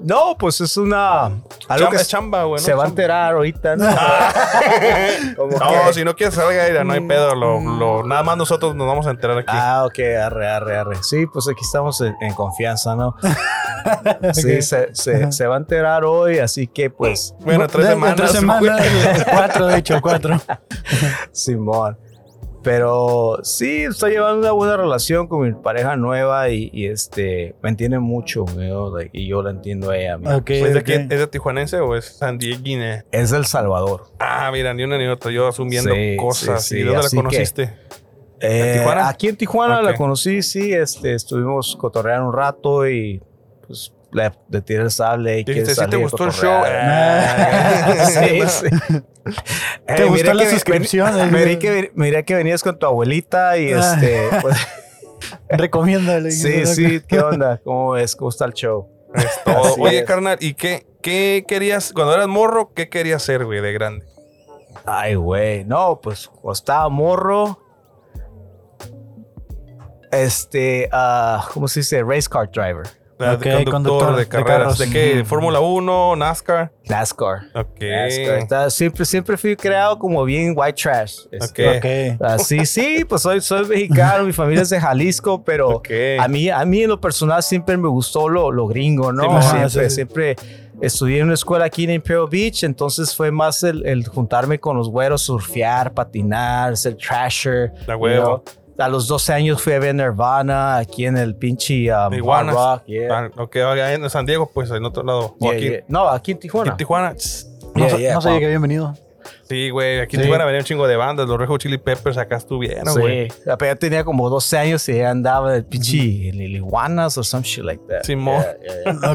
no, pues es una... Algo
Chamba-
que
es chamba, güey. ¿no?
se va a
Chamba.
enterar ahorita, ¿no? Como
No,
que-
si no quieres salga, mira, no hay pedo. Lo, lo- nada más nosotros nos vamos a enterar aquí.
Mm. Ah, ok, arre, arre, arre. Sí, pues aquí estamos en, en confianza, ¿no? Sí, se, se- se va a enterar hoy, así que pues,
bueno, tres
De- de
semanas.
Tres semanas. cuatro, de hecho, cuatro.
Simón. Pero sí, estoy llevando una buena relación con mi pareja nueva y, y, este, me entiende mucho, ¿no? Like, y yo la entiendo a ella. ¿no?
Ok,
¿Es de,
ok.
aquí- ¿Es de tijuanense o es san dieguine?
Es El Salvador.
Ah, mira, ni una ni otra. Yo asumiendo
Sí,
cosas.
sí,
¿Y
sí,
dónde la
así que-
conociste?
Eh,
Tijuana?
Aquí en Tijuana
Ok.
la conocí, sí, este, estuvimos cotorreando un rato y pues le, le tiré el sable. y
Dijiste,
¿quieres
¿sí te
salir a
gustó el show?
cotorrear?
Ah.
sí, sí. Eh,
¿Te
miré
gustó la
que-
suscripción?
ven- Miré que, miré que venías con tu abuelita y
Ah.
este, pues,
Recomiéndale.
sí, sí, ¿qué onda? ¿Cómo es? ¿Cómo está el show?
Todo.
Así
Oh, Oye,
es.
carnal, ¿y qué, qué querías? Cuando eras morro, ¿qué querías ser, güey, de grande?
Ay, güey, no, pues costaba morro. Este, ah, ¿cómo se dice? Race car driver.
Ah,
Ok,
de conductor,
conductor
de
de
carreras.
carros.
¿De, qué?
Ujú.
¿Fórmula 1, NASCAR?
NASCAR.
Ok.
NASCAR. Está- siempre, siempre fui creado como bien white trash. Este,
Ok.
Ok.
Así, sí, pues soy, soy mexicano, mi familia es de Jalisco, pero
Ok.
a, mí, a mí en lo personal siempre me gustó lo, lo gringo, ¿no?
Sí, ajá,
siempre,
sí, sí.
siempre estudié en una escuela aquí en Imperial Beach, entonces fue más el, el juntarme con los güeros, surfear, patinar, ser trasher.
La huevo.
you know. A los 12 años fui a ver Nirvana aquí en el pinche um, Hard
Iguanas.
Rock. yeah.
Ah, Ok, allá en San Diego, pues, en otro lado. O
Yeah,
aquí,
yeah. No, aquí en
aquí
Tijuana.
en Tijuana. tss.
No,
Yeah,
sa-
yeah,
no
wow.
sabía que bienvenido.
Sí, güey, aquí en
Sí.
Tijuana venía un chingo de bandas. Los Rejo Chili Peppers acá estuvieron,
sí,
güey.
pero yo tenía como 12 años y andaba en el pinche en Iguanas o some shit like that.
Simón.
Yeah, yeah, yeah.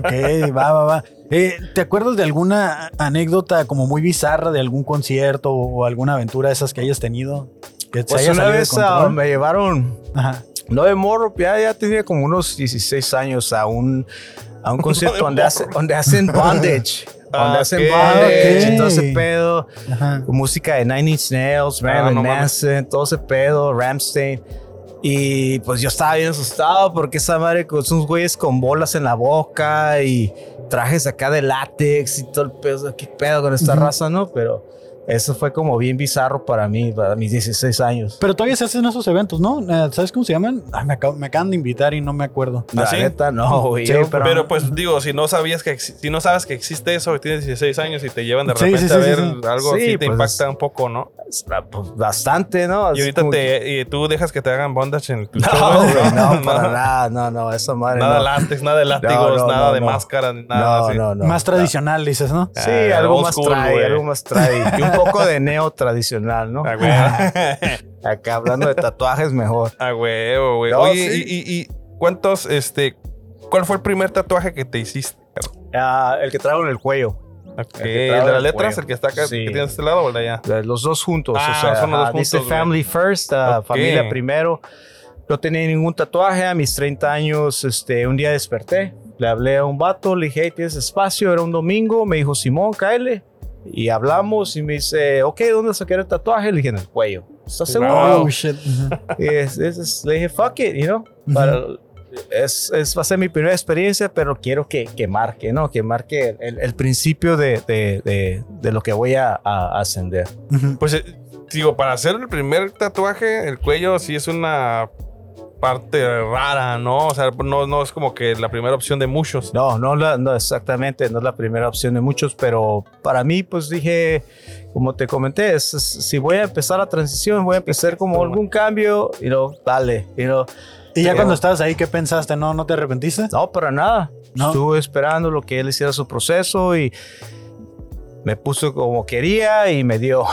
Ok, va, va, va. Eh, ¿Te acuerdas de alguna anécdota como muy bizarra de algún concierto o alguna aventura de esas que hayas tenido? Que te
Pues
haya
una
salido de
vez ah,
control?
me llevaron
Ajá.
No de morro, ya, ya tenía como unos 16 años a un, a un concierto donde, hace- donde hacen bondage. donde
Ah,
hacen
ok.
bondage,
Ok.
entonces pedo.
Ajá.
Música de Nine Inch Nails, Marilyn
Ah, no mames.
Manson, todo ese pedo, Ramstein. Y pues yo estaba bien asustado porque esa madre con unos güeyes con bolas en la boca y trajes acá de látex y todo el pedo. ¿Qué pedo con esta
Ujú.
raza, no? Pero eso fue como bien bizarro para mí, para mis 16 años.
Pero todavía se hacen esos eventos, ¿no? Eh, ¿Sabes cómo se llaman? Ay, me, acabo- me acaban de invitar y no me acuerdo.
La
¿Ah, sí?
neta, no, güey.
Sí,
Yo,
Pero, pues digo, si no sabías que exi- si no sabes que existe eso, y tienes 16 años y te llevan de
Sí,
repente
sí,
a
sí,
ver
sí, sí.
algo, sí,
Sí,
te
pues,
impacta un poco, ¿no?
Pues, bastante, ¿no?
Y
Así
ahorita
como que-
te, y tú dejas que te hagan bondage en tu
No,
show,
güey,
güey.
no, para nada, no, no, esa madre
Nada
no.
látex, nada de
No,
látigos,
no,
nada
no,
de
no.
máscara, ni nada
no,
así.
no, no.
Más tradicional, dices, ¿no?
Sí,
Ah,
algo
old
más
school,
trae,
güey. Ah,
algo más trae. Y un poco de neo tradicional, ¿no?
A huevo,
Acá hablando de tatuajes mejor.
a huevo, güey.
No,
Oye,
sí.
y, y- y cuántos, este, ¿cuál fue el primer tatuaje que te hiciste? cabrón?
Ah, el que traigo en el cuello.
Ok,
que
¿El de
trae
las
el
letras?
cuello.
¿El que está acá,
Sí.
que tienes a este lado o el de allá?
Los dos juntos.
Ah,
o sea,
son los dos
ajá, dice
juntos, güey.
Family First, ah,
Ok.
familia primero. No tenía ningún tatuaje a mis 30 años. Este, un día desperté Le hablé a un vato, le dije, hey, ¿tienes espacio? Era un domingo, me dijo, Simón, cáele. Y hablamos y me dice, ok, ¿dónde saqué el tatuaje? Le dije, en el cuello. ¿Estás seguro?
Oh, shit.
Y es- es- es- le dije, fuck it, you know. Para- es, es- va a ser mi primera experiencia, pero quiero que, que marque, ¿no? Que marque el, el principio de, de- de- de lo que voy a, a ascender.
Ujú.
Pues eh, digo, para hacer el primer tatuaje, el cuello sí es una parte rara, ¿no? O sea, no, no es como que la primera opción de muchos.
No, no, la- no exactamente, no es la primera opción de muchos, pero para mí, pues dije, como te comenté, es- es- si voy a empezar la transición, voy a empezar como algún cambio, y no, dale, y no,
Y ya
Sí,
cuando
bueno.
estabas ahí, ¿qué pensaste? ¿No, no te arrepentiste?
No, para nada.
No.
Estuve esperando lo que él hiciera su proceso y me puso como quería y me dio.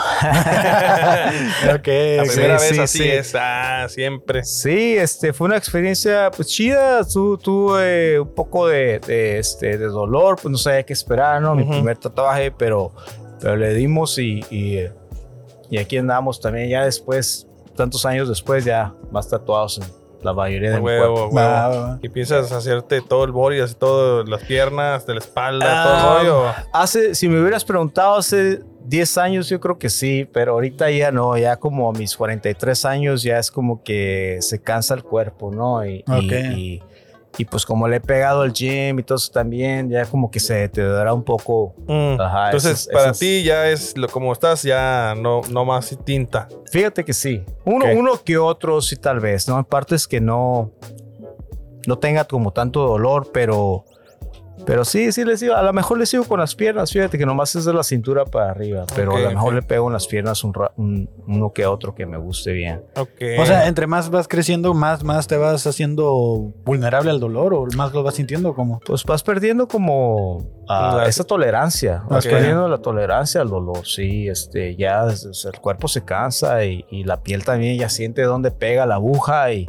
ok.
La
sí,
primera vez
sí,
así
sí.
es, ah, siempre.
Sí, este, fue una experiencia pues chida. Tu- tuve un poco de, de, este, de dolor, pues no sabía qué esperar, ¿no? Mi
Ujú.
primer tatuaje, pero, pero le dimos y, y, eh, y aquí andamos también ya después, tantos años después, ya más tatuados en la mayoría de mi cuerpo. Ah,
Huevo,
Va,
huevo.
va, va.
Y piensas hacerte todo el body, así todo, las piernas, de la espalda,
Ah,
todo el rollo.
Hace, si me hubieras preguntado hace 10 años, yo creo que sí, pero ahorita ya no, ya como a mis 43 años ya es como que se cansa el cuerpo, ¿no? Y, y-
Ok.
y- y, pues como le he pegado al gym y todo eso también, ya como que se deteriora un poco.
Mm.
Ajá,
Entonces,
esas-
para
esas-
ti ya es lo, como estás, ya no, no más tinta.
Fíjate que sí. Uno,
Ok.
uno que otro sí tal vez, ¿no? Hay partes que no, no tenga como tanto dolor, pero... Pero sí, sí les sigo. A lo mejor le sigo con las piernas. Fíjate que nomás es de la cintura para arriba. Pero
Ok,
a lo mejor
ok.
le pego en las piernas un ra- un- uno que otro que me guste bien.
Ok.
O sea, entre más vas creciendo, más, más te vas haciendo vulnerable al dolor o más lo vas sintiendo como.
Pues vas perdiendo como ah,
La-
esa tolerancia. Vas
Ok.
perdiendo la tolerancia al dolor. Sí, este, ya es- es- el cuerpo se cansa y, y la piel también ya siente dónde pega la aguja y,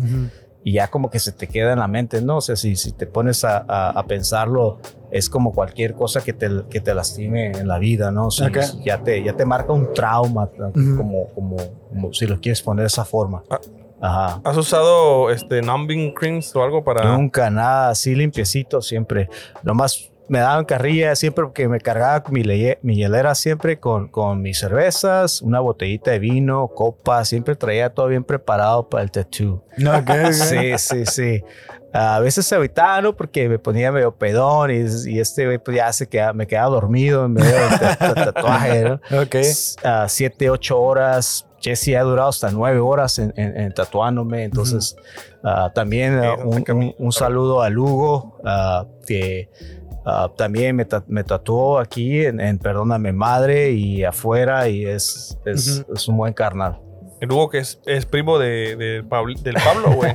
y ya como que se te queda en la mente, ¿no? O sea, si, si te pones a, a- a pensarlo, es como cualquier cosa que te, que te lastime en la vida, ¿no? O sea,
Ok.
es- ya, te, ya te marca un trauma, ¿no?
Ujú.
como, como, como si lo quieres poner de esa forma.
Ah.
Ajá.
¿Has usado este numbing creams o algo para
Nunca, nada, así limpiecito siempre. Nomás me daban carrilla siempre porque me cargaba con mi, leye- mi hielera siempre con, con mis cervezas, una botellita de vino, copa, siempre traía todo bien preparado para el tattoo.
No, que
Sí, sí, sí. A veces se evitaba, ¿no? Porque me ponía medio pedón y, y este güey pues ya se queda, me quedaba dormido en medio del ta- ta- tatuaje, ¿no?
Ok.
S- a siete, ocho horas. Jesse ha durado hasta nueve horas en, en- en tatuándome. Entonces, ah, también ah,
Sí,
un,
está
un- un saludo a Lugo, ah, que ah, también me, ta- me tatuó aquí en, en Perdóname Madre y afuera. Y es, es, es un buen carnal.
el Hugo que es, es primo de, de Pabl- del Pablo, güey?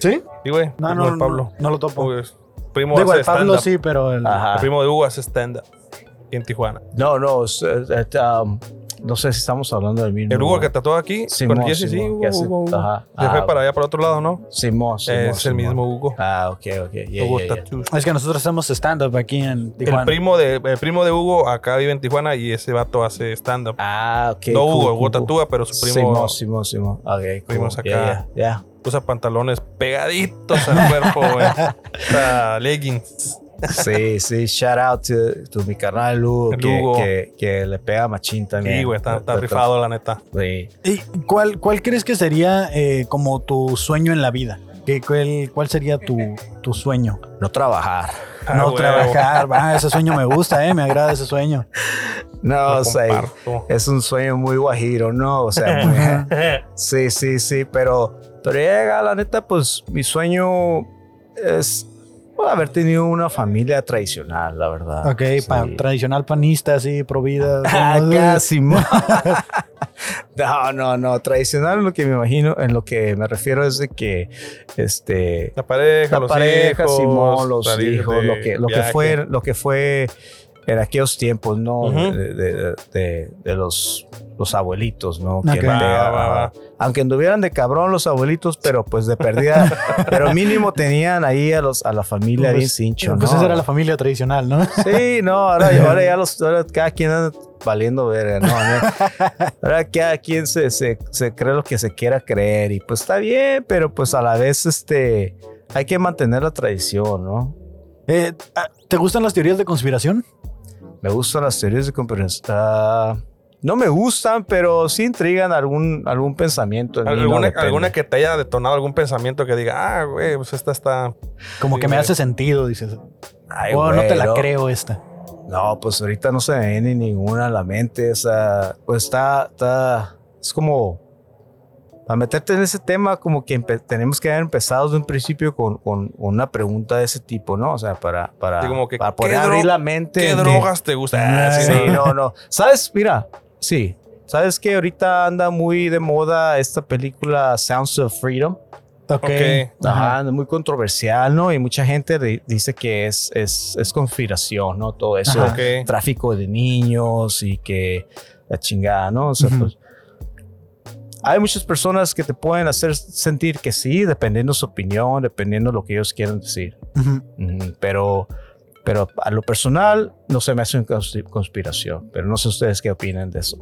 ¿Sí?
Sí, güey.
No,
primo
no,
del
no,
Pablo.
no lo topo.
Hugo es- primo
Digo,
hace
el Pablo
stand-up.
sí, pero el.
Ajá.
El primo de Hugo hace stand-up aquí en Tijuana.
No, no, es- es- es, um, no sé si estamos hablando del mismo.
El Hugo que tatuó aquí,
Simón,
con Jesse, sí,
Simón,
Hugo,
que hace-
Hugo, Hugo.
ajá.
Se fue
Ah,
para allá, para otro lado, ¿no?
Simón, Simón,
es el
Simón.
mismo Hugo.
Ah, ok, ok. yeah, yeah,
Hugo
yeah.
Tattoos.
Es que nosotros hacemos stand-up aquí en Tijuana.
El primo, de, el primo de Hugo acá vive en Tijuana y ese vato hace stand-up.
Ah, ok.
no
cool,
Hugo,
cool,
Hugo
cool.
tatúa, pero su primo
Simón, Simón, Simón. Ok,
Primo
cool.
saca-
Ya, ya, ya.
usa pantalones pegaditos al cuerpo, güey. Usa leggings.
Sí, sí, shout out to, to mi carnal Lugo,
El
que,
Hugo.
que, que le pega machín también.
Sí, güey, está, está rifado, la neta.
Sí.
¿Y cuál, cuál crees que sería eh, como tu sueño en la vida? ¿Qué, cuál, cuál sería tu, tu sueño?
No trabajar.
Ah,
no
huevo.
trabajar. Ah, ese sueño me gusta, eh, me agrada ese sueño.
No,
Lo
o sea,
comparto.
es un sueño muy guajiro, ¿no? O sea, muy- sí, sí, sí, pero, pero llega, la neta, pues mi sueño es bueno, haber tenido una familia tradicional, la verdad.
Ok, pa-
Sí.
tradicional panista, así, pro vida.
Ah,
¿no?
casi. mo- no, no, no. Tradicional, lo que me imagino, en lo que me refiero es de que, este,
La pareja,
la
los
pareja,
hijos,
Simón, los
salir
hijos,
de
lo que, lo que
viaje.
fue, lo que fue en aquellos tiempos, ¿no?
Ujú.
de, de- de- de los, los abuelitos, ¿no?
Ok.
Que
Va,
te-
va, va.
Aunque anduvieran de cabrón los abuelitos, pero pues de perdida, pero mínimo tenían ahí a los a la familia
Pues-
bien cincho,
Pues
¿no?
esa era la familia tradicional, ¿no?
Sí, no, ahora, ahora ya los, ahora cada quien anda valiendo verga, ¿no? ¿no? Ahora cada quien se, se, se cree lo que se quiera creer y pues está bien, pero pues a la vez este, hay que mantener la tradición, ¿no?
Eh, ah, ¿Te gustan las teorías de conspiración?
Me gustan las teorías de conspiración. Ah, no me gustan, pero sí intrigan algún, algún pensamiento. en mí, ¿no?
¿Alguna,
Depende.
alguna que te haya detonado algún pensamiento que diga, ah, güey, pues esta está.
Como
Sí,
que me
güey.
hace sentido, dices.
Ay,
oh, no
güey,
te la creo esta.
No, pues ahorita no se me viene ninguna a la mente. Esa, pues está, está, es como, para meterte en ese tema, como que empe- tenemos que haber empezado de un principio con, con una pregunta de ese tipo, ¿no? O sea, para, para,
Sí, como que,
para poder
¿qué dro-
abrir la mente.
¿Qué
de-
drogas te gustan? Ah, sí,
Sí,
no.
no, no. ¿Sabes? Mira, sí. ¿Sabes que ahorita anda muy de moda esta película Sounds of Freedom?
Ok.
Ok.
Ajá, muy controversial, ¿no? Y mucha gente di- dice que es, es, es conspiración, ¿no? Todo eso,
Ajá.
Ok.
tráfico de niños y que la chingada, ¿no? O sea,
Ujú.
pues, hay muchas personas que te pueden hacer sentir que sí, dependiendo su opinión, dependiendo lo que ellos quieran decir.
Ujú.
Ujú, Pero, pero a lo personal no se me hace una conspi- conspiración, pero no sé ustedes qué opinan de eso.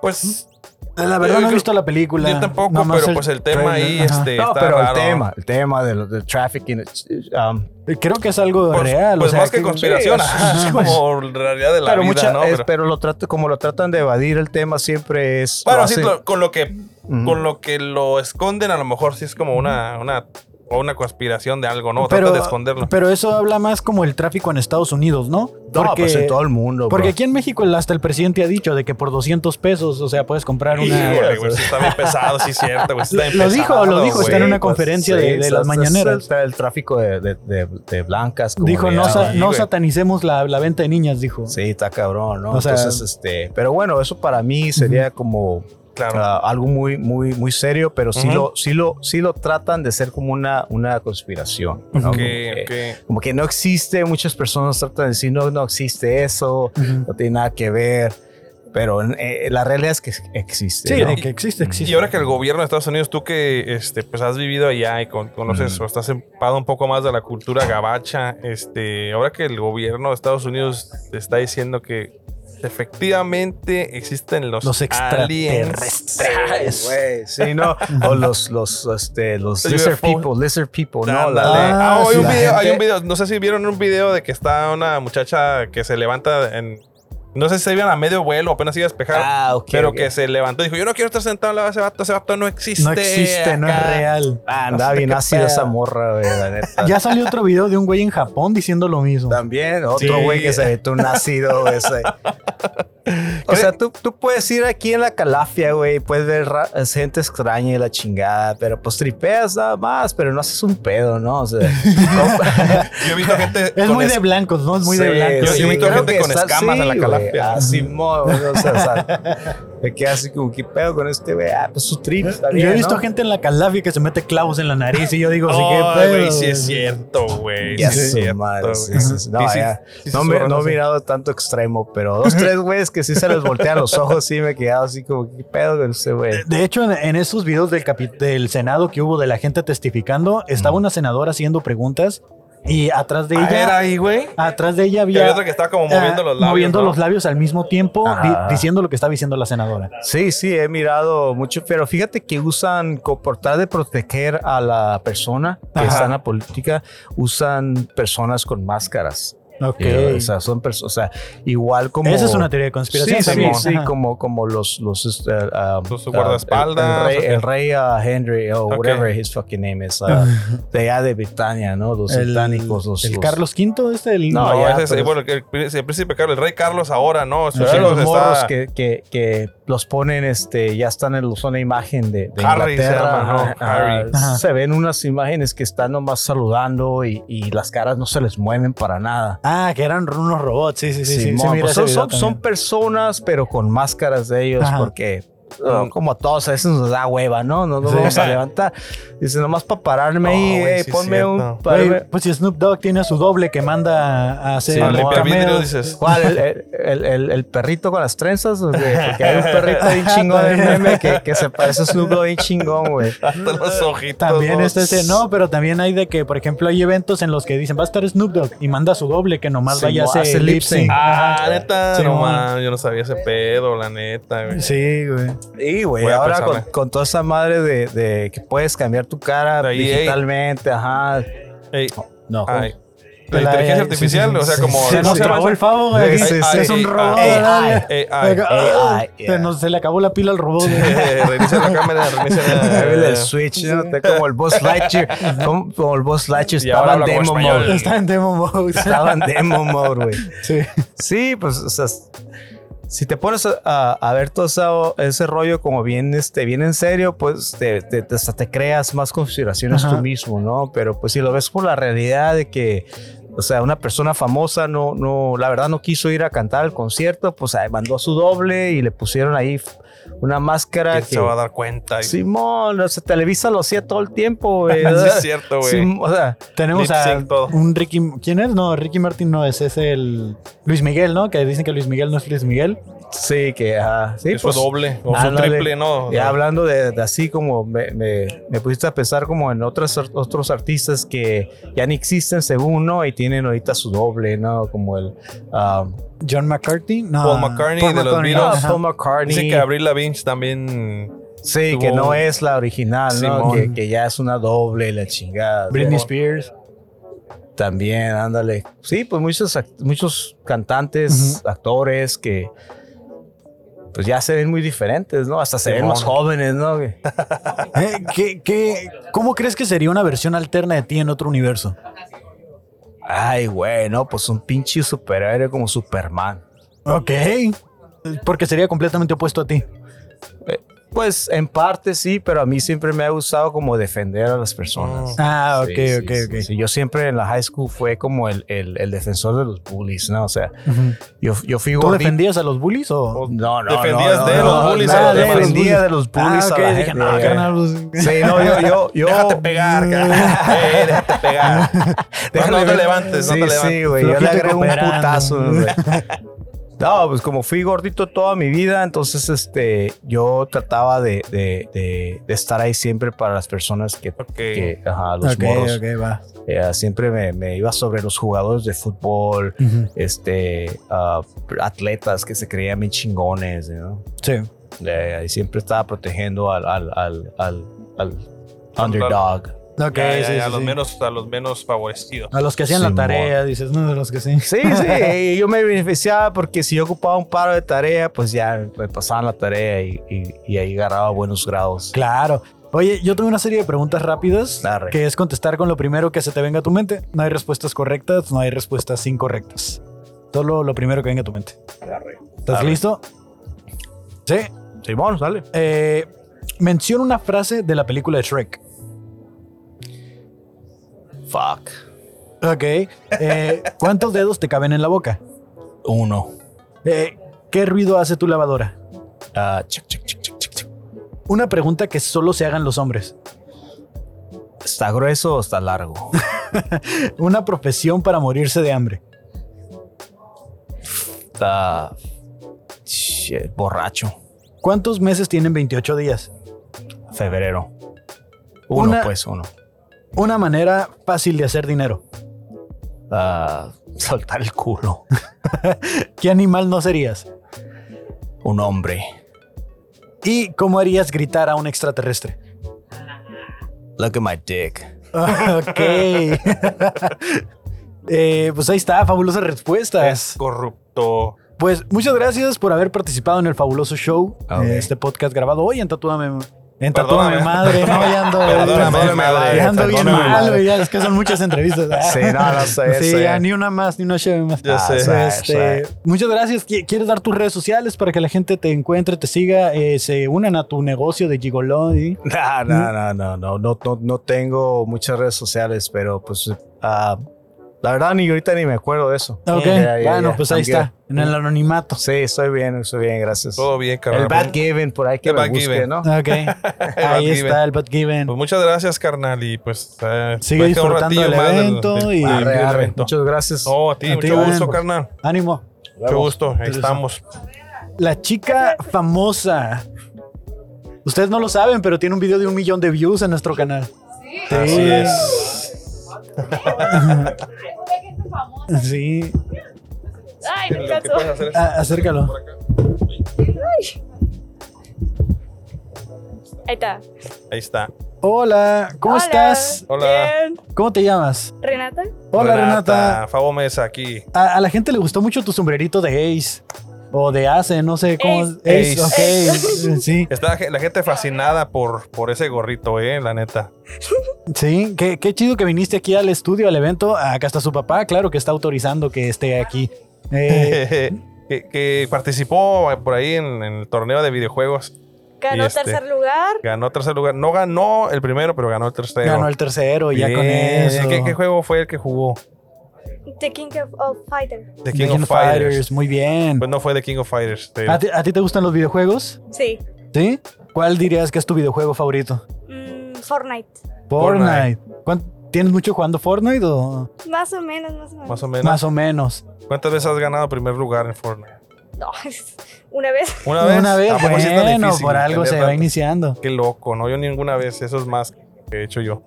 Pues
La verdad
Yo
no he
creo-
visto la película.
yo tampoco,
Nada más
pero pues el tema ahí,
trailer. Ajá.
este,
No,
está
pero
raro.
el tema, el tema del, del trafficking, it's- um,
Creo que es algo
Pues,
real.
pues
o sea,
más que, conspiración,
Sí,
ajá, es
ajá, pues,
como realidad de la
pero
vida,
mucha-
¿no?
es-
Pero-
pero lo trata, como lo tratan de evadir el tema siempre es.
bueno,
lo
sí,
hacen-
lo- con lo que
Ujú.
con lo que lo esconden, a lo mejor sí es como una, una, o una conspiración de algo, ¿no? Trata
pero,
de esconderlo.
pero eso habla más como el tráfico en Estados Unidos, ¿no?
No, pues en todo el mundo.
porque
bro.
aquí en México el- hasta el presidente ha dicho de que por 200 pesos, o sea, puedes comprar una...
Híjole, güey, sí está bien pesado, sí es cierto, güey. sí está bien
Lo dijo,
pesado,
lo dijo, está en
güey. pues,
una conferencia de- de
es-
las
es-
mañaneras.
es El, el tráfico de, de- de- de blancas. como
Dijo,
le
no, sa-
llaman.
sí,
no
güey.
satanicemos la, la venta de niñas, dijo.
Sí, está cabrón, ¿no?
O sea-
Entonces, este. Pero bueno, eso para mí sería como
Claro.
ah, algo muy, muy, muy serio, pero sí,
Ujú.
lo, sí, lo, sí lo tratan de ser como una, una conspiración. ¿no? Como
Ok,
que-
ok.
Como que no existe, muchas personas tratan de decir, no, no existe eso,
Ujú.
no tiene nada que ver. Pero eh, la realidad es que existe.
Sí,
¿no?
de que existe, existe.
Y ahora que el gobierno de Estados Unidos, tú que este, pues has vivido allá y con- conoces
Mm.
o estás empapado un poco más de la cultura gabacha, este, ahora que el gobierno de Estados Unidos te está diciendo que efectivamente existen los,
Los
aliens.
extraterrestres.
Ay, güey, sí, no. o los, los, este, los
Los
lizard
UFO.
people, lizard people, no.
Ándale.
La,
Ah,
Ah, hay,
sí,
un
la
video, hay
gente-
un video, no sé si vieron un video de que está una muchacha que se levanta en... No sé si se iban a medio vuelo, apenas iba a despejar.
Ah, ok,
pero
ok.
que se levantó y dijo, yo no quiero estar sentado al lado de ese vato, ese vato no existe.
No existe, no es
acá".
real.
Ah, andaba bien ácida esa morra, güey, la neta.
Ya salió otro video de un güey en Japón diciendo lo mismo.
También, otro
Sí.
güey que se metió un ácido, güey, ese. O sea, tú, tú puedes ir aquí en la calafia, güey, puedes ver ra- es gente extraña y la chingada, pero pues tripeas nada más, pero no haces un pedo, ¿no? O sea, no-
Yo he visto gente...
Es
con
muy
es-
de blancos, ¿no? Es muy de
Sí,
blancos.
Yo- yo invito a
creo
gente
que
con escamas en la
güey.
calafia.
Ah, Simón, güey, o sea, o sea, me queda así como, ¿qué pedo con este, güey? Ah, pues su trip está bien,
Yo he visto
¿no?
gente en la calafia que se mete clavos en la nariz y yo digo, sí,
Ay,
qué pedo.
güey, sí
güey?
es cierto, güey.
Ya
sí es
su
cierto,
madre,
güey.
sí, sí, sí. No,
Sí, sí,
ya.
sí,
No
sí,
me-
sí,
no he
sí.
mirado tanto extremo, pero dos, tres güeyes que sí se les voltean los ojos, sí me quedaba así como, ¿qué pedo con este güey?
De- De hecho, en, en esos videos del, capi- del Senado que hubo de la gente testificando,
Mm.
estaba una senadora haciendo preguntas y atrás de
Ah, era
ella,
ahí, güey.
atrás de ella
Y
había
había otro que estaba como moviendo
ah,
los labios.
moviendo
¿no?
los labios al mismo tiempo, di-
Ajá.
diciendo lo que estaba diciendo la senadora.
Sí, sí, he mirado mucho, pero fíjate que usan, co- por tratar de proteger a la persona que
Ajá.
está en la política, usan personas con máscaras. Eh,
Ok.
O sea, son perso- o sea, igual como...
Esa es una teoría de
Sí,
conspiración.
sí,
también.
sí,
Ajá.
como, como los, los, este, ah, um,
Los
ah,
guardaespaldas,
el- El, rey,
o
el rey, ah, Henry, o
Ok.
whatever his fucking name is, ah, de allá de Britania, ¿no? Los
El-
británicos, los.
el
los-
Carlos V, este, el-
pues. No,
No,
ya,
ese es-
pero-
bueno, el, príncipe- el príncipe Carlos, el rey Carlos ahora, ¿no? Su
los
hijo
los
está-
moros que, que, que los ponen, este, ya están en la zona de imagen de, de
Harry se
Inglaterra.
llama, ¿no?
Ajá, ajá.
Harry.
Ajá.
Se ven unas imágenes que están nomás saludando y, y las caras no se les mueven para nada.
Ah, que eran unos robots. Sí, sí, sí. sí, sí,
Simón,
mira
pues
ese
son,
video
son- son
también.
personas, pero con máscaras de ellos,
Ajá.
porque
Mm.
oh, como a todos a veces nos da hueva, ¿no? No nos
Sí.
vamos a levantar. Dice, nomás para pararme
No,
ahí,
güey,
eh,
sí es
ponme
cierto.
un...
Güey,
pararme-
pues si Snoop Dogg tiene a su doble que manda a hacer
Sí,
Ah,
Simón.
limpiar
cameos.
vidrio, dices.
¿Cuál? ¿El, el- el- el perrito con las trenzas? o qué? Porque hay un perrito bien chingón del meme que, que se parece a Snoop Dogg bien chingón, güey.
Hasta los ojitos.
También
¿no?
está ese, no, pero también hay de que, por ejemplo, hay eventos en los que dicen va a estar Snoop Dogg y manda a su doble que nomás
Sí,
vaya a
hace
hacer
lip
lip sync.
sync.
Ah, neta,
Sí,
no
no.
man, yo no sabía ese pedo, la neta, güey.
Sí, güey.
Y, güey,
Voy a
ahora con,
pensarle.
con toda esa madre de, de que puedes cambiar tu cara
De ahí, ey.
digitalmente, ajá.
Ey,
No,
ay, la inteligencia artificial, o sea, como no
Se nos
se
trabó
avanza.
el pavo, güey.
Ah, Sí, sí,
eh, Es
sí.
un robot.
Ay,
dale.
ay, ay.
Ah,
Ay,
Se
ay.
nos se le acabó la pila al robot, güey.
Eh, reinicia la cámara, reinicia la.
Háblale el Switch, ¿no? Está como el Boss Lightyear. Como, como el Boss Lightyear.
Y ahora
Estaba en
habla como
demo
español.
mode.
Está en demo mode.
Estaba en demo mode, güey.
Sí.
Sí, pues, o sea, si te pones a, a- a ver todo esa- ese rollo como bien, este, bien en serio, pues te, te- te- hasta te creas más consideraciones
Ajá.
tú mismo, ¿no? Pero pues si lo ves por la realidad de que, o sea, una persona famosa no, no, la verdad no quiso ir a cantar al concierto, pues ahí mandó a su doble y le pusieron ahí una máscara
¿Quién
que...
se va a dar cuenta? Y-
Simón, o sea, Televisa lo hacía todo el tiempo, güey.
Sí, es cierto, güey.
Sim- o sea,
Tenemos
Lip
a
sync, todo.
un Ricky. ¿Quién es? No, Ricky Martin no es. Es el Luis Miguel, ¿no? Que dicen que Luis Miguel no es Luis Miguel.
sí, que... ajá, sí,
Es su
pues,
doble o su
ándale.
triple, ¿no?
Ya hablando de, de así como me, me, me pusiste a pensar como en otras, ar- otros artistas que ya ni existen según, ¿no? Y tienen ahorita su doble, ¿no? Como el um, ah,
John McCarthy. No.
Paul McCartney de los Beatles.
ajá.
Paul McCartney.
Dicen que Abril Lavigne también.
sí, que
tuvo
no
un-
es la original, ¿no?
Simón.
Que, que ya es una doble, la chingada.
Britney
¿no?
Spears.
También, ándale. Sí, pues muchos, act- muchos cantantes, actores que pues ya se ven muy diferentes, ¿no? Hasta se ven
Simón.
más jóvenes, ¿no?
Eh, ¿Qué, qué, ¿Cómo crees que sería una versión alterna de ti en otro universo?
Ay, güey, no, pues un pinche superhéroe como Superman.
Ok. Porque sería completamente opuesto a ti.
Pues en parte sí, pero a mí siempre me ha gustado como defender a las
Mm.
personas.
Ah, ok,
Sí,
ok,
sí,
ok.
sí, sí. Yo siempre en la high school fue como el, el- el defensor de los bullies, ¿no? O sea,
Ujú.
yo, yo fui
¿Tú
gordito.
defendías a los bullies o.?
No, no,
Defendías
no,
de
no,
los
no,
bullies
no,
a los demás.
defendía de los bullies
Ah, ok.
a la
Dije,
gente,
no,
güey.
carnal, pues,
Sí, no, yo, yo, yo. Mm.
Déjate pegar, cara. Eh, déjate pegar. No, no te levantes, no
Sí,
te levantes.
Sí, güey, yo le
Flojito
agrego un
cooperando.
putazo, güey. No, pues como fui gordito toda mi vida, entonces este, yo trataba de, de- de- de estar ahí siempre para las personas que,
Ok.
que, ajá, los
Ok,
morros.
ok, va.
Eh, siempre me, me iba sobre los jugadores de fútbol,
Ujú.
este, ah, atletas que se creían bien chingones, ¿no?
Sí.
Eh, y siempre estaba protegiendo al, al, al, al- al underdog.
Ok,
Ya, ya,
sí,
ya,
sí,
a, los
sí.
Menos, a los menos favorecidos.
A los que hacían la
Simón.
tarea, dices, no, de los que sí.
Sí, sí, y yo me beneficiaba porque si yo ocupaba un paro de tarea, pues ya me pasaban la tarea y, y- y ahí agarraba buenos grados.
Claro. Oye, yo tengo una serie de preguntas rápidas
Arre.
que es contestar con lo primero que se te venga a tu mente. No hay respuestas correctas, no hay respuestas incorrectas. Solo lo primero que venga a tu mente. ¿Estás
Arre.
listo? Sí.
Simón, sale.
Eh, menciona una frase de la película de Shrek.
Fuck.
Ok. Eh, ¿Cuántos dedos te caben en la boca?
Uno.
Eh, ¿Qué ruido hace tu lavadora?
Ah, chic, chic, chic, chic, chic, chic.
Una pregunta que solo se hagan los hombres.
¿Está grueso o está largo?
Una profesión para morirse de hambre.
Está shit, borracho.
¿Cuántos meses tienen 28 días?
Febrero. Uno,
Una-
pues, uno.
Una manera fácil de hacer dinero.
Ah, soltar el culo.
¿Qué animal no serías?
Un hombre.
¿Y cómo harías gritar a un extraterrestre?
Look at my dick.
Ok. Eh, pues ahí está, fabulosas respuestas.
Es corrupto.
Pues muchas gracias por haber participado en el fabuloso show,
Ok.
eh, este podcast grabado hoy en Tatúame. En
Ah, Perdóname.
Tatúame Madre, no, ya ando,
Perdóname,
ya ando
madre,
bien
perdóname,
mal,
madre.
güey, ya es que son muchas entrevistas.
Sí, no, no sé,
Sí,
sé.
ya ni una más, ni una chévere más.
Ya
Ah,
sé.
sí.
Este, Muchas gracias. Qui- ¿Quieres dar tus redes sociales para que la gente te encuentre, te siga, eh, se unan a tu negocio de gigolón? y-
No, no, no, no, no, no, no, no tengo muchas redes sociales, pero pues ah, la verdad ni ahorita ni me acuerdo de eso.
Ok,
Ya, ya,
bueno,
ya,
pues ahí
I'm good.
está, en el anonimato.
Sí, estoy bien, estoy bien, gracias.
Todo bien, carnal.
el Bad Given, por ahí que
El
me
Bad
busque,
Given.
¿no?
Ok, ahí
Given.
está el Bad Given.
Pues muchas gracias, carnal. Y pues. eh, me
Sigue
queda un
disfrutando
ratillo
del
más
evento y-
del
Arre, arre.
evento.
Muchas gracias.
No, a ti,
A ti,
mucho
Iván,
gusto,
pues.
carnal.
Ánimo.
Mucho gusto. Ahí
Entonces,
estamos.
La chica famosa. Ustedes no lo saben, pero tiene un video de un millón de views en nuestro canal. Sí.
Así es.
Sí.
Ay, me
Lo que
cansó.
puedes hacer es-
A- Ah, acércalo.
Ahí está.
Ahí está.
Hola, ¿cómo
Hola.
estás?
Hola.
Bien.
¿Cómo te llamas?
Renata,
Hola, Renata.
Fabo Mesa aquí.
A, a la gente le gustó mucho tu sombrerito de Ace. O de Ace, no sé cómo.
Ace.
ok, Sí,
Está la ge- la gente fascinada por, por ese gorrito, eh, la neta.
sí. Qué, qué chido que viniste aquí al estudio, al evento. Acá está su papá, claro que está autorizando que esté aquí. Eh,
que, que participó por ahí en, en el torneo de videojuegos.
ganó
Y este-
tercer lugar.
Ganó tercer lugar. No ganó el primero, pero ganó el tercero.
ganó el tercero, y ya con
Bien.
eso.
¿Qué, qué juego fue el que jugó?
The King of, of Fighter.
The King, of, Fighters.
muy bien.
Pues no fue The King of Fighters. te-
¿A ti, a ti te gustan los videojuegos?
Sí.
¿Sí? ¿Cuál dirías que es tu videojuego favorito?
Mm, Fortnite.
Fortnite. ¿Cuán- ¿Tienes mucho jugando Fortnite o
Más o menos, más o menos.
Más o menos.
más o menos?
¿Cuántas veces has ganado primer lugar en Fortnite?
No, una vez.
Una vez.
Una vez,
¿A poco sí es tan
bueno,
difícil
por algo
tener
se va
tanto?
iniciando.
Qué loco, ¿no? Yo ninguna vez. Eso es más que he hecho yo.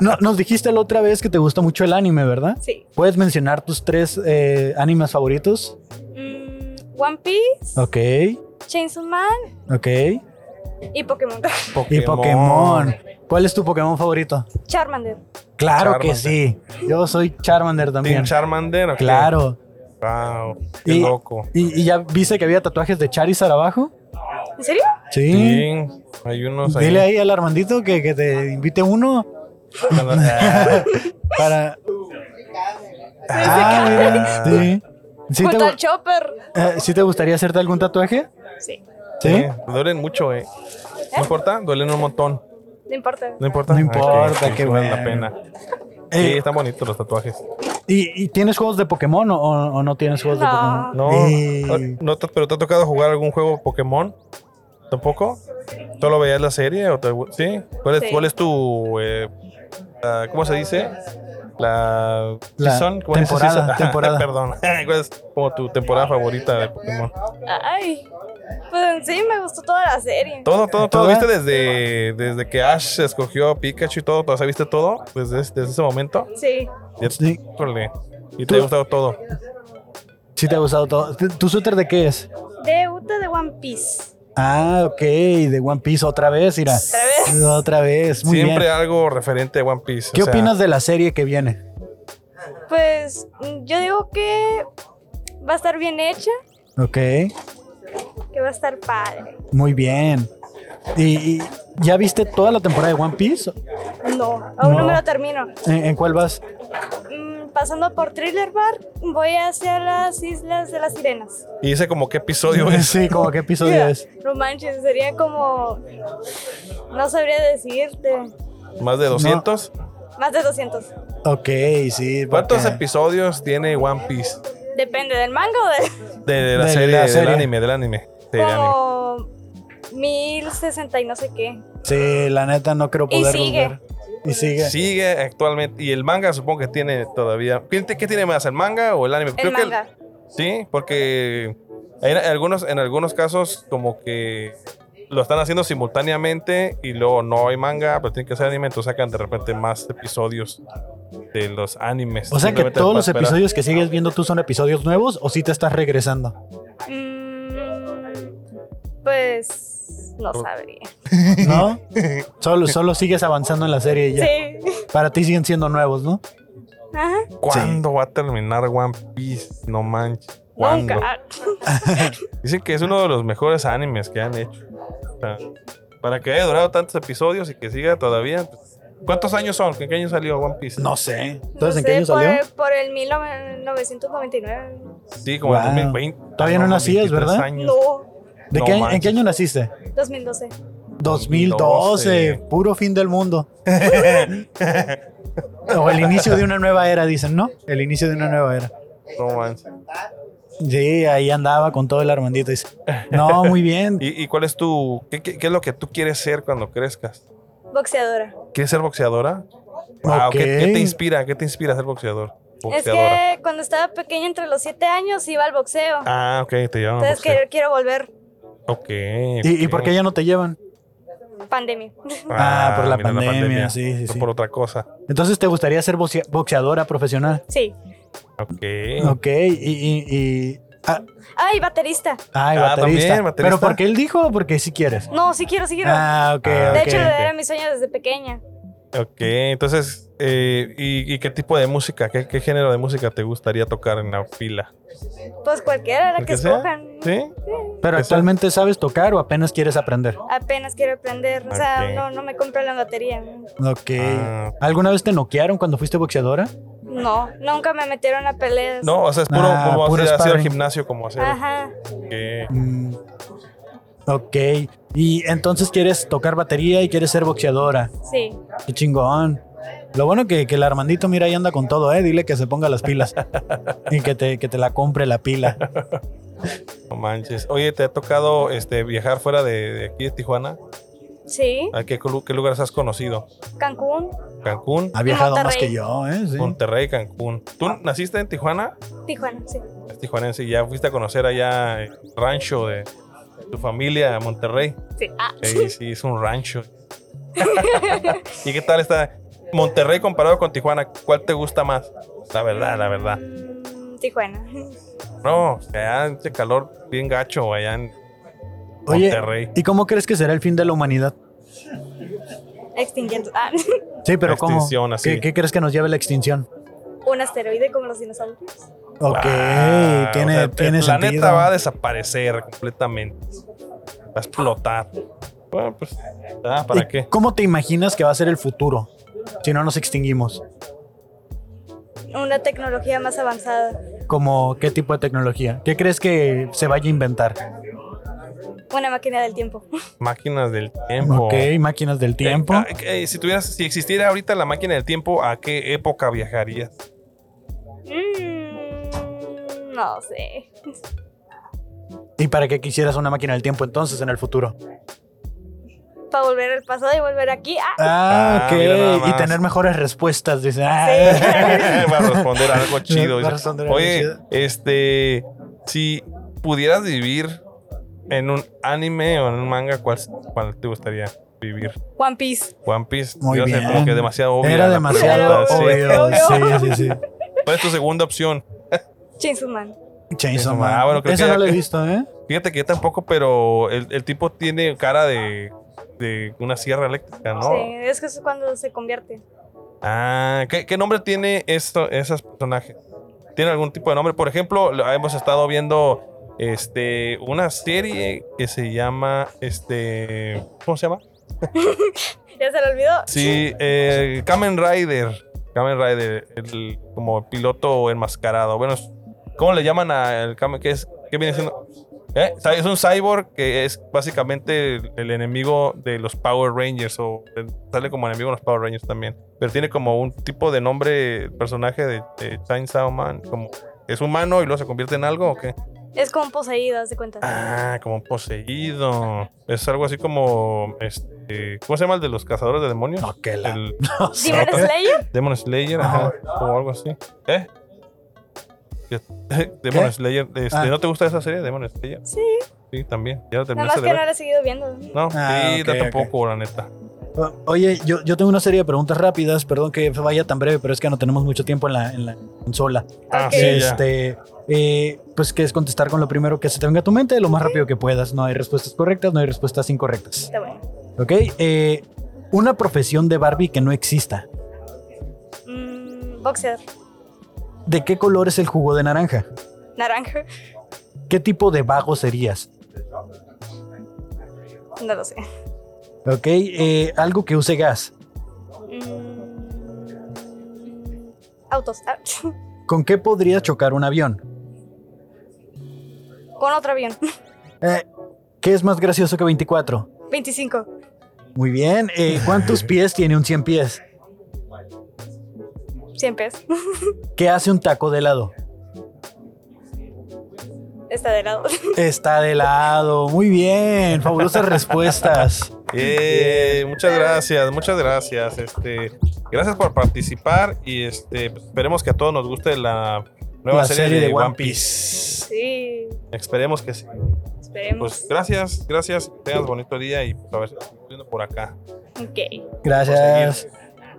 No, nos dijiste la otra vez que te gusta mucho el anime, ¿verdad?
Sí.
¿Puedes mencionar tus tres eh, animes favoritos?
Mm, One Piece,
Ok,
Chainsaw Man
ok.
y Pokémon.
Y Pokémon. ¿Cuál es tu Pokémon favorito?
Charmander.
Claro que
Charmander.
sí. Yo soy Charmander
Team
también.
Charmander. ok.
claro.
Wow. Qué
Y-
loco.
¿Y, y ya viste que había tatuajes de Charizard abajo?
¿En serio?
Sí.
Sí. Hay unos ahí.
Dile ahí al Armandito que, que te invite uno para. Ah, mira, sí. ¿Sí te,
Junto al Chopper.
eh, ¿sí te gustaría hacerte algún tatuaje?
Sí.
¿Sí?
Duelen mucho, eh. No importa, duelen un montón.
No importa.
No importa.
No
Ah,
importa,
que- que
qué
sí vale la
bueno.
pena. Sí,
Eh,
están bonitos los tatuajes.
¿y, y tienes juegos de Pokémon o, o- o no tienes juegos de
No.
Pokémon?
No, ah,
Sí.
no te- pero te ha tocado jugar algún juego Pokémon? ¿Tampoco? ¿Tú lo veías la serie? O te- ¿Sí? ¿Cuál es,
Sí.
cuál es tu. eh, la- ¿Cómo se dice? La.
La
season, ¿cómo se dice?
temporada,
Season.
temporada.
Perdón. ¿Cuál es como tu temporada favorita de Pokémon?
Ay. Pues en sí me gustó toda la serie.
Todo, todo, todo.
¿Toda?
¿Viste desde, desde que Ash escogió a Pikachu y todo? ¿Todo ¿Viste todo? Desde, desde ese momento.
Sí.
Ya-
Sí.
híjole, Y
Tú-
te ha gustado todo.
Sí, te ha gustado todo. ¿Tu- ¿Tu suéter de qué es?
De Uta de One Piece.
Ah, ok, de One Piece otra vez, mira.
Otra vez.
Otra vez, muy
Siempre
bien.
algo referente a One Piece. o
¿Qué
sea,
opinas de la serie que viene?
Pues mm, yo digo que va a estar bien hecha,
Ok,
que va a estar padre.
muy bien. ¿Y, y ya viste toda la temporada de One Piece?
No, aún no,
No.
me lo termino.
¿En, en cuál vas?
Mm, pasando por Thriller Bar, voy hacia las Islas de las Sirenas.
Y dice como qué episodio es.
Sí, como qué episodio es.
No manches, sería como... No sabría decirte.
Más de 200.
Más de 200.
Ok, sí.
¿Cuántos
porque-
episodios tiene One Piece?
Depende del manga o de...
De, la,
De
serie,
la serie.
del anime, del anime. Sí, del anime.
Como... 1060 y no sé qué.
Sí, la neta no creo
Y
poderlos
sigue.
ver. Y sigue.
Sigue actualmente. Y el manga supongo que tiene todavía. ¿Qué, te- qué tiene más? ¿El manga o el anime?
El
Pues que el-
manga.
sí, porque hay algunos, en algunos casos como que lo están haciendo simultáneamente y luego no hay manga, pero tiene que ser anime, entonces sacan de repente más episodios de los animes.
O sea que
Simplemente
todos
para
los
esperar.
episodios que sigues viendo tú son episodios nuevos o si te estás regresando.
Mm, pues... No sabría.
¿No? solo, solo sigues avanzando en la serie y ya.
Sí.
Para ti siguen siendo nuevos, ¿no?
Ajá.
¿Cuándo va a terminar One Piece? No manches. ¿Cuándo?
Nunca. Ah.
Dicen que es uno de los mejores animes que han hecho. O sea, para que haya durado tantos episodios y que siga todavía. pues, ¿Cuántos años son? ¿En qué año salió One Piece?
No sé.
No
Entonces,
sé,
¿en qué año
por,
salió?
por el 1999.
Sí, como en
Wow.
2020.
Todavía no nacías,
23
¿verdad?
años.
No,
¿De
No
qué año- ¿En
manches.
qué año naciste?
2012.
2012, puro fin del mundo. o el inicio de una nueva era, dicen, ¿no? El inicio de una nueva era.
No manches.
Sí, ahí andaba con todo el armandito. Dice, no, muy bien.
¿Y, y cuál es tu. Qué, qué- qué es lo que tú quieres ser cuando crezcas?
Boxeadora.
¿Quieres ser boxeadora? Wow, ¿qué-
Ok.
¿qué, te inspira? ¿Qué te inspira a ser boxeador?
Es
Boxeadora.
que cuando estaba pequeña, entre los 7 años, iba al boxeo.
Ah, ok, te llaman.
Entonces
boxeo.
quiero, quiero volver.
Ok.
¿Y, y por qué ya no te llevan?
Pandemia.
Ah, por la
mira,
pandemia, sí, sí,
No
sí.
Por otra cosa.
Entonces, ¿te gustaría ser boxea- boxeadora profesional?
Sí.
Ok.
Ok, y, y- y Ah,
Ay, baterista.
ay,
Ah,
baterista.
también, baterista.
Pero porque él dijo o porque si quieres.
No, sí quiero, sí quiero.
Ah, ok.
de
Ah,
ok.
hecho, eh,
ok.
era mi sueño desde pequeña.
Ok, entonces, eh, ¿y, y qué tipo de música? ¿Qué, qué género de música te gustaría tocar en la fila?
Pues cualquiera, la
¿El
que
que sea?
escojan.
¿Sí?
Pero actualmente sabes tocar o apenas quieres aprender.
Apenas quiero aprender. O sea,
Ok.
no, no me compro la batería.
Ok.
Ah.
¿Alguna vez te noquearon cuando fuiste boxeadora?
No, nunca me metieron a peleas.
No, o sea, es puro,
Ah,
como
puro
hacer, hacer
sparring.
gimnasio, como hacer.
Ajá.
ok.
Mm, Ok. Y entonces quieres tocar batería y quieres ser boxeadora.
Sí.
Qué chingón. Lo bueno que, que el Armandito, mira, ahí anda con todo, ¿eh? Dile que se ponga las pilas y que te, que te la compre la pila.
No manches. Oye, ¿te ha tocado este, viajar fuera de, de aquí de Tijuana?
Sí.
¿A qué, clu- qué lugares has conocido?
Cancún,
Cancún,
Ha viajado más
Monterrey.
que yo, ¿eh? Sí.
Monterrey, Cancún. ¿Tú naciste en Tijuana?
Tijuana, sí.
Es tijuanense y ya fuiste a conocer allá el rancho de tu familia a Monterrey.
Sí.
Ah,
Sí, sí, es un rancho. ¿Y qué tal está Monterrey comparado con Tijuana? ¿Cuál te gusta más? La verdad, la verdad.
Mm, Tijuana.
No, allá hace calor bien gacho allá en
Oye,
Monterrey.
¿y cómo crees que será el fin de la humanidad?
Extinguiendo. Ah,
Sí, pero
La
¿cómo?
extinción, así.
¿Qué, qué crees que nos lleve la extinción?
un asteroide como los dinosaurios.
Ok,
Ah,
tiene,
o sea,
tiene
el
sentido.
planeta va a desaparecer completamente. Va a explotar. Bueno, pues, ah, ¿para
¿Y
qué?
¿Cómo te imaginas que va a ser el futuro si no nos extinguimos?
Una tecnología más avanzada.
¿Como qué tipo de tecnología? ¿Qué crees que se vaya a inventar?
Una máquina del tiempo.
Máquinas del tiempo.
Ok, máquinas del tiempo.
Eh, ah, eh, si tuvieras, si existiera ahorita la máquina del tiempo, ¿a qué época viajarías?
Mm, no sé.
¿Y para qué quisieras una máquina del tiempo entonces en el futuro?
Para volver al pasado y volver aquí. Ah,
Ah,
Ah,
ok.
mira nada más.
Y tener mejores respuestas. Dice, ah,
Va a responder algo chido.
Va a
dice.
responder algo
Oye,
chido.
este, si pudieras vivir en un anime o en un manga, ¿cuál, cuál te gustaría vivir?
One Piece.
One Piece.
Muy
Iba a ser
bien.
Como que demasiado obvio.
Era demasiado obvio. Sí, sí, sí.
¿Cuál es tu segunda opción?
Chainsaw Man.
Chainsaw Man.
Ah, bueno, creo
Eso
que-
no lo he visto, ¿eh?
Fíjate que yo tampoco, pero el, el tipo tiene cara de, de una sierra eléctrica, ¿no?
Sí, es que eso es cuando se convierte.
Ah, ¿qué, qué nombre tiene esto, esos personajes? ¿Tiene algún tipo de nombre? Por ejemplo, lo- hemos estado viendo este, una serie que se llama, este, ¿cómo se llama?
¿Ya se lo olvidó?
Sí, eh, Kamen Rider. Kamen Rider, el, como piloto enmascarado. Bueno, es- ¿cómo le llaman al Kamen? ¿Qué, es, qué viene siendo? Eh, o sea, Es un cyborg que es básicamente el, el enemigo de los Power Rangers o eh, sale como enemigo de los Power Rangers también. Pero tiene como un tipo de nombre, personaje de, de Chainsaw Man. Como, ¿Es humano y luego se convierte en algo o qué?
Es como poseído, haz de cuenta.
Ah, como poseído. Es algo así como, este, ¿cómo se llama el de los cazadores de demonios?
No, que la-
El- ¿eh?
no sé.
Demon Slayer.
Demon Slayer, ajá, o algo así. ¿Eh? Ya- Demon
¿Qué?
Slayer, este,
Ah.
¿no te gusta esa serie? Demon Slayer.
Sí.
Sí, también. Ya la
Nada
terminaste
más
de
que no
ver.
lo he seguido viendo.
No,
Ah,
sí,
ok,
yo
ok.
tampoco, la neta.
O- Oye, yo, yo tengo una serie de preguntas rápidas, perdón que vaya tan breve, pero es que no tenemos mucho tiempo en la, en la consola.
Ah,
Ok.
sí, ya.
Este, eh, pues que es contestar con lo primero que se te venga a tu mente, lo más rápido que puedas. No hay respuestas correctas, no hay respuestas incorrectas.
Está bueno.
¿Ok? Eh, una profesión de Barbie que no exista.
Mm, boxeador.
¿De qué color es el jugo de naranja?
Naranja.
¿Qué tipo de vago serías?
No lo sé.
¿Ok? Eh, algo que use gas.
Mm, autos. Ah,
¿Con qué podrías chocar un avión?
con otro avión.
Eh, ¿Qué es más gracioso que 24?
25.
Muy bien. Eh, ¿Cuántos pies tiene un 100 pies?
100 pesos.
¿Qué hace un taco de helado?
Está de lado.
Está de lado. Muy bien. Fabulosas respuestas.
Eh, muchas gracias, muchas gracias. Este, gracias por participar y este, esperemos que a todos nos guste la nueva
La
serie,
serie
de,
de
One
One
Piece.
Sí.
Esperemos que sí.
Esperemos.
Pues gracias, gracias. Que tengas bonito día y pues, a ver, nos estamos viendo por acá.
Ok.
Gracias.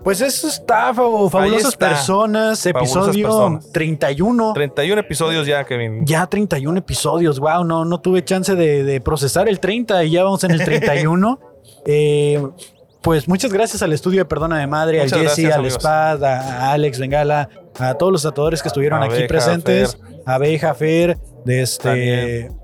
Pues eso está, Fabo. Fabulosas
está.
personas,
Fabulosas
episodio
personas.
31.
31 episodios ya, Kevin.
Ya 31 episodios, wow, no, no tuve chance de, de procesar el 30 y ya vamos en el 31. Eh, pues muchas gracias al estudio de Perdona de Madre,
Muchas
al Jesse,
gracias,
al
amigos.
Spad, a a Alex Bengala, a todos los tatuadores que estuvieron aquí
Abeja,
presentes, Abeja, Fer, de este,
Daniel.
Daniel.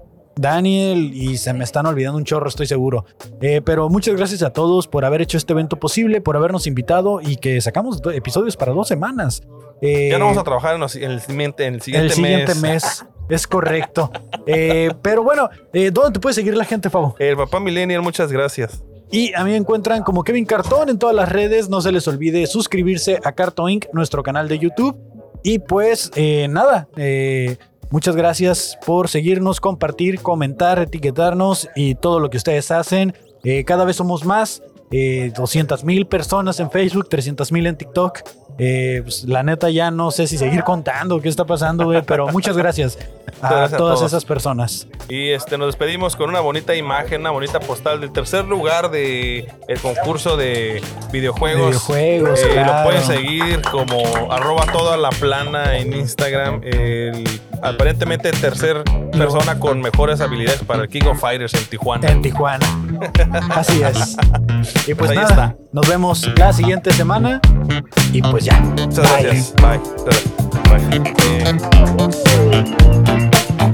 y se me están olvidando un chorro, estoy seguro. Eh, pero muchas gracias a todos por haber hecho este evento posible, por habernos invitado y que sacamos do- episodios para dos semanas. Eh,
Ya no vamos a trabajar en, los- en el, siguiente, en el siguiente
el siguiente mes. Es correcto. Eh, pero bueno, eh, ¿dónde te puede seguir la gente, Fabo?
El papá Millennial, muchas gracias.
Y a mí me encuentran como Kevin Cartón en todas las redes. No se les olvide suscribirse a Cartón Inc., nuestro canal de YouTube. Y pues eh, nada, eh, muchas gracias por seguirnos, compartir, comentar, etiquetarnos y todo lo que ustedes hacen. Eh, cada vez somos más. Eh, 200 mil personas en Facebook, 300 mil en TikTok. Eh, pues, la neta ya no sé si seguir contando qué está pasando, güey, pero muchas gracias a
Gracias a
todas
todos.
esas personas.
Y este, nos despedimos con una bonita imagen, una bonita postal del tercer lugar de el concurso de videojuegos.
Videojuegos,
Eh, Lo
claro.
pueden seguir como arroba toda la plana en Instagram. El, aparentemente tercer persona con mejores habilidades para el King of Fighters en Tijuana.
En Tijuana. Así es. Y pues
Ahí
nada,
está.
nos vemos la siguiente semana. Y pues ya.
Muchas
Bye.
gracias. Bye. Bye. Eh,